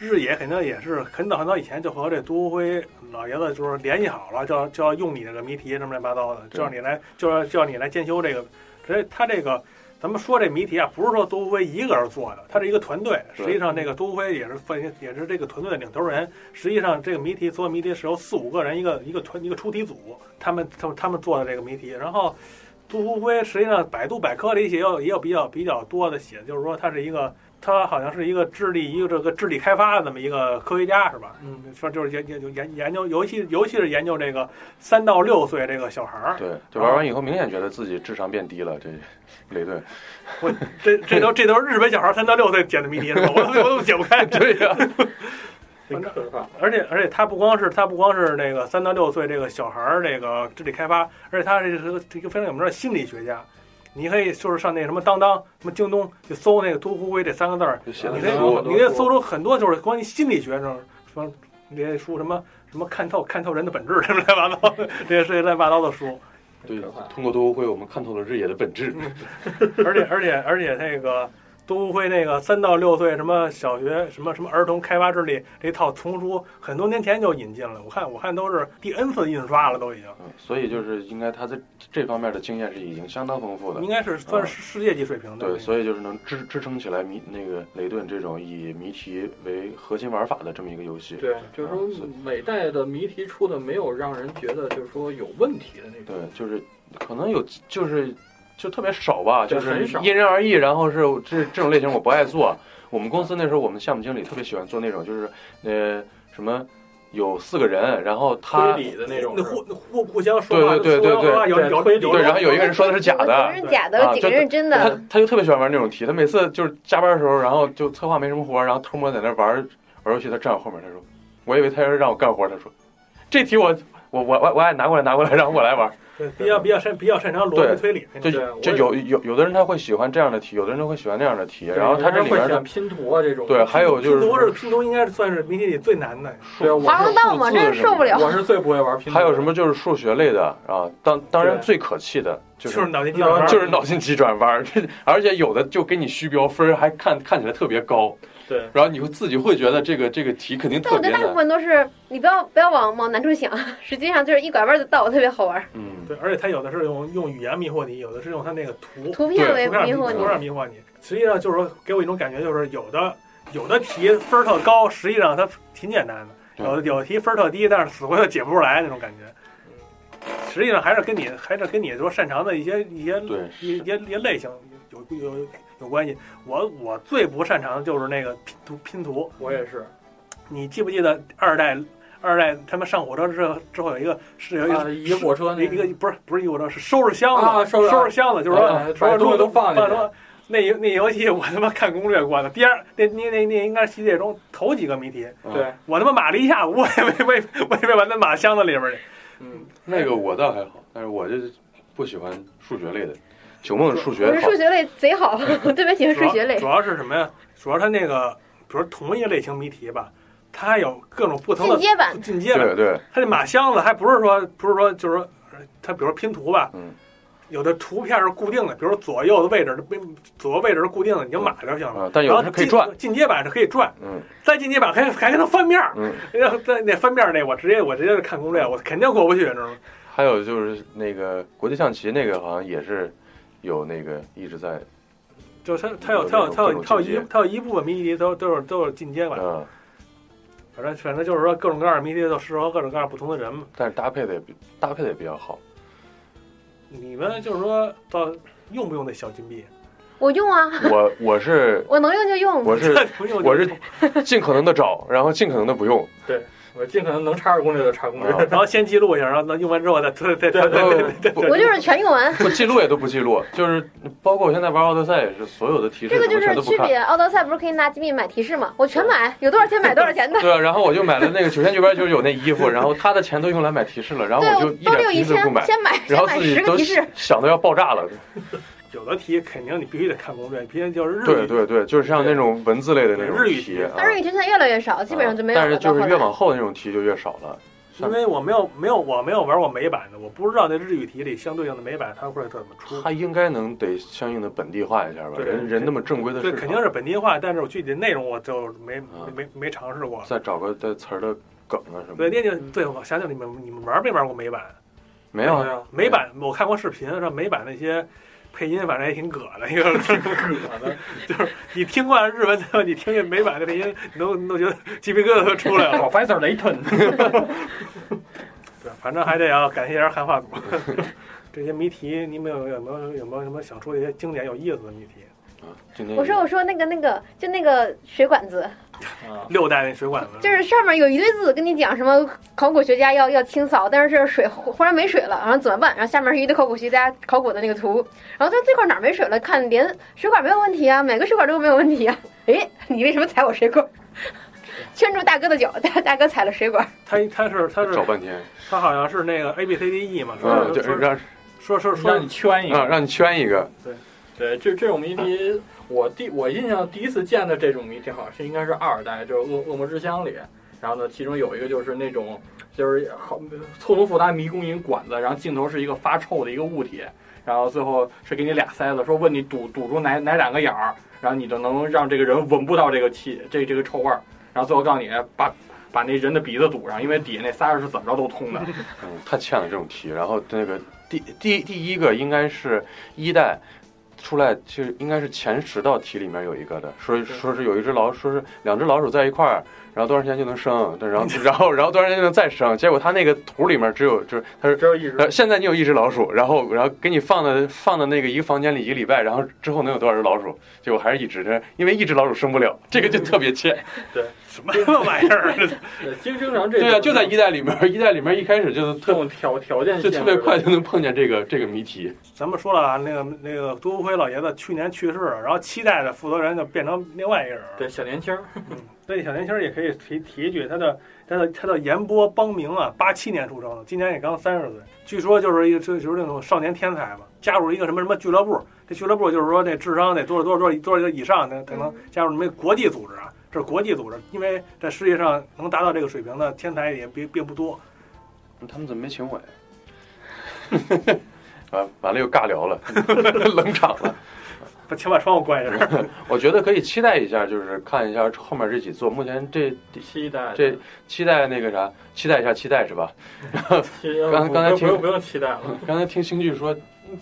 E: 日野肯定也是很早很早以前就和这都辉老爷子就是联系好了，就要就要用你这个谜题什么乱七八糟的，
G: 对
E: 就让你来就要就要你来监修这个。所以他这个咱们说这谜题啊，不是说都辉一个人做的，他是一个团队。实
G: 对
E: 际上，这个都辉也是分也是这个团队的领头人。实际上，这个谜题所有谜题是由四五个人一个一个团一个出题组，他们他们他们做的这个谜题，然后。杜乌龟实际上百度百科里也有也有比较比较多的写，就是说它是一个，它好像是一个智力一个这个智力开发的这么一个科学家是吧？
H: 嗯，
E: 说就是研研研研究，尤其尤其是研究这个三到六岁这个小孩儿，
G: 对，就玩完以后明显觉得自己智商变低了，这 [LAUGHS]
E: [LAUGHS]
G: 雷顿。
E: 这这都这都是日本小孩三到六岁解的谜题是
G: [LAUGHS]
E: 吧？我都我都解不开。
G: 对呀，
H: 挺可怕。
E: 而且而且他不光是他不光是那个三到六岁这个小孩儿这个智力开发，而且他这是个一个非常有名的心理学家。你可以就是上那什么当当、什么京东去搜那个“都乌龟”这三个字儿，
G: 就写的
E: 你
H: 对
E: 可以
H: 很
G: 书
H: 多很，多
E: 你可以搜出很多就是关于心理学上说那些书，什么什么看透看透人的本质什么乱七八糟的这些这些乱七八糟的书。
G: 对
H: 可怕，
G: 通过多无会我们看透了日野的本质。
E: 嗯而且而且而且那个都会那个三到六岁什么小学什么什么儿童开发智力这套丛书，很多年前就引进了。我看我看都是第 N 次印刷了，都已经
G: 嗯，所以就是应该他在这方面的经验是已经相当丰富的
E: 应。该是算是世界级水平的。
G: 对，所以就是能支支撑起来谜那个雷顿这种以谜题为核心玩法的这么一个游戏。
H: 对，就是
G: 啊
H: 说每代的谜题出的没有让人觉得就是说有问题的那种。
G: 对，就是可能有就是就特别少吧，
H: 对
G: 就是
H: 很少
G: 因人而异。然后是这这种类型我不爱做。我们公司那时候我们项目经理特别喜欢做那种，就是呃什么有四个人，然后他
H: 推理的那种
E: 那
H: 是吧
E: 互互互相说话，
G: 对对对
E: 说话说话有
H: 对
E: 有
H: 推理
E: 有
G: 对，然后有一个人说的是假
F: 有
G: 的
F: 人，是假的，
G: 啊
F: 有几个
G: 就
F: 人是真的。
G: 他他就特别喜欢玩那种题，他每次就是加班的时候，然后就策划没什么活儿，然后偷摸在那玩儿玩游戏，他站我后面，他说，我以为他要让我干活儿，他说，这题我我我我我爱拿过来拿过来，让我来玩儿。
E: 对比较比较擅比较擅长逻辑
G: 对
E: 推理那
G: 就
E: 种。
H: 对我
G: 就
H: 也
G: 有有有的人他会喜欢这样的题，有的人他会喜欢那样的题，然后他这里
H: 会
G: 面
H: 选
G: 的
H: 拼图啊这种，
G: 对，还有就
E: 拼图是
G: 是
E: 拼图，应该是算是谜题里最难的。
F: [LAUGHS]
H: 对啊，我
F: 华容
H: 是
F: 道嘛，真是受不了。
H: 我是最不会玩拼图的。
G: 还有什么就是数学类的啊，当当然
H: 对
G: 最可气的就
E: 就是
G: 是。嗯
E: 脑筋急转弯，
G: 就是脑筋急转弯儿， [LAUGHS] 这而且有的就给你虚标分儿，还看看起来特别高，
H: 对，
G: 然后你会自己会觉得这个这个题肯定
F: 但我
G: 特
F: 觉
G: 别
F: 得大部分
G: 难。
F: 都是你不要不要往往难处想， [LAUGHS] 实际上就是一拐弯就到，特别好玩。
G: 嗯，
E: 对，而且他有的是用用语言迷惑你，有的是用他那个图
F: 图片为
E: 图片
F: 迷惑
E: 图
F: 你，
E: 片迷惑你。实际上就是说，给我一种感觉，就是有的有的题分儿特高，实际上它挺简单的；
G: 对
E: 有的有的题分儿特低，但是死活又解不出来那种感觉。实际上还是跟你还是跟你说擅长的一些一些
G: 对，
E: 一些一些类型有有有关系。我我最不擅长的就是那个拼图拼图。
H: 我也是，
G: 啊
E: 你记不记得二代二代他们上火车之后之后有一个是有一个、
H: 啊，一火车那
E: 一个不是不是一个火车是收拾箱子、
H: 啊收拾
E: 收拾箱子，就是说、
H: 啊
E: 说
H: 把东西都放进去
E: 说那游那游戏我他妈看攻略过的，第二那那那那应该是系列中头几个谜题，
H: 对，
E: 我他妈码了一下午，我也没没我也没把它码箱子里边儿去。
H: 嗯，
G: 那个我倒还好，但是我就不喜欢数学类的。九梦数学
F: 我是
G: 好
F: 数，学类贼好， [LAUGHS] 我特别喜欢
E: 主要
F: 数学类
E: 主。要是什么呀？主要它那个，比如同一个类型谜题吧，它还有各种不同
F: 进
E: 的
F: 阶版
E: 进阶
G: 对
E: 版。
G: 对，
E: 它这码箱子还不是说不是说就是说，呃它比如说拼图吧，
G: 嗯
E: 有的图片是固定的，比如说左右的位置，左右位置是固定的，你就码就行了。
G: 啊，但有
E: 然后
G: 的是可以转，
E: 进，进阶版是可以转，
G: 嗯
E: 再进阶版还还能翻面儿。
G: 嗯。
E: 然后在那翻面儿那，我直接我直接就看攻略，我肯定过不去，你知道吗？
G: 还有就是那个国际象棋那个好像也是有那个一直在，
E: 就是它它有它有它有它有一它有一部分谜题都都是都是进阶版，
G: 嗯，
E: 反正反正就是说各种各样的谜题都适合各种各样不同的人嘛。
G: 但是搭配的也比搭配的也比较好。
E: 你们就是说到用不用那小金币？
F: 我用啊，
G: 我我是
F: 我能用就用。
G: 我是
E: [LAUGHS] 不用就
G: 我是尽可能的找，然后尽可能的不
E: [LAUGHS]
G: 用。
H: 我尽可能能插着攻略就插攻
G: 啊
H: 略。
E: 然后先记录一下，然后那用完之后再再再再再
G: 呃 [LAUGHS] 不
F: 我就是全用完，
G: 不记录也都不记录，就是包括我现在玩奥德赛也是，所有的
F: [LAUGHS]
G: 提示
F: 这
G: 什
F: 个
G: 么
F: 就是
G: 全都不
F: 区
G: 看。
F: 别。奥德赛不是可以拿金币买提示吗？我全买，有多少钱买多少钱的。
G: 对啊，然后我就买了那个九千九百九十九那衣服，然后他的钱都用来买提示 [LAUGHS] 了，然后
F: 对，
G: 我
F: 我
G: 就一
F: 兜里有一
G: 点提示
F: 千
G: 都不买，，
F: 先买
G: 然
F: 先
G: 后
F: 买
G: 自己
F: 十个
G: 都啊
F: 提示。
G: 想的要爆炸了。
E: 有的题肯定你必须得看攻略，毕竟就是日语
G: 对对对，就是像那种文字类的那种
E: 日语
G: 题
E: 题
G: 啊，
F: 但日语题现在越来越少，基本上就没有
G: 但
F: 了。
G: 是就是
F: 到后
G: 越
F: 来
G: 往后那种题就越少了。
E: 因为我没有没有我没有玩过美版的，我不知道那日语题里相对应的美版它会怎么出。
G: 它应该能得相应的本地化一下
E: 嗯
G: 吧？
E: 对
G: 人人那么正规的市
E: 对，
G: 场，
E: 肯定是本地化，但是我具体的内容我就没
G: 啊
E: 没没尝试过。
G: 再找个带词儿的梗啊什么
E: 对，
G: 的。
E: 那就对我想想你们你们玩没玩过美版？
G: 没有啊，
H: 啊，
E: 美版我看过视频，说美版那些配音反正也挺葛的，
G: [LAUGHS]
E: 一个
H: 可能
E: 你听惯日文的，你听见美版的配音，你都你都觉得鸡皮疙瘩都出来了。
H: Professor Layton，
E: 对，反正还得要感谢一下汉化组。 [LAUGHS] 这些谜题，你们有有没有有没有什么想出的一些经典有意思的谜题？
G: 啊今天
F: 我说我说那个那个就那个水管子，
H: [LAUGHS] 啊，
E: 六代那水管子，
F: 就是上面有一堆字跟你讲什么考古学家要要清扫，但是这水忽忽然没水了，然后怎么办？然后下面是一堆考古学家考古的那个图，然后他这块哪儿没水了？看连水管没有问题啊，每个水管都没有问题啊。 [LAUGHS] 诶，你为什么踩我水管？ [LAUGHS] 圈住大哥的脚， [LAUGHS] 大大哥踩了水管。
E: 他他是他是
G: 找半天，
E: 他好像是那个 A B C D E 嘛，
G: 嗯，
E: 说
G: 就
E: 说
G: 让
E: 说说
H: 让
E: 说
H: 你圈一
G: 啊
H: 个。
G: 让你圈一个，
H: 对，这这种谜题，我第我印象第一次见的这种谜题，好像是应该是二代，就是恶《恶魔之乡》里。然后呢，其中有一个就是那种，就是好错综复杂迷宫一个管子，然后尽头是一个发臭的一个物体，然后最后是给你俩塞子，说问你堵堵住哪哪两个眼儿，然后你就能让这个人闻不到这个气这这个臭味儿，然后最后告诉你把把那人的鼻子堵上，因为底下那仨是怎么着都通的。 [LAUGHS]
G: 嗯，太欠了这种题。然后那个第第第一个应该是一代，出来，其实应该是前十道题里面有一个的，说说是有一只老鼠，说是两只老鼠在一块儿，然后多长时间就能生，但然后 [LAUGHS] 然后然后多长时间就能再生，结果他那个图里面只有就是他是
H: 只有一只
G: 呃，现在你有一只老鼠，然后然后给你放的放的那个一个房间里一个礼拜，然后之后能有多少只老鼠？结果还是一只，但是因为一只老鼠生不了，这个就特别欠。
H: 对，
G: 什么玩意儿？
H: 对，经经常这
G: 对啊，就在一代里面，一代里面一开始就
H: 这
G: 特
H: 种条条件
G: 就
H: 限
G: 特别快
H: 制
G: 就能碰见这个这个谜题。
E: [LAUGHS] 咱们说了啊，那个那个杜福辉老爷子去年去世了，然后七代的负责人就变成另外一个人了。
H: 对小年轻儿，
E: 对，小年轻儿也可以提提一句，他的他的他的严波邦明啊，八七年出生的，今年也刚三十岁，据说就是一个就是就是那种少年天才吧，加入一个什么什么俱乐部，这俱乐部就是说这智商得多少多少多少多少以上，才才能加入什么国际组织啊，这是国际组织，因为在世界上能达到这个水平的天才也并并不多。
G: 嗯他们怎么没请我呀？ [LAUGHS] 完完了又尬聊了， [LAUGHS] 冷场了。
E: 把请把窗户关一下。
G: 我觉得可以期待一下，就是看一下后面这几座。目前这
H: 期待
G: 这期待那个啥，期待一下，期待是吧？
H: 期呃
G: 刚
H: 不
G: 刚才
H: 不
G: 听嗯
H: 不用不用期待了，
G: 刚才听星剧说，嗯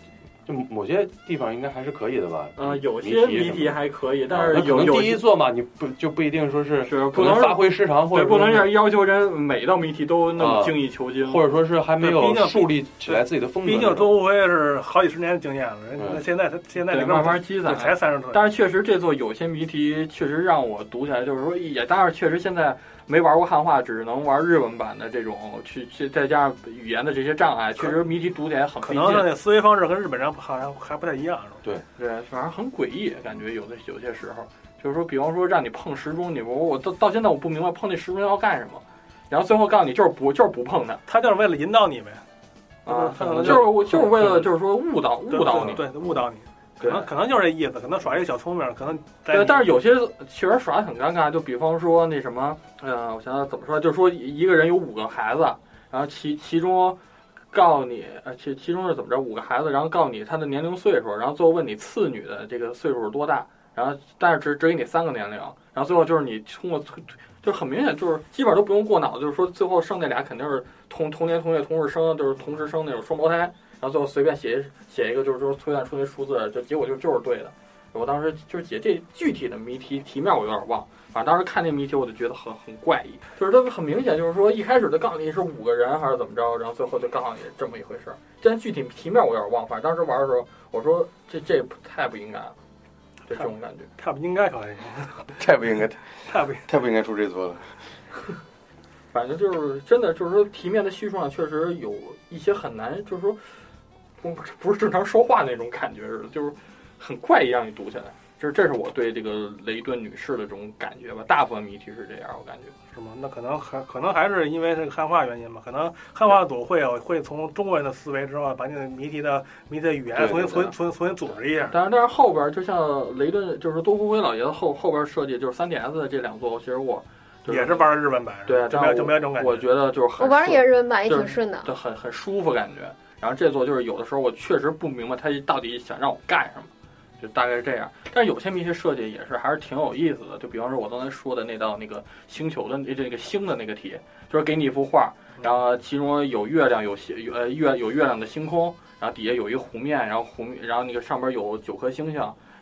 G: 就某些地方应该还是可以的吧？
H: 嗯、有些
G: 谜
H: 谜
G: 题
H: 题
G: 什么的
H: 还可以，
G: 啊
H: 但
G: 那
H: 是有
G: 可能
H: 有
G: 第一
H: 些
G: 座嘛，你不就不一定说是
H: 是
G: 可
H: 不能
G: 能发挥失常，或
H: 对
G: 者
H: 不能
G: 说
H: 要
G: 是
H: 要求人每一道谜题都那
G: 啊
H: 么精益求精，
G: 或者说是还没
E: 对
G: 有
E: 毕竟
G: 树立起来自己的风格
E: 毕
G: 那
E: 竟
G: 种。
E: 周无辉是好几十年的经验了，人
G: 嗯
E: 家现在他现在
H: 对
E: 这哥们
H: 慢
E: 儿
H: 慢积
E: 对
H: 攒。
E: 才三十岁，
H: 但是确实这座有些谜题确实让我读起来就是说也，当然确实现在没玩过汉化，只能玩日文版的这种，去去再加上语言的这些障碍，确实谜题读起来很
E: 可
H: 费
E: 能他
H: 劲。
E: 那思维方式跟日本人好像还不太一样，是吧？
H: 对，反正很诡异，感觉有的有些时候，就是说，比方说让你碰时钟，你我我到到现在我不明白碰那时钟要干什么，然后最后告诉你就是不就是不碰它
E: 他就是为了引导你呗，
H: 啊，
E: 可能
H: 就是我就是为了就是说误导
E: 对
H: 误导你。
E: 对对误导你，可
H: 对
E: 能可能就是这意思，可能耍一个小聪明，可能在
H: 对，但
E: 是
H: 是有些确实耍的很尴尬，就比方说那什么，呃，我想想怎么说，就是说一个人有五个孩子，然后其其中告诉你，呃，其其中是怎么着，五个孩子，然后告诉你他的年龄岁数，然后最后问你次女的这个岁数是多大，然后但是只只给你三个年龄，然后最后就是你通过推，就是很明显就是基本上都不用过脑子，就是说最后剩那俩肯定是同同年同月同日生，就是同时生那种双胞胎，然后最后随便写一写一个，就是说推断出那数字，就结果就就是对的。我当时就是解这具体的谜题题面我有点忘，反正当时看那谜题我就觉得很很怪异，就是它很明显就是说一开始就告诉你是五个人还是怎么着，然后最后就告诉你这么一回事儿。但具体题面我有点忘，反正当时玩的时候我说这这不太不应该了，就这种感觉。
E: 他不应该考虑，
G: 太不应该，
E: 他不应
G: 太不应该出这座了。
H: 反正就是真的就是说题面的叙述上确实有一些很难，就是说不不是正常说话那种感觉似的，就是很怪异让你读起来。这这是我对这个雷顿女士的这种感觉吧，大部分谜题是这样，我感觉。
E: 是吗？那可能还可能还是因为这个汉化原因吧，可能汉化组会啊会从中国人的思维之后，把你的谜题的谜题的语言
G: 对
E: 重新重
G: 对对
E: 新重新重新组织一下。
H: 但是但是后边儿就像雷顿，就是多胡辉老爷子后后边儿设计就是 3DS 的这两座，其实我、就是、
E: 也是玩日本版，
H: 对啊，
E: 就
H: 这
E: 没有
H: 样
E: 就没有这种感
H: 我觉得就是
F: 我
H: 很
F: 玩的也
H: 顺
F: 是日文版，也
H: 就是
F: 挺顺的。
H: 对很很舒服感觉。然后这座就是有的时候我确实不明白他到底想让我干什么，就大概是这样。但是有些谜题设计也是还是挺有意思的，就比方说我刚才说的那道那个星球的那这个星的那个题，就是给你一幅画，然后其中有月亮有星有呃月有月亮的星空，然后底下有一湖面，然后湖面然后那个上边有九颗星星，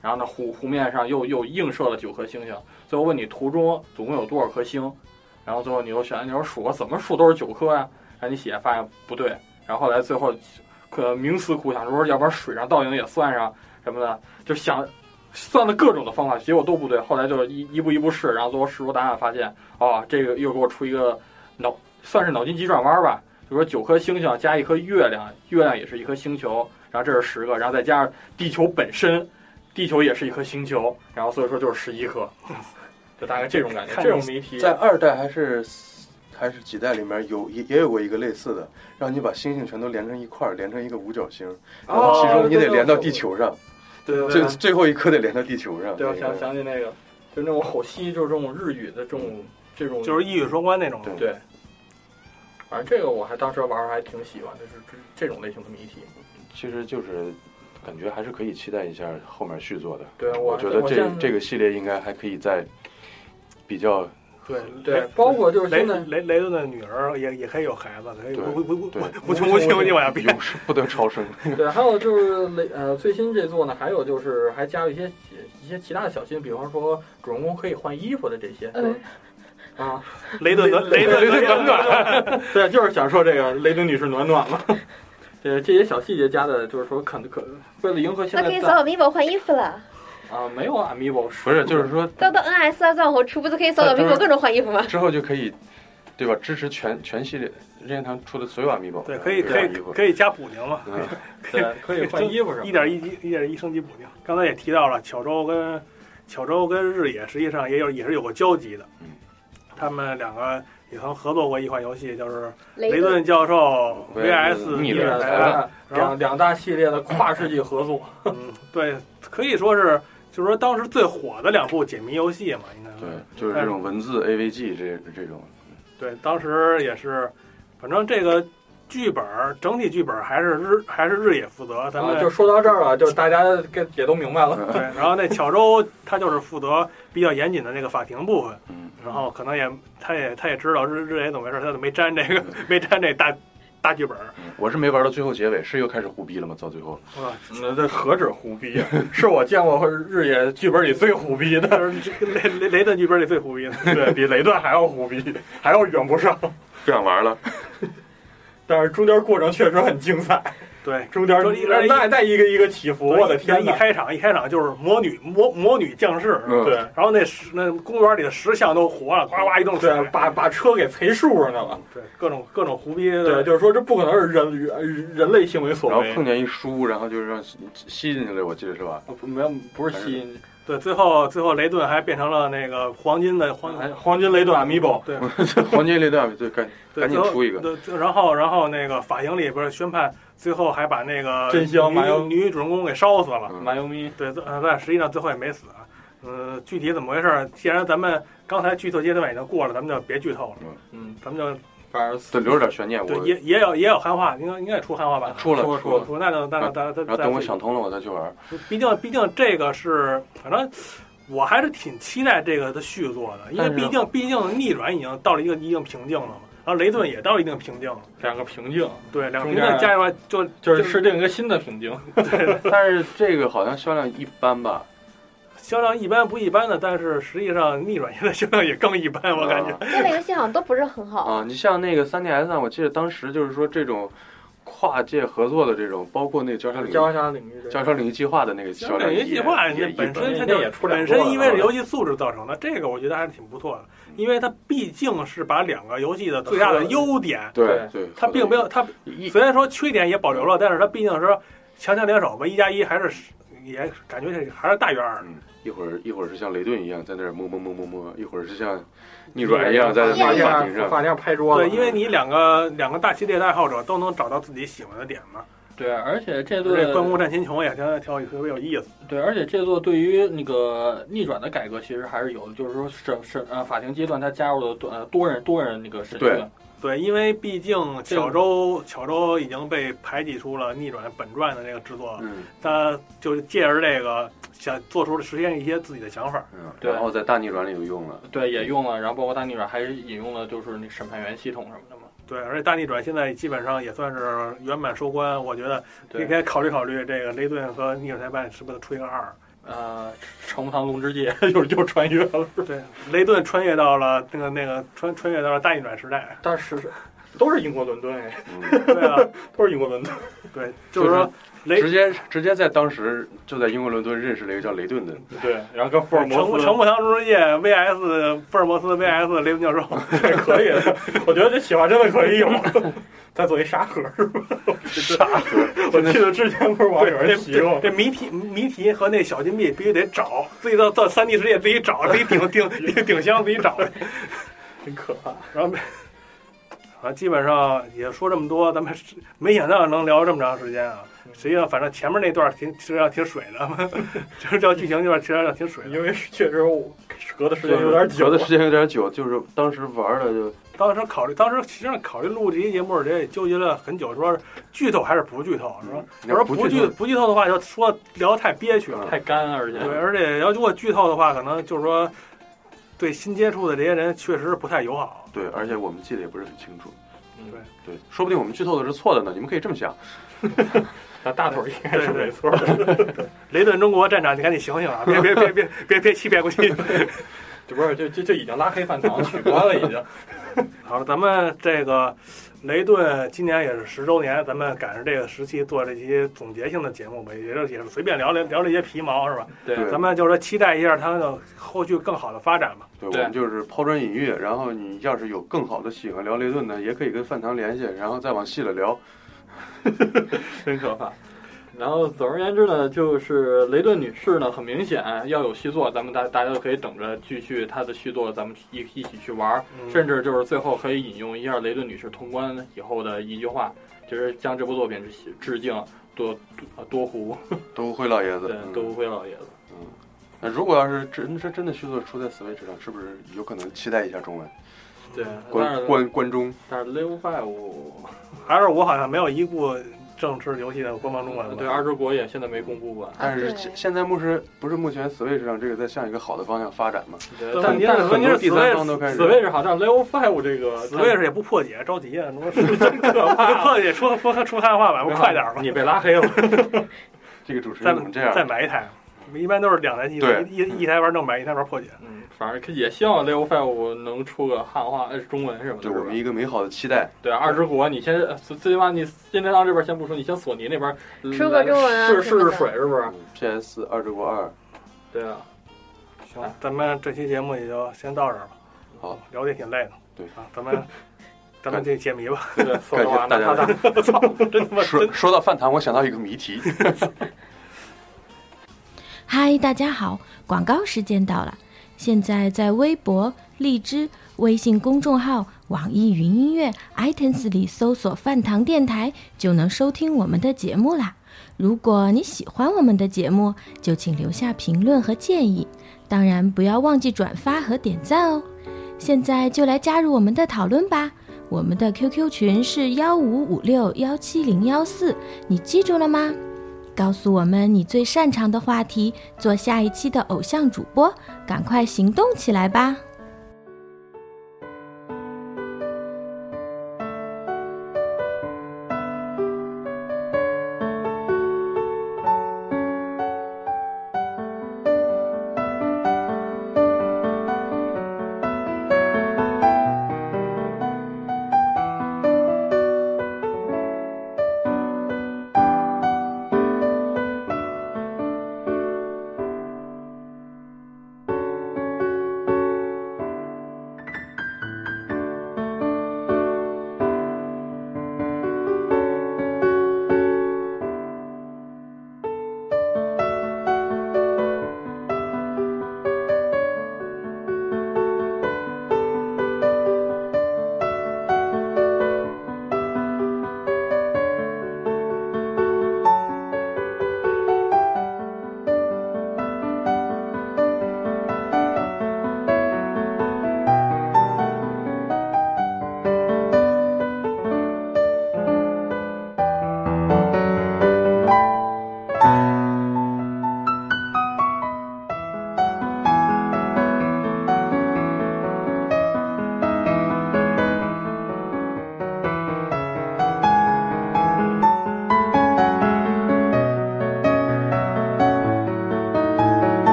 H: 然后呢湖湖面上又又映射了九颗星星。最后问你图中总共有多少颗星，然后最后你又选，你说数怎么数都是九颗呀、然后你写发现不对，然后后来最后可冥思苦想说，要不然水上倒影也算上什么的，就想算了各种的方法，结果都不对。后来就一一步一步试，然后最后试出答案，发现哦，这个又给我出一个脑，算是脑筋急转弯吧。就说九颗星星加一颗月亮，月亮也是一颗星球，然后这是十个，然后再加上地球本身，地球也是一颗星球，然后所以说就是十一颗， [LAUGHS] 就大概这种感觉。
E: 看
H: 这种谜题
G: 在二代还是还是几代里面有也也有过一个类似的，让你把星星全都连成一块儿，连成一个五角星，
H: 哦
G: 然后其中你得连到地球上，
H: 对对
G: 最
H: 对，
G: 最后一颗得连到地球上。
H: 对，我啊
G: 这个
H: 想想起那个，就是那种吼西，就是这种日语的这种这种，
E: 嗯就是一语双关那种。
G: 对
H: 对。反正这个我还当时玩儿还挺喜欢，就是这这种类型的谜题。
G: 其实就是感觉还是可以期待一下后面续作的。
H: 对啊
G: 我
H: 我
G: 觉得
H: 我
G: 这
H: 现在
G: [LAUGHS] 这个系列应该还可以再比较
E: 对
H: 对，包括就是
E: 雷
H: 现在
E: 雷雷雷顿的女儿也也可以有孩子，可以
G: 对
E: 无无无
G: 对
E: 无穷无穷，你往下变。
G: 永世不得超生。
H: 对，还有就是雷呃最新这座呢，还有就是还加入一些一些其他的小新，比方说主人公可以换衣服的这些。
F: 嗯
H: 啊，
E: [LAUGHS] 雷顿暖雷顿
H: 雷顿
E: 暖暖，
H: 对，就是想说这个雷顿女士暖暖嘛。 [LAUGHS] 对，这些小细节加的，就是说可可为了迎合现
F: 那可
H: 在
F: 以
H: 大
F: 扫扫 vivo 换衣服了。
H: 啊，没有 Amiibo
G: [LAUGHS] 不是，就是说
F: 到到 NS 啊、钻火出不都可以扫扫
G: 对
F: vivo
G: 就是
F: 各种换衣服吗？
G: 之后就可以，对吧？支持全全系列任天堂出的所有 Amiibo，
E: 对，可以
G: 这
E: 可
G: 样
E: 以
G: 衣服。
E: 可以加补丁嘛，
G: 嗯，
H: 对，可以换衣服什么
E: [LAUGHS]
H: 的
E: 一点一级一点一升级补丁。刚才也提到了，巧周跟巧周跟日野实际上也有也是有过交集的
G: 嗯，
E: 他们两个也曾合作过一款游戏，就是雷
F: 雷
E: 顿教授
G: 雷顿
E: VS
G: 逆
E: 逆
H: 一
G: 转
E: 转
H: 点
G: 裁
E: 裁
G: 判
E: 判。然后
H: 两两大系列的跨世纪合作，
E: 嗯，对，可以说是就是说当时最火的两部解谜游戏嘛，应该
G: 对
E: 说，
G: 就是这
E: 嗯
G: 种文字 AVG 这这种，
E: 对，当时也是，反正这个剧本儿整体剧本儿还是日还是日野负责，咱们、
H: 啊，就说到这儿了，就大家跟也都明白 [LAUGHS] 了。
E: 对，然后那巧周他就是负责比较严谨的那个法庭部分，
G: 嗯，
E: 然后可能也他也他也知道日日野怎么回事，他就没沾这
H: 嗯
E: 个没沾这大大剧本儿，
G: 嗯我是没玩到最后结尾，是又开始胡逼了吗？到最后，
E: 哇，
H: 那嗯这何止胡逼啊！是我见过日野剧本里最胡逼的，
E: 就是这个雷雷雷顿剧本里最胡
H: [LAUGHS]
E: 逼的，
H: 对比雷顿还要胡逼，还要远不上。
G: 不想玩了。
H: 但是中间过程确实很精彩，
E: 对。
H: 中间
E: 中间
H: 那那一个一个起伏， [LAUGHS] 我的天
E: 一
H: 哪！
E: 开场一开场就是魔女魔魔女降世，
G: 嗯，
H: 对
E: 然后那十那公园里的石像都活了，呱呱一顿甩
H: 对，，把把车给锤树上去了。
E: 对各种各种胡逼的，
H: 对，就是说这不可能是人人人类行为
G: 然
H: 所
G: 后
H: 为
G: 碰。见一书，然后就是让吸吸进去了，我记得是吧？
H: 啊不没有，不是吸引，
E: 对最后最后雷顿还变成了那个黄金的黄
H: 还黄金雷顿 Amiibo，
E: 对
G: 黄金雷段对，赶
E: 对
G: 赶紧
E: 最后
G: 出一个，
E: 对，最然后然后那个法庭里不是宣判，最后还把那个
H: 真香麻油
E: 女女主人公给烧死了。
G: 嗯
H: 马尤咪。
E: 对，呃但实际上最后也没死啊。呃，具体怎么回事儿？既然咱们刚才剧透阶段已经过了，咱们就别剧透了，
H: 嗯，
E: 咱们就
H: 反正
G: 对，留着点悬念。
E: 对
G: 啊我
E: 也也有也有汉化，应该应该也出汉化版了。
G: 出了
H: 说
G: 出了，啊
E: 出那就那就那就
G: 然
E: 那
G: 后等我
E: 就
G: 想通了，我再去玩。
E: 毕竟，毕竟这个是，反正我还是挺期待这个的续作的，因为
H: 但是
E: 毕竟，毕竟逆转已经到了一个一定瓶颈了嘛，然后雷顿也到了一定瓶颈了，
H: 两个瓶颈，
E: 对，两个
H: 中
E: 瓶
H: 间
E: 颈加起来就
H: 就是
E: 就
H: 设定一个新的瓶颈。
G: 但是这个好像销量一般吧，
E: 销量一般不一般的，但是实际上逆转现在销量也更一般， [LAUGHS] 我感
H: 啊
E: 觉。
F: 这类游戏好像都不是很好。
G: 啊，你像那个 3DS 啊上，我记得当时就是说这种跨界合作的这种，包括那个交叉领域、
H: 啊交叉领域这个
G: 交叉领域计划的那个销量
E: 游
G: 也
E: 戏化
G: 也
E: 那
G: 一
E: 本
G: 般
E: 身它
H: 那
E: 就
H: 也出两
E: 本
H: 个了啊
E: 身因为是游戏素质造成的，这个我觉得还是挺不错的，因为它毕竟是把两个游戏的最大的优点，
G: 对对，
E: 它并没有它
G: 一
E: 虽然说缺点也保留了，但是它毕竟是强强联手吧，一加一还是也感觉这还是大于二的。
G: 嗯，一会儿一会儿是像雷顿一样在那儿摸摸摸摸摸，一会儿是像逆转一样在那
H: 发
G: 个法
H: 现
G: 庭上，
H: 发现拍桌
E: 对，
H: 子。
E: 因为你两个两个大系列的爱好者都能找到自己喜欢的点嘛。
H: 对，嗯而且这座
E: 这关公战秦琼也挺挺有特别有意思。
H: 对，而且这座对于那个逆转的改革其实还是有的，就是说审审呃法庭阶段它加入了多呃多人多人那个审
G: 对
H: 讯。
E: 对，因为毕竟巧周巧周已经被排挤出了逆转本传的那个制作，
G: 嗯
E: 他就是借着这个想做出实现一些自己的想法。
G: 嗯，
H: 对
G: 然后在大逆转里就用了，
H: 对，也用了，然后包括大逆转还引用了就是那审判员系统什么的嘛。
E: 对，而且大逆转现在基本上也算是圆满收官，我觉得
H: 对
E: 应该考虑考虑这个雷顿和逆转裁判是不是出一个二。
H: 呃，成不堂龙之 [LAUGHS] 界又又穿越了，
E: 对，雷顿穿越到了那个那个穿穿越到了大逆转时代。
H: 但是都是英国伦敦哎，
G: 嗯
E: 对啊，
H: 都是英国伦敦。
E: 对，就是说雷
G: 直接直接在当时就在英国伦敦认识了一个叫雷顿的，
H: 对，然后跟福尔
E: 成
H: 摩
E: 不
H: 斯
E: 成不堂中之介 VS 福尔摩斯 VS 雷顿教授。
H: 对 [LAUGHS] 可以的，我觉得这企划真的可以有。再做一沙盒是吧？沙盒，我记得之前不是网友
E: 这
H: 人提过
E: 这，这谜题谜题和那小金币必须得找，自己到到三 D 世界自己找，自己顶 [LAUGHS] 顶顶顶箱自己找。
H: 真可怕。
E: [LAUGHS] 然后没，啊，基本上也说这么多，咱们是没想到能聊这么长时间啊。实际上，反正前面那段儿挺实际上挺水 [LAUGHS] 的，就是叫剧情那段儿实际上挺水的。
H: 因为是确实我隔的时间有点久啊
G: 隔
H: 了
G: 的时间有点久，就是当时玩了就
E: 当时考虑，当时实际上考虑录这期节目，这也纠结了很久，说剧透还是不剧透，是吧？
G: 嗯
E: 要说
G: 不
E: 不
G: 剧
E: 剧不剧透的嗯话，就说聊得太憋屈了。
H: 太干，而且
E: 对，而且要如果剧透的话，可能就是说对新接触的这些人确实不太友好。
G: 对，而且我们记得也不是很清楚，
E: 对，
G: 对，说不定我们剧透的是错的呢，你们可以这么想。
H: 那大 [LAUGHS] 头应该是没错。
E: [LAUGHS] 雷顿中国站长，你赶紧醒醒啊！别别别别别别欺骗过去。
H: 这不是这这这已经拉黑饭堂取关了，已经。
E: 好了，咱们这个雷顿今年也是十周年，咱们赶上这个时期做这些总结性的节目吧，也就是也是随便聊聊聊这些皮毛是吧？
H: 对
G: 对
E: 咱们就是说期待一下它的后续更好的发展吧。
G: 对，
H: 对
G: 我们就是抛砖引玉，然后你要是有更好的喜欢聊雷顿的，也可以跟饭堂联系，然后再往细了聊。
H: 真可怕。然后总而言之呢，就是雷顿女士呢，很明显要有续作，咱们大大家就可以等着继续她的续作，咱们一一起去玩儿，
E: 嗯
H: 甚至就是最后可以引用一下雷顿女士通关以后的一句话，就是将这部作品致致敬多多多胡
G: 都会老爷子，
H: 对
G: 嗯
H: 多胡辉老爷子。
G: 那如果要是真真真的续作出在 Switch 上，是不是有可能期待一下中文？
H: 对，但
G: 关
H: 是
G: 关关中，
H: 但是 Level Five
E: 还是我好像没有一部正式游戏的官方中文吧？
H: 对二之国也现在没公布吧？
G: 但是
F: 啊对
G: 现现在目前不是目前 Switch 上这个在向一个好的方向发展嘛？
H: 对
E: 对
H: 但
E: 问题嗯
H: 但
E: 是
H: 是
E: 问
H: 很
E: 题
H: 多
E: 是
G: 第三方
E: Switch
G: 都开始
H: 此位是好像 Level Five 这
G: 呃
H: 个
E: Switch 也不破解，着急啊！ [LAUGHS] 我破解出出出汉化版，我快点吧！
H: 你被拉黑了。
G: 这个主持
E: 再
G: 人怎么这样？
E: 再买一台，一般都是两台机
G: 对
E: 子，一一一台玩正版，一台玩破解。
H: 嗯，反正也希望 Leo Five 能出个汉化、呃、中文什么的，
G: 对
H: 是
G: 我
H: 吧
G: 们？一个美好的期待。
H: 对，二之国，你先呃最最起码你任天堂这边先不说，你先索尼那边嗯
F: 出个中文啊
H: 试
F: 什
H: 试
F: 么的
H: 试水是不
E: 嗯
H: 是？
G: PS 嗯二之国二，
H: 对啊，
E: 行，咱们这期节目也就先到这儿吧。
G: 好，
E: 聊的也挺累的。
G: 对
E: 啊，咱们咱
G: [LAUGHS]
E: 们这解谜吧。 [LAUGHS]
H: 对，索
G: 感
H: 罗瓦
G: 谢大
H: 纳
G: 家
H: 塔
G: 的
H: 塔，
G: 支持。说说到饭堂，我想到一个谜题，
B: 嗨，大家好，广告时间到了。现在在微博、荔枝、微信公众号、网易云音乐、iTunes 里搜索“饭堂电台”，就能收听我们的节目啦。如果你喜欢我们的节目，就请留下评论和建议，当然不要忘记转发和点赞哦。现在就来加入我们的讨论吧。我们的 QQ 群是幺五五六幺七零幺四，你记住了吗？告诉我们你最擅长的话题，做下一期的偶像主播，赶快行动起来吧！